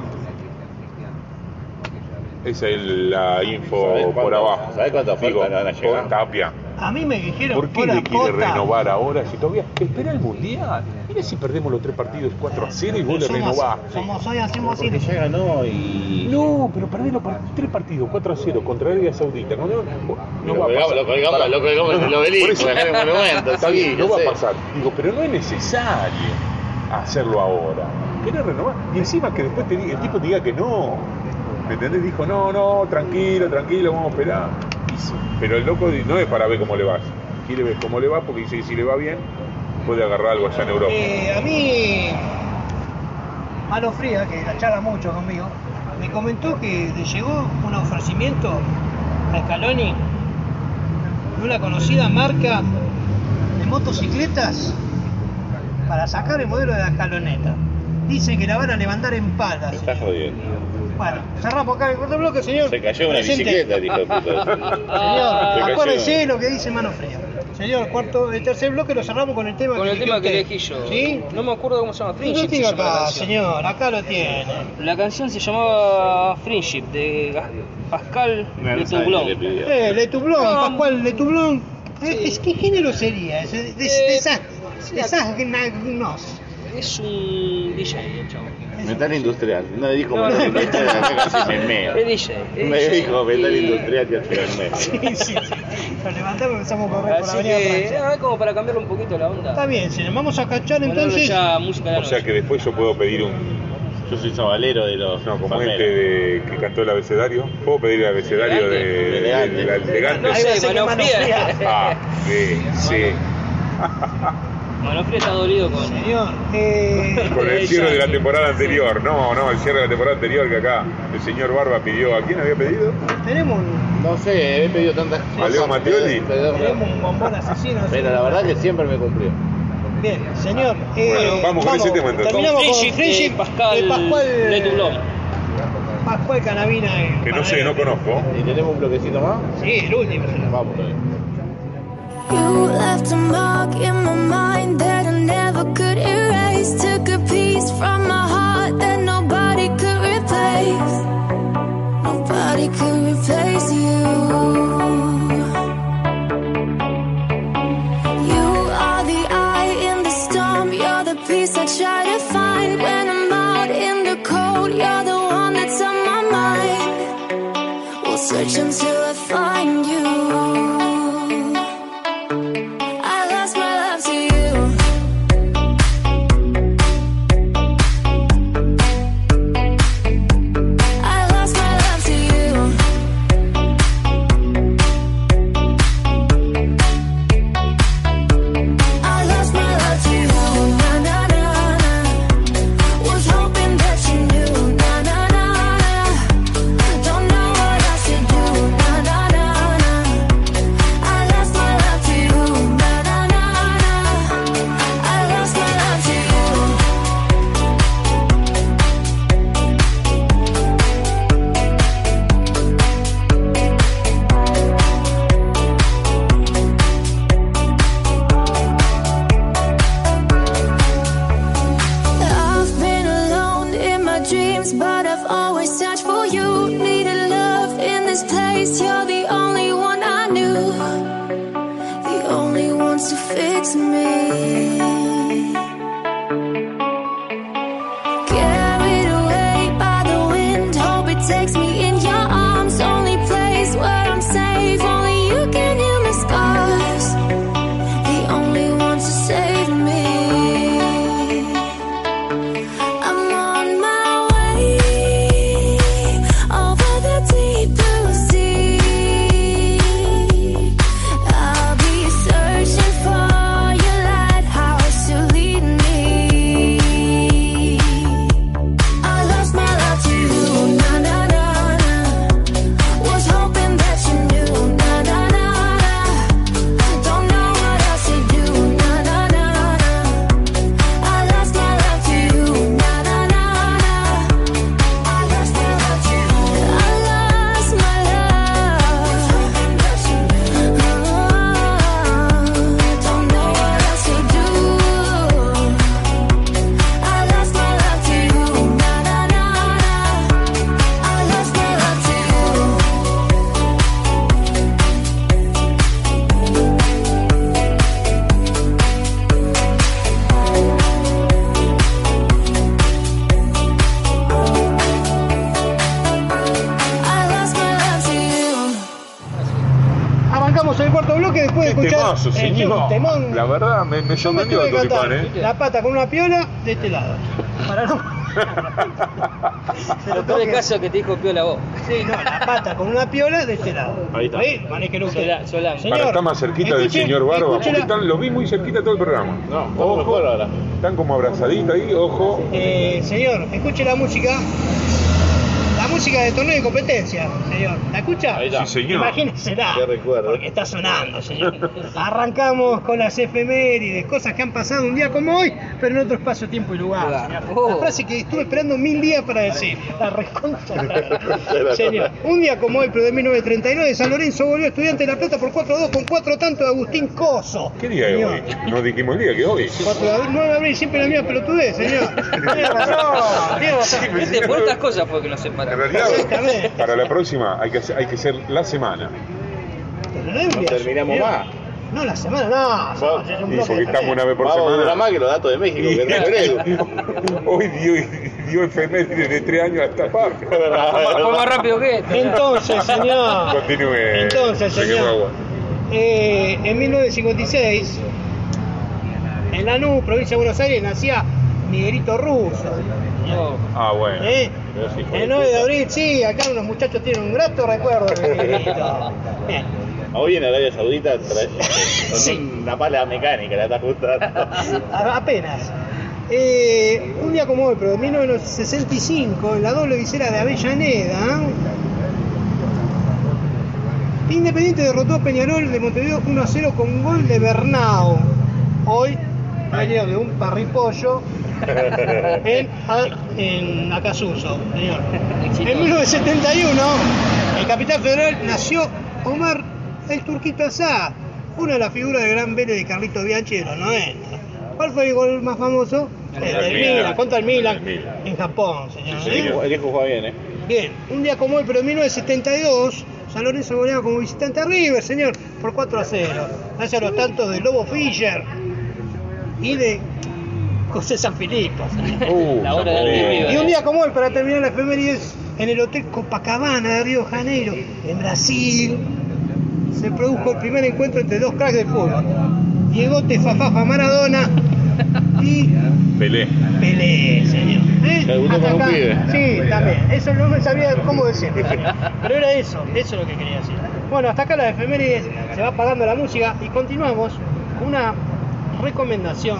B: Esa es la info
D: ¿Sabés
B: por
D: cuánto-
B: abajo.
D: sabés cuánto falta
B: Digo,
D: para llegar?
B: con Tapia.
A: A mí me dijeron
B: ¿Por qué
A: fuera
B: le quiere
A: posta,
B: renovar ahora si todavía espera el mundial? Mira si perdemos los tres partidos 4 a 0 y vos le
A: somos-
B: renovás.
A: Somos hoy, hacemos
D: Porque
A: cine.
D: ya ganó y.
B: No, pero perdés los par- tres partidos 4 a 0 contra Arabia Saudita. No, no, no
D: lo
B: va a
D: colgamos,
B: pasar.
D: lo colgamos, lo colgamos en el obelisco,
B: Por eso.
D: <laughs> acá en el monumento,
B: Está
D: sí,
B: bien, no
D: yo
B: va
D: sé.
B: a pasar. Digo, pero no es necesario hacerlo ahora. Querés renovar. Y encima que después te diga- el tipo te diga que no. ¿Me entendés? Dijo, no, no, tranquilo, tranquilo, vamos a esperar. Y sí. Pero el loco di- no es para ver cómo le vas. Quiere ver cómo le va porque dice que si le va bien, puede agarrar algo allá en Europa.
A: Eh, a mí, Mano Fría, que la charla mucho conmigo, me comentó que le llegó un ofrecimiento a Scaloni de una conocida marca de motocicletas para sacar el modelo de la escaloneta. Dicen que la van a levantar en palas.
D: Me está jodiendo.
A: Bueno, cerramos acá el cuarto bloque, señor.
D: Se cayó una
A: Presente.
D: bicicleta, dijo de puta. Se
A: Señor,
D: cayó.
A: acuérdese lo que dice Mano Fría. Señor, cuarto, el tercer bloque lo cerramos con el tema
C: Con el tema que
A: usted.
C: elegí yo.
A: ¿Sí?
C: No me acuerdo cómo se llama.
A: No
C: Friendship se
A: diga
C: llama la
A: acá,
C: canción.
A: señor, acá lo tiene.
C: La canción se llamaba Friendship de Gas- Pascal
D: No, no
C: de
D: sabe
C: Toulon.
D: qué le pidió.
A: Eh, Letublón,
C: No.
A: Pascual Letublón. Eh,
C: Sí.
A: es- ¿Qué género sería? Es, es,
C: Eh,
A: esas-
C: sí,
A: esas gnos.
C: Es un DJ, el chavo.
A: <laughs>
D: Metal industrial. No le dijo
C: No,
D: metal
C: no,
D: industrial, acá
C: <laughs>
D: casi me meo.
C: Es DJ. es
D: Me
C: DJ.
D: dijo metal
C: Y-
D: industrial y al final me.
A: Sí, sí, sí. Lo levantamos y empezamos a correr por la
C: Así
A: avenida
C: que, ah,
A: Francia.
C: nada, como para cambiarle un poquito la onda.
A: Está bien, señor. Vamos a cachar
C: Ponerle
A: entonces.
C: ya música de la
B: O sea
C: noche.
B: que después yo puedo pedir un.
D: Yo soy sabalero de los.
B: No, como
D: palmeros.
B: este de- que cantó el abecedario. ¿Puedo pedir el abecedario de, de,
D: Elegante.
B: la- elegante? Ah,
C: No
A: Ahí va a
C: sé,
A: ser que
C: Mano
A: Mano Fría.
C: Fría.
B: A, B, C.
C: Mano Fría está dolido con
A: Señor, eh,
B: Con el cierre de la temporada anterior. No, no, el cierre de la temporada anterior que acá el señor Barba pidió. ¿A quién había pedido?
A: tenemos un,
D: No sé, he pedido tantas
B: ¿A Leo Mattioli?
A: tenemos un bombón asesino.
D: Pero la verdad que siempre me cumplió.
A: Bien, señor. eh,
B: Bueno, vamos con ese tema, entonces.
A: Terminamos con
C: Friendship de
A: Friendship
C: Pascal
A: de Pascual,
C: de Toulon.
A: Pascual Ah, Canavina. eh,
B: Que no sé, no conozco.
D: ¿Y tenemos un bloquecito más?
A: Sí, el último. señor.
D: Vamos. todavía.
F: You left a mark in my mind that I never could erase. Took a piece from my heart that nobody could replace. Nobody could replace you. You are the eye in the storm. You're the peace I try to find when I'm out in the cold. You're the one that's on my mind. We'll search until I find you. I lost my love to you. I lost my love to you. I lost my love to you. Na na na na. Was hoping that you knew. Na na na na. Don't know what I should do. Na na na na. I lost my love to you, na na na na. I lost my love to you. I've been alone in my dreams, but I've always searched for you. Needed love in this place, you're the only one I knew. The only one to fix me. Carried away by the wind, hope it takes me in your arms.
A: Vamos al cuarto bloque después de
B: Qué
A: escuchar
B: temazo,
A: este
B: señor.
A: temón.
B: La verdad, me, me
A: Yo me
B: sorprendió
A: tuve que
B: el
A: cantar <laughs>
B: Tucumán, ¿eh?
A: la pata con una piola de este lado. Para no... <laughs> Se lo
C: Lo peor
A: toque.
C: del caso es que te dijo piola vos.
A: Sí, no, la
C: <laughs>
A: pata con una piola de este lado.
D: Ahí está.
A: Ahí, manéjelo usted.
C: Solá- Solán.
A: Señor,
B: Para estar más cerquita del
A: escuche-
B: señor Barba,
A: escuche
B: porque
A: la-
B: están, los vi muy cerquita todo el programa.
D: No, estamos mejor ahora.
B: Están como abrazaditos ahí, ojo.
A: Eh, señor, escuche la música. La música de torneo de competencia, señor. ¿La escucha?
D: Ahí está.
B: Sí, señor.
A: Imagínesela.
D: Qué recuerdo.
A: Porque está sonando, señor. Arrancamos con las efemérides, cosas que han pasado un día como hoy, pero en otro espacio, tiempo y lugar.
C: Lugar.
A: señor.
C: Oh.
A: La frase que estuve esperando mil días para decir. La reconcha.
D: <laughs> la
A: señor, un día como hoy, pero de 1939, San Lorenzo volvió estudiante de La Plata por 4-2 con 4 tantos de Agustín Coso.
B: ¿Qué día es
A: Señor.
B: hoy? No dijimos el día que hoy.
A: 4 de abril, 9 de abril, siempre la misma pelotudez,
B: <laughs>
A: señor. Tiene razón, tiene razón.
B: Sí,
C: Viste, Este, por estas cosas fue que nos
B: En
C: separamos.
B: realidad,
A: Exactamente.
B: para la próxima hay que, hacer- hay que ser la semana.
A: Pero no es un
D: No
A: día,
D: terminamos
A: señor.
D: más.
A: No, la semana no.
D: Bueno,
A: no, es un
B: Y
A: bloque
B: porque estamos una
A: también.
B: vez por
D: Vamos a durar
B: semana.
D: más que los datos de México, que no creo.
B: <laughs> Hoy dio, dio efemérides de tres años hasta parte.
C: Fue más rápido que este, esto.
A: Entonces, señor.
B: Continúe.
A: Entonces,
B: eh, Se quemó
A: señor.
B: agua.
A: eh, en 1956, en Lanús, provincia de Buenos Aires, nacía Miguelito Russo.
C: No.
B: Ah, bueno.
A: ¿eh?
D: Pero sí,
A: El 9 de abril, sí, acá unos muchachos tienen un grato recuerdo de
B: <laughs>
A: Miguelito. Bien.
D: Hoy en Arabia Saudita
A: <laughs>
D: trae con una pala mecánica, la está ajustando.
A: <laughs> A- apenas. Eh, un día como hoy, pero de 1965, en la doble visera de Avellaneda, ¿eh? Independiente derrotó a Peñarol de Montevideo 1 a 0 con gol de Bernau. Hoy, año de un parripollo en, A- Eh, en Acasuso, señor. En 1971, en Capital Federal nació Omar el Turquito Azá, una de las figuras del gran Vélez de Carlito Bianchi de los 90. ¿Cuál fue el gol más famoso? El del
B: Milan.
A: Milan, contra el Milan,
B: El Milan.
A: en Japón, señor. ¿eh?
D: El hijo juega bien, ¿eh?
A: Bien, un día como hoy, pero en 1972, San Lorenzo goleaba como visitante a River, señor, por 4 a 0. Gracias a los tantos de Lobo Fischer y de José San Filipo.
B: Uh,
C: La hora
B: San
C: del
B: Felipe.
C: vivo.
A: Y un día como hoy, para terminar la efemérides, en el Hotel Copacabana de Río de Janeiro, en Brasil, se produjo el primer encuentro entre dos cracks de fútbol. Diegote Fafafa Maradona y
B: Pelé.
A: Pelé, señor. ¿Eh?
D: Le gustó
A: Hasta
D: como
A: acá.
D: un pibe.
A: Sí, también. Eso no me sabía cómo decirlo. señor. Pero era eso, eso es lo que quería decir. Bueno, hasta acá las efemérides, se va apagando la música y continuamos con una recomendación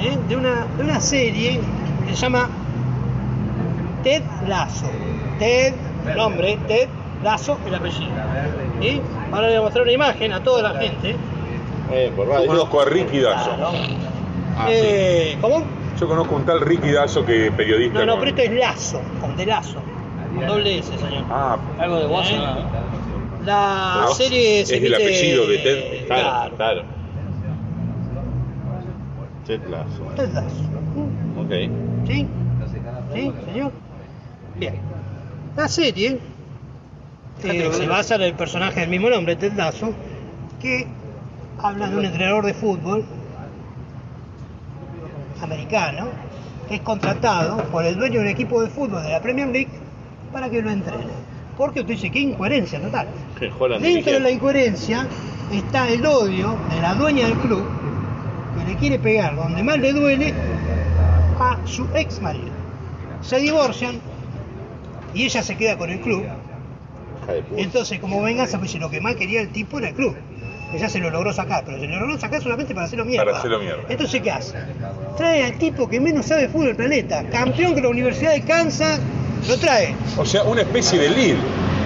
A: ¿eh? de, una, de una serie que se llama Ted Lazo. Ted, el nombre, Ted Lazo, el apellido. ¿Sí? Ahora le voy a mostrar una imagen a toda la gente.
D: Eh, por
B: Yo
D: radio.
B: conozco a Ricky Dazo.
D: Ah,
A: Eh, ¿Cómo?
B: Yo conozco un tal Ricky Dazo que es periodista.
A: No, no,
B: con-
A: pero este- esto es lazo, con de lazo, con doble S, señor. Eh.
B: Ah,
C: Algo de vos, ¿no?
A: La
B: Ah,
A: serie
B: es
A: se
B: el
A: emite- eh,
B: apellido de
A: Claro,
B: Ted.
D: Claro, claro. Chetlazo.
A: Ted Lazo.
D: Ok.
A: ¿Sí? ¿Sí, señor? Bien. La serie eh, se basa en el personaje del mismo nombre, Ted Lasso, que habla de un entrenador de fútbol americano que es contratado por el dueño de un equipo de fútbol de la Premier League para que lo entrene. Porque usted dice, qué incoherencia total.
D: Que Holland
A: Dentro de la
D: dirigía.
A: incoherencia está el odio de la dueña del club que le quiere pegar donde más le duele a su ex marido. Se divorcian y ella se queda con el club.
D: Hija de puta.
A: Entonces, como venganza, pues lo que más quería el tipo era el club. Ella se lo logró sacar, pero se lo logró sacar solamente para hacerlo mierda.
B: Para hacerlo mierda.
A: Entonces, ¿qué hace? Trae al tipo que menos sabe de fútbol del planeta, campeón que la Universidad de Kansas, lo trae.
B: o sea, una especie de Lille.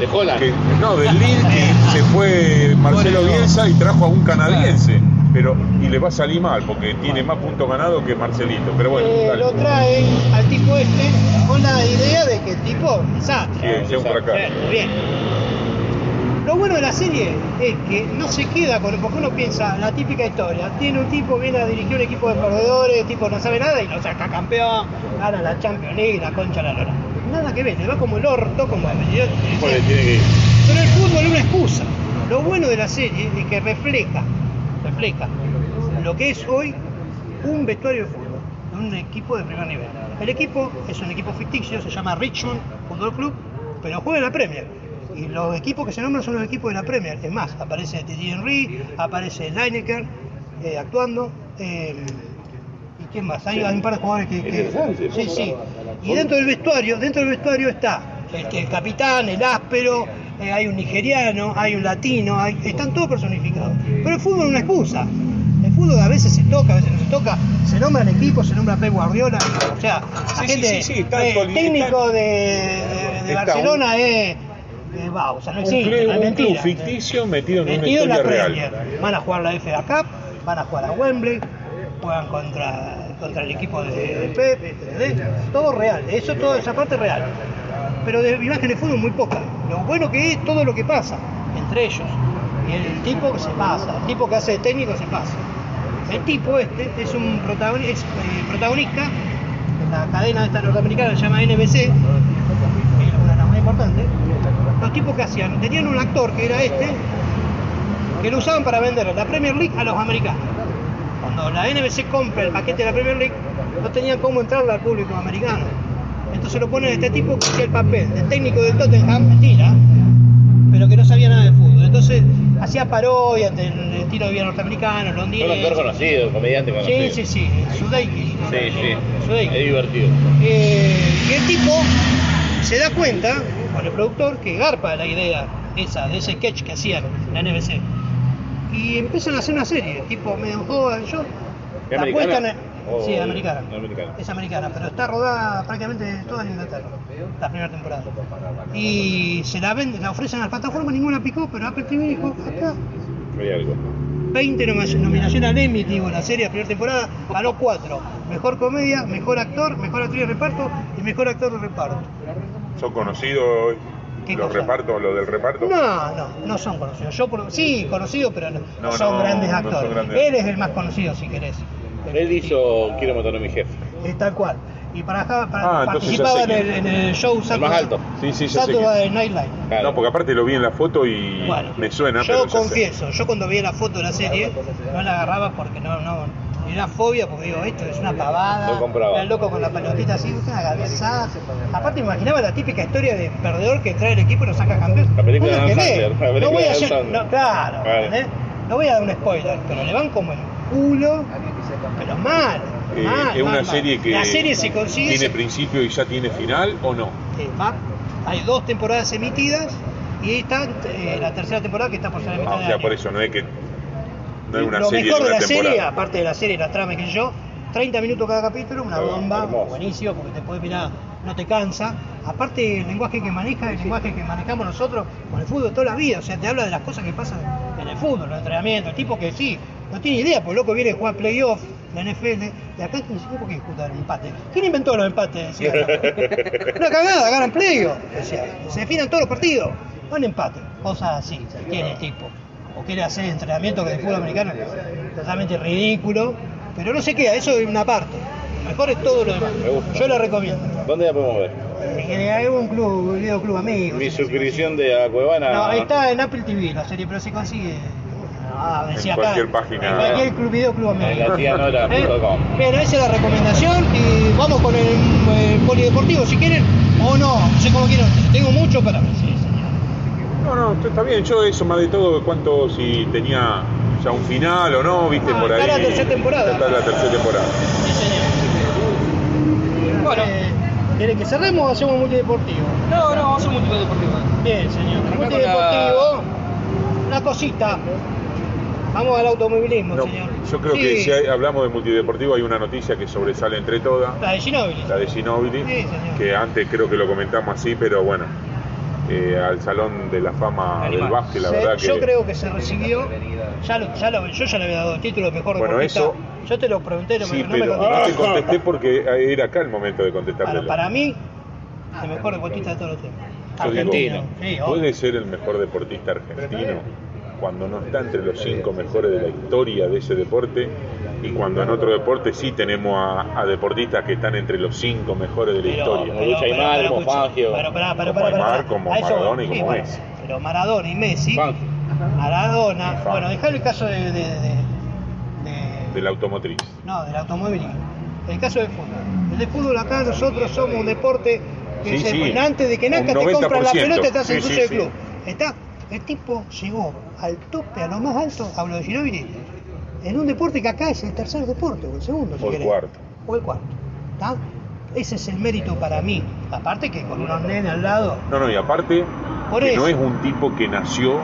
D: De Holland.
B: Que- no, del Lille y se fue Marcelo Bielsa y trajo a un canadiense. Pero, y le va a salir mal, porque tiene más puntos ganados que Marcelito. Pero bueno,
A: Eh,
B: dale.
A: lo traen al tipo este con la idea de que el tipo desastre.
B: Sí, sea un fracaso.
A: Bien, bien. Lo bueno de la serie es que no se queda con porque uno piensa la típica historia. Tiene un tipo, viene a dirigir un equipo de perdedores, el tipo no sabe nada y lo saca campeón, gana la Champions League, la concha de la lora. Nada que ver, le va como el orto, como el
D: Porque tiene que ir.
A: pero el fútbol es una excusa. Lo bueno de la serie es que refleja, refleja lo que es hoy un vestuario de fútbol, de un equipo de primer nivel. El equipo es un equipo ficticio, se llama Richmond Fútbol Club, pero juega en la Premier. Y los equipos que se nombran son los equipos de la Premier. Es más, aparece Teddy Henry, aparece Lineker eh, actuando. eh, ¿Y quién más? Hay, hay un par de jugadores que. que-
D: Interesante.
A: sí, sí. Y dentro del vestuario, dentro del vestuario está el, el capitán, el áspero, eh, hay un nigeriano, hay un latino, hay- están todos personificados. Pero el fútbol es una excusa. El fútbol a veces se toca, a veces no se toca, se nombran equipos, se nombra Pep Guardiola, o sea, la
B: Sí, sí,
A: gente,
B: sí, sí, está
A: eh,
B: actuali-
A: técnico
B: está-
A: de, de- de
B: Está
A: Barcelona es eh, Bausa, no
B: Un
A: existe,
B: club-
A: es
B: un
A: mentira.
B: club ficticio metido en una
A: Metido la
B: historia real.
A: Premier. Van a jugar la FA Cup, van a jugar a Wembley, juegan contra, contra el equipo de, de Pep, ¿entendés? todo real, eso todo esa parte es real. Pero de imagen de fútbol muy poca. Lo bueno que es todo lo que pasa entre ellos. Y el tipo que se pasa, el tipo que hace de técnico se pasa. El tipo este es un protagoni- es, eh, protagonista de la cadena esta norteamericana que se llama NBC, que es una de las más importantes. Los tipos que hacían, tenían un actor que era este, que lo usaban para vender la Premier League a los americanos. Cuando la NBC compra el paquete de la Premier League, no tenían cómo entrarle al público americano. Entonces lo ponen a este tipo que hacía el papel del técnico del Tottenham, mentira, pero que no sabía nada de fútbol. Entonces hacía parodias del estilo de vida norteamericano,
D: Un actor
A: londinense.
D: conocido, comediante
A: Sí,
D: conocido.
A: sí, sí, Sudeikis.
D: Sí, sí.
A: Sudeikis.
D: Es divertido.
A: Eh, y el tipo se da cuenta, con el productor, que garpa la idea esa, de ese sketch que hacían en la NBC. Y empiezan a hacer una serie, tipo medio joven, yo.
D: ¿Es
A: la
D: americana?
A: puesta en-
D: ¿O-
A: Sí, americana.
D: americana?
A: Es americana, pero está rodada prácticamente toda en Inglaterra, la primera temporada. Y se la venden, la ofrecen a las plataformas, ninguna picó, pero Apple TV dijo, acá,
D: Hay algo.
A: 20 nom- nominaciones al Emmy, digo, la serie de primera temporada, ganó 4. Mejor comedia, mejor actor, mejor actriz de reparto y mejor actor de reparto.
B: ¿Son conocidos
A: ¿Qué
B: los
A: cosa?
B: repartos, los del reparto?
A: No, no, no son conocidos. Yo por- sí, conocido, pero no, no
B: No,
A: son
B: no,
A: grandes
B: no son
A: actores.
B: grandes.
A: Él es el más conocido, si querés.
D: Él hizo Quiero matar a mi jefe.
A: Eh, tal cual. Y para, para-
B: Ah, entonces ya
A: participaba en
B: sé
A: el, en el show
D: El más
A: Saturday-
D: alto.
B: Sí, sí, ya sé que...
A: Saturday Night Live.
D: Claro.
B: No, porque aparte lo vi en la foto y
A: Bueno,
B: me suena, pero
A: yo
B: ya sé.
A: confieso, yo cuando vi la foto de la serie no la agarraba porque no, no, era una fobia porque digo, esto es una pavada,
D: Lo compraba.
A: era el loco con la pelotita así, una agavesada. Aparte me imaginaba la típica historia de perdedor que trae el equipo y lo saca campeón.
D: La película
A: Uno
D: de
A: que
D: Dan
A: ve.
D: Sandler, la película
A: No voy
D: de
A: a
D: Dan
A: hacer,
D: Sandler.
A: no, claro,
D: Vale.
A: ¿entendés? no voy a dar un spoiler, pero le van como el culo, pero mal.
B: Eh,
A: mal,
B: ¿Es
A: mal,
B: una
A: mal.
B: serie que
A: Ah, la serie se consigue
B: tiene
A: se-
B: principio y ya tiene final o no?
A: eh, va. Hay dos temporadas emitidas y ahí está eh, la tercera temporada que está por ser emitida.
B: Ah, o sea, por eso no es que no es una
A: eh, Lo
B: serie
A: mejor
B: de
A: de
B: una
A: la serie,
B: temporada.
A: aparte de la serie, la trama que yo, 30 minutos cada capítulo, una
D: Ah,
A: bomba,
D: hermoso.
A: buenísimo, porque te puedes mirar, no te cansa. Aparte el lenguaje que maneja, el lenguaje que manejamos nosotros con el fútbol de toda la vida, o sea, te habla de las cosas que pasan en el fútbol, los entrenamientos, el tipo que sí, no tiene idea, porque loco viene a jugar playoff, la NFL, de acá ni siquiera por qué disputan el empate. ¿Quién inventó los
B: <laughs>
A: empates? Decía, una cagada, ganan playoff, o sea, se definan todos los partidos, no un empate, cosas así, tiene el tipo o quiere hacer entrenamiento que el fútbol americano es totalmente ridículo, pero no se queda, eso es una parte. Lo Mejor es todo lo demás.
D: Me gusta.
A: Yo lo recomiendo.
D: ¿Dónde la podemos ver?
A: Eh, que Hay un club, un videoclub amigo.
D: Mi
A: se consigue.
D: suscripción de a Cuevana.
A: No, está en Apple TV la serie, pero se consigue. Ah, decía acá,
B: cualquier página.
A: En cualquier club, videoclub
D: En
A: amigo.
D: la tía
A: ¿Eh? Bueno, esa es la recomendación y vamos con el, eh, polideportivo si quieren o no, no sé cómo quieren. Tengo mucho para ver. Sí, señor.
B: No, no, esto está bien. Yo eso más de todo, cuánto si tenía ya un final o no, viste
A: Ah,
B: por ahí.
A: está la tercera temporada.
B: Ya Está la tercera temporada.
A: Sí, señor.
C: Bueno,
A: Eh, ¿Quieren que cerremos o hacemos multideportivo?
C: no, no, vamos a un multideportivo.
A: Bien, señor.
D: Arrancá con
A: Multideportivo, una cosita. Vamos al automovilismo,
B: No,
A: señor.
B: yo creo
A: Sí,
B: que si hay- hablamos de multideportivo hay una noticia que sobresale entre todas.
A: La de Ginóbili.
B: la de Ginobili,
A: Sí, señor.
B: que antes creo que lo comentamos así, pero bueno, eh, al Salón de la Fama
C: Animal.
B: del Básquet, la
A: Se-
B: verdad que...
A: Yo creo que se recibió. Ya lo, ya lo- yo ya le había dado el título de mejor
B: Bueno,
A: deportista.
B: eso-
A: Yo te lo pregunté, no me,
B: Sí,
A: no me
B: pero no
A: contestaste.
B: te contesté porque era acá el momento de contestarle.
A: Para, para mí, el mejor deportista de todos los tiempos. Sí, obvio.
B: puede ser el mejor deportista argentino cuando no está entre los cinco mejores de la historia de ese deporte y cuando en otro deporte sí tenemos a, a deportistas que están entre los cinco mejores de la historia.
D: como Luis Aymar, como
A: escucha,
D: Fangio,
A: Pero pará, pará,
B: como
A: pará, pará,
B: Aymar,
A: pará.
B: como
A: A eso voy.
B: Maradona y como
A: bueno,
B: Messi.
A: Pero Maradona y Messi.
D: Fangio.
A: Maradona.
B: Fangio.
A: Bueno, dejá el caso de. de, de- de-
B: Del automotriz.
A: No, del automovilismo. El caso del fútbol. El de fútbol acá nosotros somos un deporte que
B: Sí,
A: se-
B: sí.
A: antes de que nazca
B: Un
A: te compran la
B: 90%.
A: pelota y estás en
B: Sí,
A: sucio
B: sí,
A: del
B: sí.
A: club. Está, el tipo llegó al tope, a lo más alto, hablo de Ginóbili, en un deporte que acá es el tercer deporte, o el segundo, si
B: O el
A: querés.
B: cuarto.
A: O el cuarto. ¿tá? Ese es el mérito para mí. Aparte que con unos nenes al lado,
B: No, no, y aparte,
A: Por
B: que no
A: eso.
B: es un tipo que nació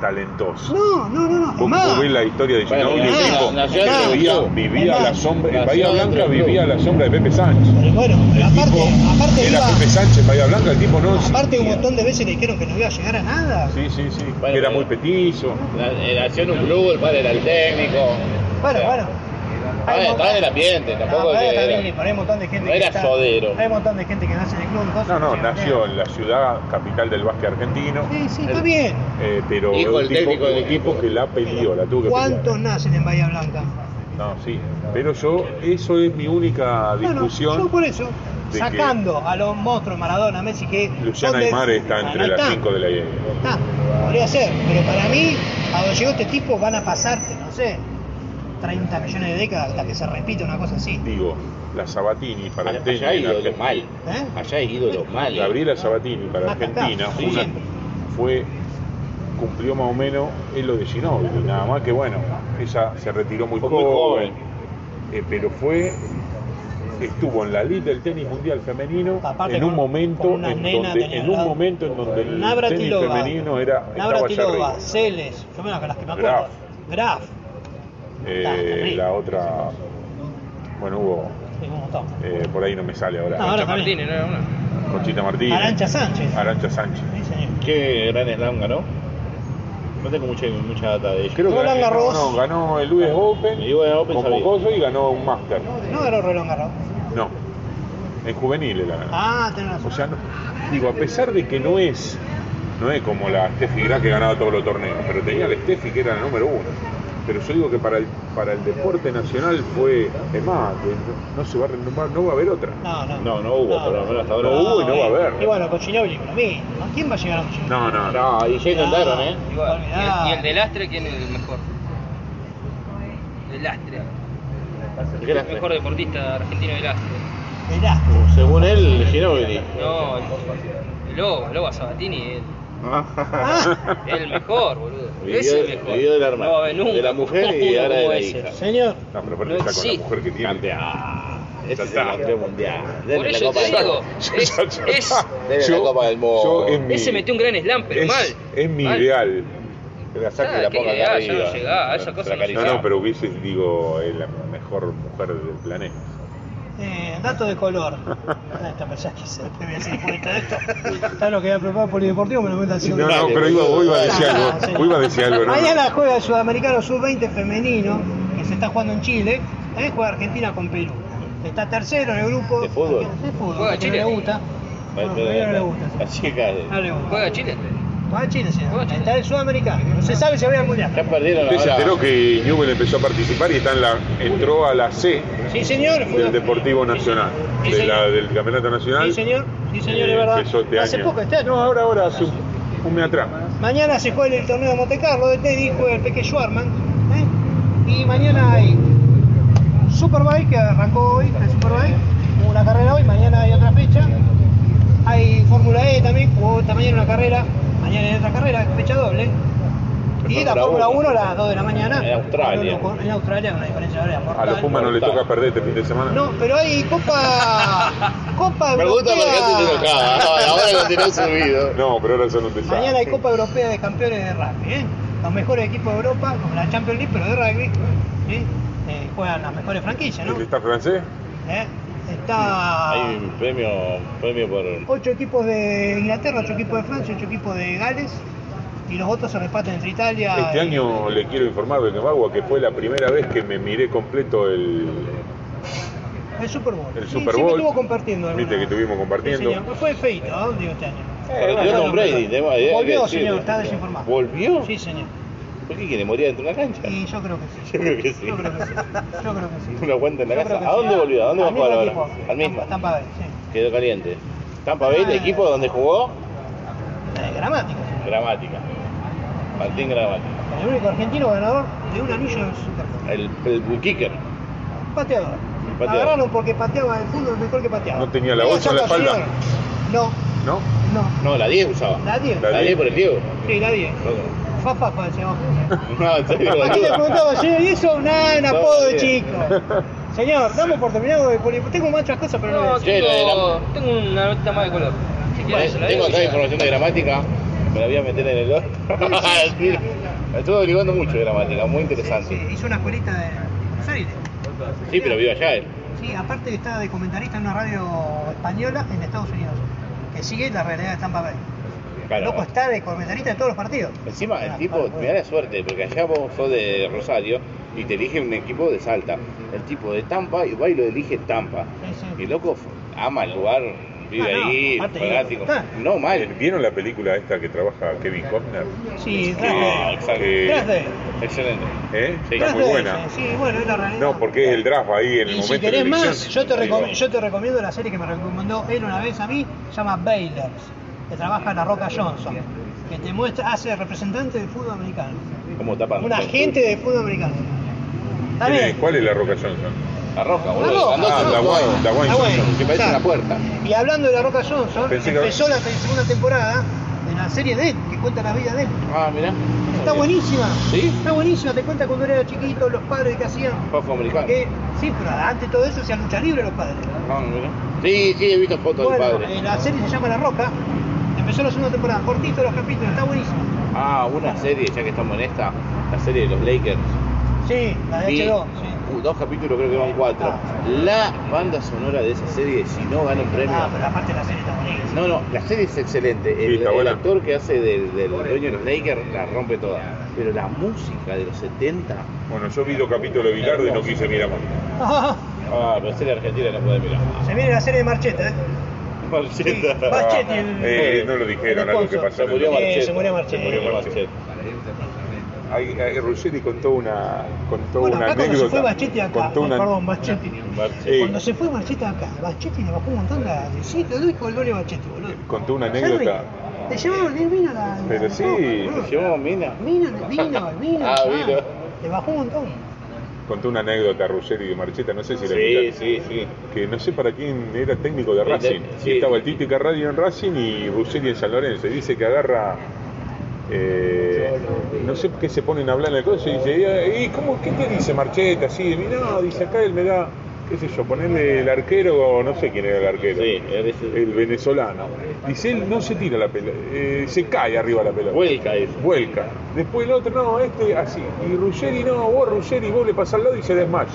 B: talentoso.
A: No, no, no, no.
B: Vos,
A: Más.
B: vos ves la historia de
D: Bueno,
B: Ginóbili,
A: nació-
B: el
D: nació
B: tipo
A: en el
B: vivía,
D: club.
B: vivía a la sombra, en
D: Nació
B: Bahía
D: dentro
B: Blanca
D: del club.
B: vivía a la sombra de Pepe Sánchez.
A: Pero bueno,
B: El
A: pero aparte,
B: tipo
A: aparte,
B: era
A: iba-
B: Pepe Sánchez en Bahía Blanca, el tipo no
A: aparte un
B: existía.
A: montón de veces le dijeron que no iba a llegar a nada.
B: Sí, sí, sí.
D: Bueno, eh,
B: era
D: pero-
B: muy petizo.
D: Nació en Eh, un club, el padre era el técnico.
A: Bueno,
D: O sea,
A: bueno.
D: Estaba detrás del ambiente, tampoco
A: no,
D: es que
A: está
D: era-
A: bien, pero hay un montón de gente
D: no era
A: que está-
D: sodero.
A: Hay un montón de gente que nace en el club. cosas
B: No, no,
A: que-
B: nació en la ciudad capital del básquet argentino,
A: Sí, sí, está bien.
B: eh, pero
D: Hijo
B: un
D: del técnico del
B: un tipo
D: equipo.
B: que la peleó, la tuvo que
A: ¿Cuántos
B: pelear.
A: nacen en Bahía Blanca?
B: No, sí. Pero yo, eso es mi única
A: Bueno,
B: discusión.
A: yo por eso,
B: de
A: sacando a los monstruos Maradona, Messi, que...
B: Luciana
A: ¿dónde-
B: Aymar está
A: Ah, no
B: entre las
A: está.
B: 5 de la IE.
A: Ah, podría ser, pero para mí, a donde llegó este tipo van a pasarte, no sé, 30 millones de décadas hasta que se repita una cosa así.
B: Digo, la Sabatini para el tenis.
D: Allá hay
B: en
D: ídolos
B: Argentina.
D: mal.
A: ¿Eh?
D: Allá hay ídolos mal. eh.
B: Gabriela Sabatini para
A: Más que acá,
B: Argentina
A: sí,
B: una-
A: siempre.
B: fue cumplió más o menos es lo de Ginóbili, nada más que bueno, ella se retiró muy
D: Fue
B: joven,
D: muy joven.
B: eh, pero fue estuvo en la elite del tenis mundial femenino
A: Aparte
B: en un
A: con-
B: momento
A: con unas
B: en
A: nenas
B: donde
A: tenía
B: en
A: al
B: un
A: lado.
B: momento en donde el tenis
A: Navratilova.
B: femenino era estaba allá arriba.
A: Navratilova, Celes, yo me las que me acuerdo.
B: Graf.
A: Graf,
B: Eh,
A: Está, está arriba.
B: la otra bueno hubo
A: es un montón.
B: eh, por ahí no me sale ahora
A: No, ahora también.
C: Chamartínez, no era una.
B: Conchita Martínez
A: Arancha Sánchez.
B: Arancha Sánchez
A: Sí, señor.
D: ¿Qué gran slam ganó? No tengo mucha, mucha data de ellos.
B: Creo que
A: Roland
B: ganó,
A: Garros.
B: no, ganó el US Open,
D: El US Open
B: como
D: sabía.
B: coso y ganó un Master.
A: No ganó Rolón Garros.
B: No, en juvenil la ganó.
A: Ah, tenés razón.
B: O sea, no- digo, a pesar de que no es, no es como la Steffi Graf que ganaba todos los torneos, pero tenía la Steffi que era la número uno. Pero yo digo que para el, para el deporte nacional fue, es más, que no- no, se va a renovar, no va a haber otra.
A: No, no. eh,
D: No, no hubo, por lo menos hasta ahora.
B: No hubo y no va a haber.
A: Y bueno, con Ginobili, para mí. ¿A quién va a llegar a un Ginobili?
B: No, no, no.
D: No, y ya intentaron, ¿eh?
C: Y bueno, y el- y el
A: de
C: de Lastre, ¿quién es el mejor? El Lastre.
B: Ah.
C: El
D: Gracias.
C: mejor deportista argentino de Lastre.
D: Según él, Ginobili.
C: No, el, el Loba, Loba Sabatini es
A: Ah.
C: es el mejor, boludo.
D: Vivió-
C: Ese es el mejor.
D: vivió de la hermana,
C: no va a haber nunca
D: de la mujer
C: <laughs>
D: y
C: uno
D: ahora de
C: como
D: la
C: ese.
D: hija.
A: Señor,
B: <laughs> No, pero aparte
C: No
B: está con la
C: existe.
B: mujer que tiene.
D: Campeón. Ese es el
B: está.
D: campeón mundial.
C: Por
D: Denle la
C: eso
D: copa
C: te
D: del
C: digo.
D: mundo.
B: <laughs>
C: Es- es-
D: Denle la Copa del Mundo.
B: yo en mi-
C: Ese metió un gran slam, pero
B: es,
C: mal.
B: Es mi
C: Mal.
B: ideal.
D: Que la saque
C: Ah,
D: y la
C: qué
D: ponga acá
C: ideal, ya no
D: arriba.
C: llegá, esa
D: Se la
C: cosa no
B: No,
D: acariciá.
B: no, pero hubiese, digo, es la mejor mujer del planeta.
A: eh, dato de color. <laughs> Ah, Esta pensás que se te voy a decir cuenta de esto. Ya lo que había preparado Polideportivo me lo cuenta así.
B: No, no,
D: Dale,
B: pero iba,
D: boludo,
B: iba a decir
A: Ah,
B: algo.
A: sí.
B: vos iba a decir algo, ¿no?
A: Mañana juega el Sudamericano Sub-20 femenino, que se está jugando en Chile. También juega Argentina con Perú. Está tercero en el grupo.
D: ¿De fútbol?
A: De fútbol,
C: Juega
A: que
C: Chile.
A: no le gusta. Bueno, todavía no le gusta.
D: La chica.
A: No le gusta.
C: Juega Chile.
A: Juega Chile, señor.
C: Juega Chile.
A: Está el Sudamericano. No se sabe si va a ir al
D: Ya
A: Mundial.
D: perdieron la
B: Usted se
D: hora.
B: enteró que Newell empezó a participar y está en la, entró a la C
A: Sí, señor.
B: del Deportivo Nacional,
A: Sí,
B: de la,
A: señor.
B: del Campeonato Nacional.
A: Sí, señor. Sí, señor,
B: Eh,
A: es verdad.
B: empezó este
A: Hace
B: año.
A: poco, este año.
B: No, ahora, ahora, hace un, un mes atrás.
A: Mañana se juega el torneo de Monte Carlo de tenis, juega el Peque Schwarman. ¿eh? Y mañana hay Superbike, que arrancó hoy, el Superbike. Hubo una carrera hoy, mañana hay otra fecha. Hay Fórmula E también, hubo esta mañana una carrera, mañana hay otra carrera, fecha doble. Y la
D: Fórmula
A: Fórmula
D: uno.
A: 1 a las 2 de la mañana.
D: En Australia.
A: Con- En Australia, con una diferencia de hora
B: A los
A: mortal.
B: Pumas no le toca perder este fin de semana.
A: No, pero hay Copa. Copa
D: <laughs> Me gusta porque antes se
A: Europea.
D: enojaba. Ahora, ahora lo tiene subido.
B: No, pero ahora son un desastre.
A: Mañana hay Copa Europea de Campeones de Rugby, ¿eh? Los mejores equipos de Europa, como la Champions League, pero de rugby, ¿eh? Eh, juegan las mejores franquicias, ¿no?
B: ¿El que está francés?
A: ¿Eh? Está
D: Hay un premio, premio por.
A: ocho equipos de Inglaterra, ocho equipos de Francia, ocho equipos de Gales, y los otros se reparten entre Italia.
B: Este
A: y-
B: año le quiero informar, Becamagua, que fue la primera vez que me miré completo el,
A: El Super Bowl.
B: El
A: Sí,
B: Super
A: sí,
B: Bowl.
A: estuvo compartiendo.
B: Viste
A: alguna-
B: que estuvimos compartiendo. Eh,
A: Sí, señor. Fue feito, ¿no? Digo, este año.
D: Pero John Brady, tenemos idea
A: Volvió,
D: que
A: señor,
D: decirlo.
A: está desinformado.
D: ¿Volvió?
A: Sí, señor.
D: ¿Por qué quiere morir dentro de la cancha?
A: Y yo creo que sí.
D: Yo creo que sí.
A: Yo creo que sí. Yo creo que sí.
D: Una aguanta en la
A: Yo creo
D: casa.
A: que
D: ¿A
A: sí.
D: dónde volvió? ¿A dónde va a
A: Al
D: jugar
A: mismo
D: ahora?
A: equipo.
D: Al mismo.
A: Tampa- Tampa Bay, sí.
D: Quedó caliente. Tampa Bay, el equipo donde jugó,
A: Eh, gramático.
D: Gramática. Martín Gramática.
A: El único argentino ganador de un anillo en Super Bowl.
D: El, el kicker.
A: Pateador.
D: Pateador.
A: Agarraron porque pateaba el fútbol mejor que pateaba.
B: ¿No tenía la
A: Mirá,
B: bolsa en la
A: saca,
B: espalda?
A: señor. No, <laughs>
B: ¿no?
A: No,
D: No, la 10 usaba.
A: la 10.
D: La 10 por el Diego.
A: Sí, la 10.
D: No,
A: Papá, papá, se llama.
D: en serio,
A: ¿A qué le
D: boludo.
A: preguntaba? Señor, ¿y eso? Nada, un
D: No,
A: apodo de
D: bien.
A: chico.
B: <laughs>
A: Señor, damos por terminado. de poli- Tengo muchas cosas, pero no. voy a
C: No,
A: decir.
D: Che, la de
C: tengo, tengo una notita más de color. Si querés, se la
D: Tengo
C: dejo y ya.
D: acá información de gramática, me la voy a meter en el otro. <laughs> Sí. La Estuve averiguando mucho de gramática, muy
A: Sí,
D: interesante.
A: hizo una escuelita de Buenos Aires.
D: Sí, pero vivo allá él.
A: Sí, aparte está de comentarista en una radio española en Estados Unidos, que sigue la realidad de Tampa Bay.
D: Claro.
A: Loco está de comentarista en todos los partidos.
D: Encima el
A: Ah,
D: tipo,
A: claro, bueno.
D: mirá la suerte, porque allá vos sos de Rosario y te elige un equipo de Salta. El tipo de Tampa y va y lo elige Tampa.
A: Sí, sí.
D: Y loco f- ama el lugar, vive
A: Ah, no,
D: ahí,
A: aparte,
D: fanático.
A: ah.
D: No mal.
B: ¿Vieron la película esta que trabaja Kevin Costner?
A: Sí,
D: No,
A: traje.
D: Ah, exacto.
A: Traje.
D: Excelente.
B: ¿Eh?
D: Sí.
B: Está muy
A: Traje,
B: buena.
A: Sí, sí, bueno, es la realidad.
B: No, porque es el draft ahí en el
A: Y
B: momento
A: si
B: de
A: querés
B: la elección.
A: más, yo te,
B: Digo,
A: recom- yo te recomiendo la serie que me recomendó él una vez a mí, se llama Baylors, que trabaja en la Roca Johnson, que te muestra, hace representante de fútbol americano,
D: ¿Cómo tapa?
A: un agente de fútbol americano. ¿Está
B: ¿quién es?
A: bien?
B: ¿Cuál es la Roca Johnson?
D: La roja,
A: La
D: boludo.
A: Roca,
D: grandote,
B: Ah, la
D: todo.
B: Wayne, la Wayne
A: Ah, bueno,
B: Johnson.
D: Que parece
A: está.
D: una puerta.
A: Y hablando de la Roca Johnson,
B: Pensé que-
A: empezó la te- segunda temporada de la serie de él, que cuenta la vida de él.
D: Ah, mirá.
A: Está buenísima.
D: ¿Sí?
A: Está buenísima, te cuenta cuando era chiquito, los padres que hacían.
D: Poco americano.
A: Que, sí, pero antes de todo eso hacían lucha libre los padres.
D: Ah, mirá. Sí, sí, he visto fotos del
A: Bueno,
D: padre.
A: eh, la serie se llama La Roca. Empezó la segunda temporada, cortito los capítulos, está buenísimo.
D: Ah, una serie, ya que estamos en esta, la serie de los Lakers.
A: Sí, Ah, la
D: Vi,
A: de HBO.
D: uh, dos capítulos, creo que van cuatro.
A: Ah.
D: La banda sonora de esa serie, si no gana un premio.
A: Ah, pero aparte la serie está buenísima.
D: No, no, la serie es excelente.
B: Sí,
D: El,
B: está
D: el
B: buena.
D: actor que hace del, del dueño de los Lakers la rompe toda. Pero la música de los 70.
B: Bueno, yo vi dos capítulos de Bilardo y no quise mirar más.
D: Ah, pero serie argentina no puede mirar.
A: <laughs> Se viene la serie de Marchetta, ¿eh?
D: <laughs>
A: Sí, Marchetti, el-
B: Eh, no lo dijeron,
A: el
B: algo que
A: sponsor.
B: pasó.
D: Se murió
A: Eh,
D: Marchet.
A: se murió Marchet.
D: Se murió Marchet.
B: Ahí- ahí Ruggeri contó una, contó
A: Bueno,
B: una
A: acá cuando se
B: anécdota.
A: fue Marchetti acá, eh,
B: contó una-
A: perdón, Marchetti.
B: Sí.
A: Cuando se fue Marchetti acá, Marchetti le bajó un montón la... Sí, lo dijo el gol de Marchetti, boludo.
B: Contó una
A: Henry,
B: anécdota.
A: le llevaron, le vino la... la-
B: Pero
A: la
B: sí,
A: copa,
B: le
A: boludo.
D: Yo, mina.
A: Vino, vino, vino.
D: Ah,
A: chaval.
D: vino.
A: Le bajó un montón.
B: Contó una anécdota Ruggeri de Marcheta, no sé si la
D: Sí,
B: escuchaste.
D: sí, sí.
B: Que no sé para quién era técnico de Racing.
D: Sí.
B: Y estaba el Titi Carradio en Racing y Ruggeri en San Lorenzo. Y dice que agarra. eh, no sé qué se ponen a hablar en el coche y dice, "Eh, ¿y cómo, qué te dice Marcheta? Así, no, dice acá él me da, qué sé yo, ponerle el arquero, o no sé quién era el arquero.
D: Sí, eres
B: el venezolano. Dice, él no se tira la pelota, eh, se cae arriba la pelota.
D: Vuelca eso.
B: Vuelca. Después el otro, no, este así. Y Ruggeri, no, vos Ruggeri, vos le pasás al lado y se desmaya.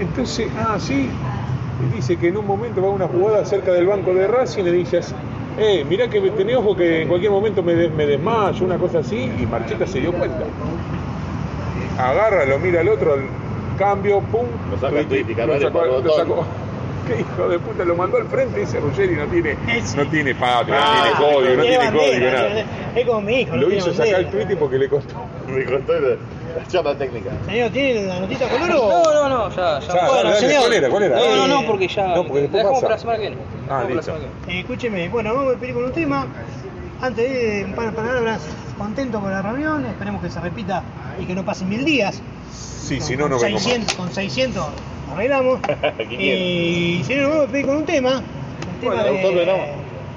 B: Entonces, ah, sí. Y dice que en un momento va una jugada cerca del banco de Racing y le dice así, eh, mirá que tenés ojo que en cualquier momento me, de- me desmayo, una cosa así, y Marcheta se dio cuenta. Agarra, lo mira al otro, al cambio, pum,
D: Lo saca
B: Tweety,
D: Tweety, Carvalho
B: lo sacó-
D: por
B: lo
D: botón.
B: sacó- <laughs> Qué hijo de puta, lo mandó al frente ese Ruggeri, no tiene,
A: <laughs> Sí.
B: no tiene patria,
D: Ah,
B: no tiene código, no tiene
A: bandera,
B: código, nada.
A: tiene- Es como mi hijo. no
B: Lo
A: tiene
B: hizo
A: bandera.
B: sacar el tweet porque le costó.
D: <laughs> Me contó la, la charla técnica.
A: Señor, ¿tiene la notita color o...?
C: No, no, no, ya, ya.
B: Ya,
A: bueno,
B: dale,
A: señor.
B: ¿Cuál era? ¿Cuál era?
C: No, no, no, porque ya.
B: No, porque después
C: dejamos
B: pasa.
C: para la semana que viene.
B: Ah,
C: Dejamos para la
B: listo.
C: semana que viene.
A: Eh, escúcheme, bueno, vamos a despedir con un tema. Antes de un par de palabras, contento con la reunión, esperemos que se repita y que no pasen mil días.
B: Sí,
A: Con-
B: si no,
A: con
B: no vengo más.
A: 600, Con 600
B: <laughs>
A: arreglamos.
D: 500.
A: Eh, y si no, nos vamos a pedir con un tema. Un tema
D: Bueno,
A: de...
D: autor de Ramos.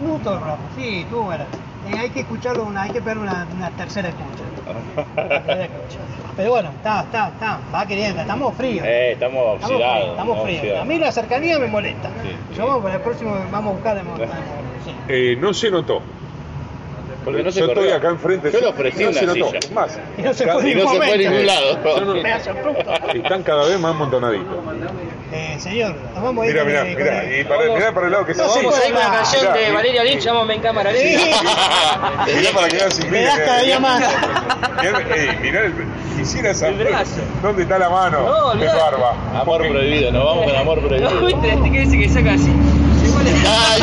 A: Un autor de Ramos, sí, estuvo bueno. Eh, hay que escucharlo, una- hay que pegar una, una tercera
B: <laughs>
A: escucha. Una tercera escucha. Pero bueno, está, está, está, va queriendo, estamos fríos.
D: <laughs> Eh, estamos
A: Estamos fríos,
D: oxidados.
A: estamos fríos. A mí la cercanía me molesta.
D: Sí.
A: Yo vamos para el próximo, vamos a buscar. vamos a-
B: <laughs>
A: sí.
B: Eh, no se notó.
D: Porque no se
B: Yo
D: corrió.
B: estoy acá enfrente.
D: Yo
B: sí,
D: lo ofrecí
B: no
D: una
B: se notó.
D: silla.
B: Más,
A: Y no se
B: Ca-
A: puede
D: Y
A: ir
D: no se fue a ningún <laughs>
B: Yo no-
D: lado.
A: Pedazo de fruto.
B: están cada vez más montonaditos.
A: Eh, señor, nos vamos a ir.
B: Mirá, mirá,
A: eh,
B: mirá. Y para, mirá para el lado que se
A: No se
B: va.
A: Sí,
C: Vamos a ir con la
A: claro.
C: canción de
B: Mirá,
C: Valeria Lynch, llámame en cámara lenta.
A: Sí.
B: <laughs> Mirá para quedar sin
A: Me
B: vida,
A: das
B: mirá,
A: cada día
B: mirá.
A: más.
B: eh, <laughs> Mirá, ey, mirá el. Quisiera saber.
C: brazo.
B: ¿Dónde está la mano?
C: No,
B: de
C: mirá.
B: barba.
D: Amor
B: Porque-
D: prohibido, nos vamos
A: <laughs>
D: con
C: <laughs>
D: amor
C: ¿No
D: prohibido.
C: viste este que dice que saca así? Igual es-
D: Ay,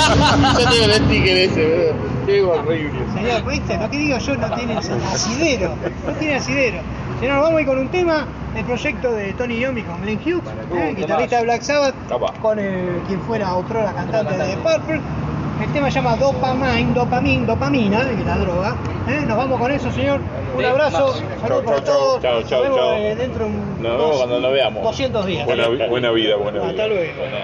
D: yo tengo el sticker ese, boludo. Qué horrible.
A: Señor, ¿viste? Lo que digo yo no tiene asidero. No tiene asidero. Señor, vamos a ir con un tema del proyecto de Tony Yomi con Glenn Hughes, eh,
D: Uh,
A: guitarrista
D: temazo.
A: de Black Sabbath,
D: Capaz.
A: con el, quien fuera otrora cantante de The Purple. El tema se llama Dopamine, Dopamine, Dopamina, que es la droga. Eh, Nos vamos con eso, señor. Un
C: Sí,
A: abrazo.
C: más.
A: Saludos
B: Chau,
A: para
B: chau, chau.
A: todos.
D: Chau,
A: Nos
D: chau,
A: vemos
D: chau.
A: eh, dentro de un-
D: Nos vemos cuando nos veamos.
A: 200 días.
B: Buena, vi- buena vida, buena vida.
A: Hasta luego.
D: Bueno.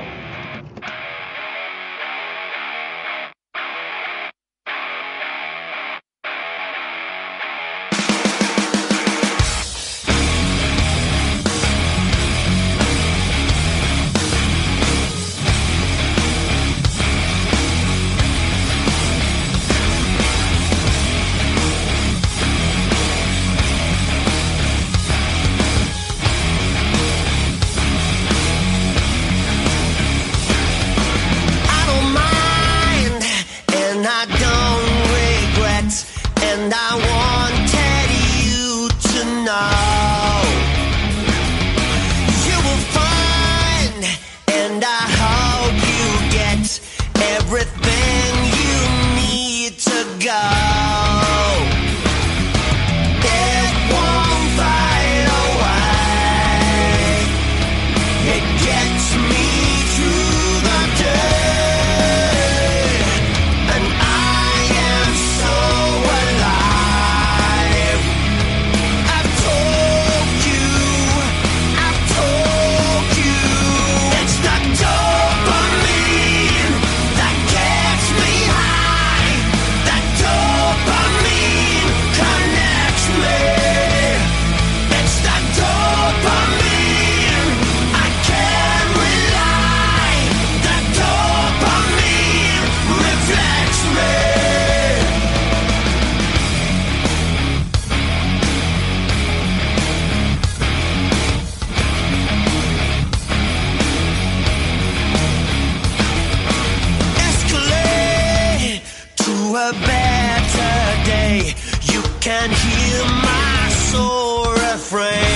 E: I wanted you to know. You were fine, and I hope you get everything you need to go. It won't fight away. It gets me through the day. And I am so alive. I've told you, I've told you. It's the dopamine that gets me high. That dopamine connects me. It's that dopamine. I can't rely. That dopamine reflects me. escalate to a better day. You can hear my soul refrain.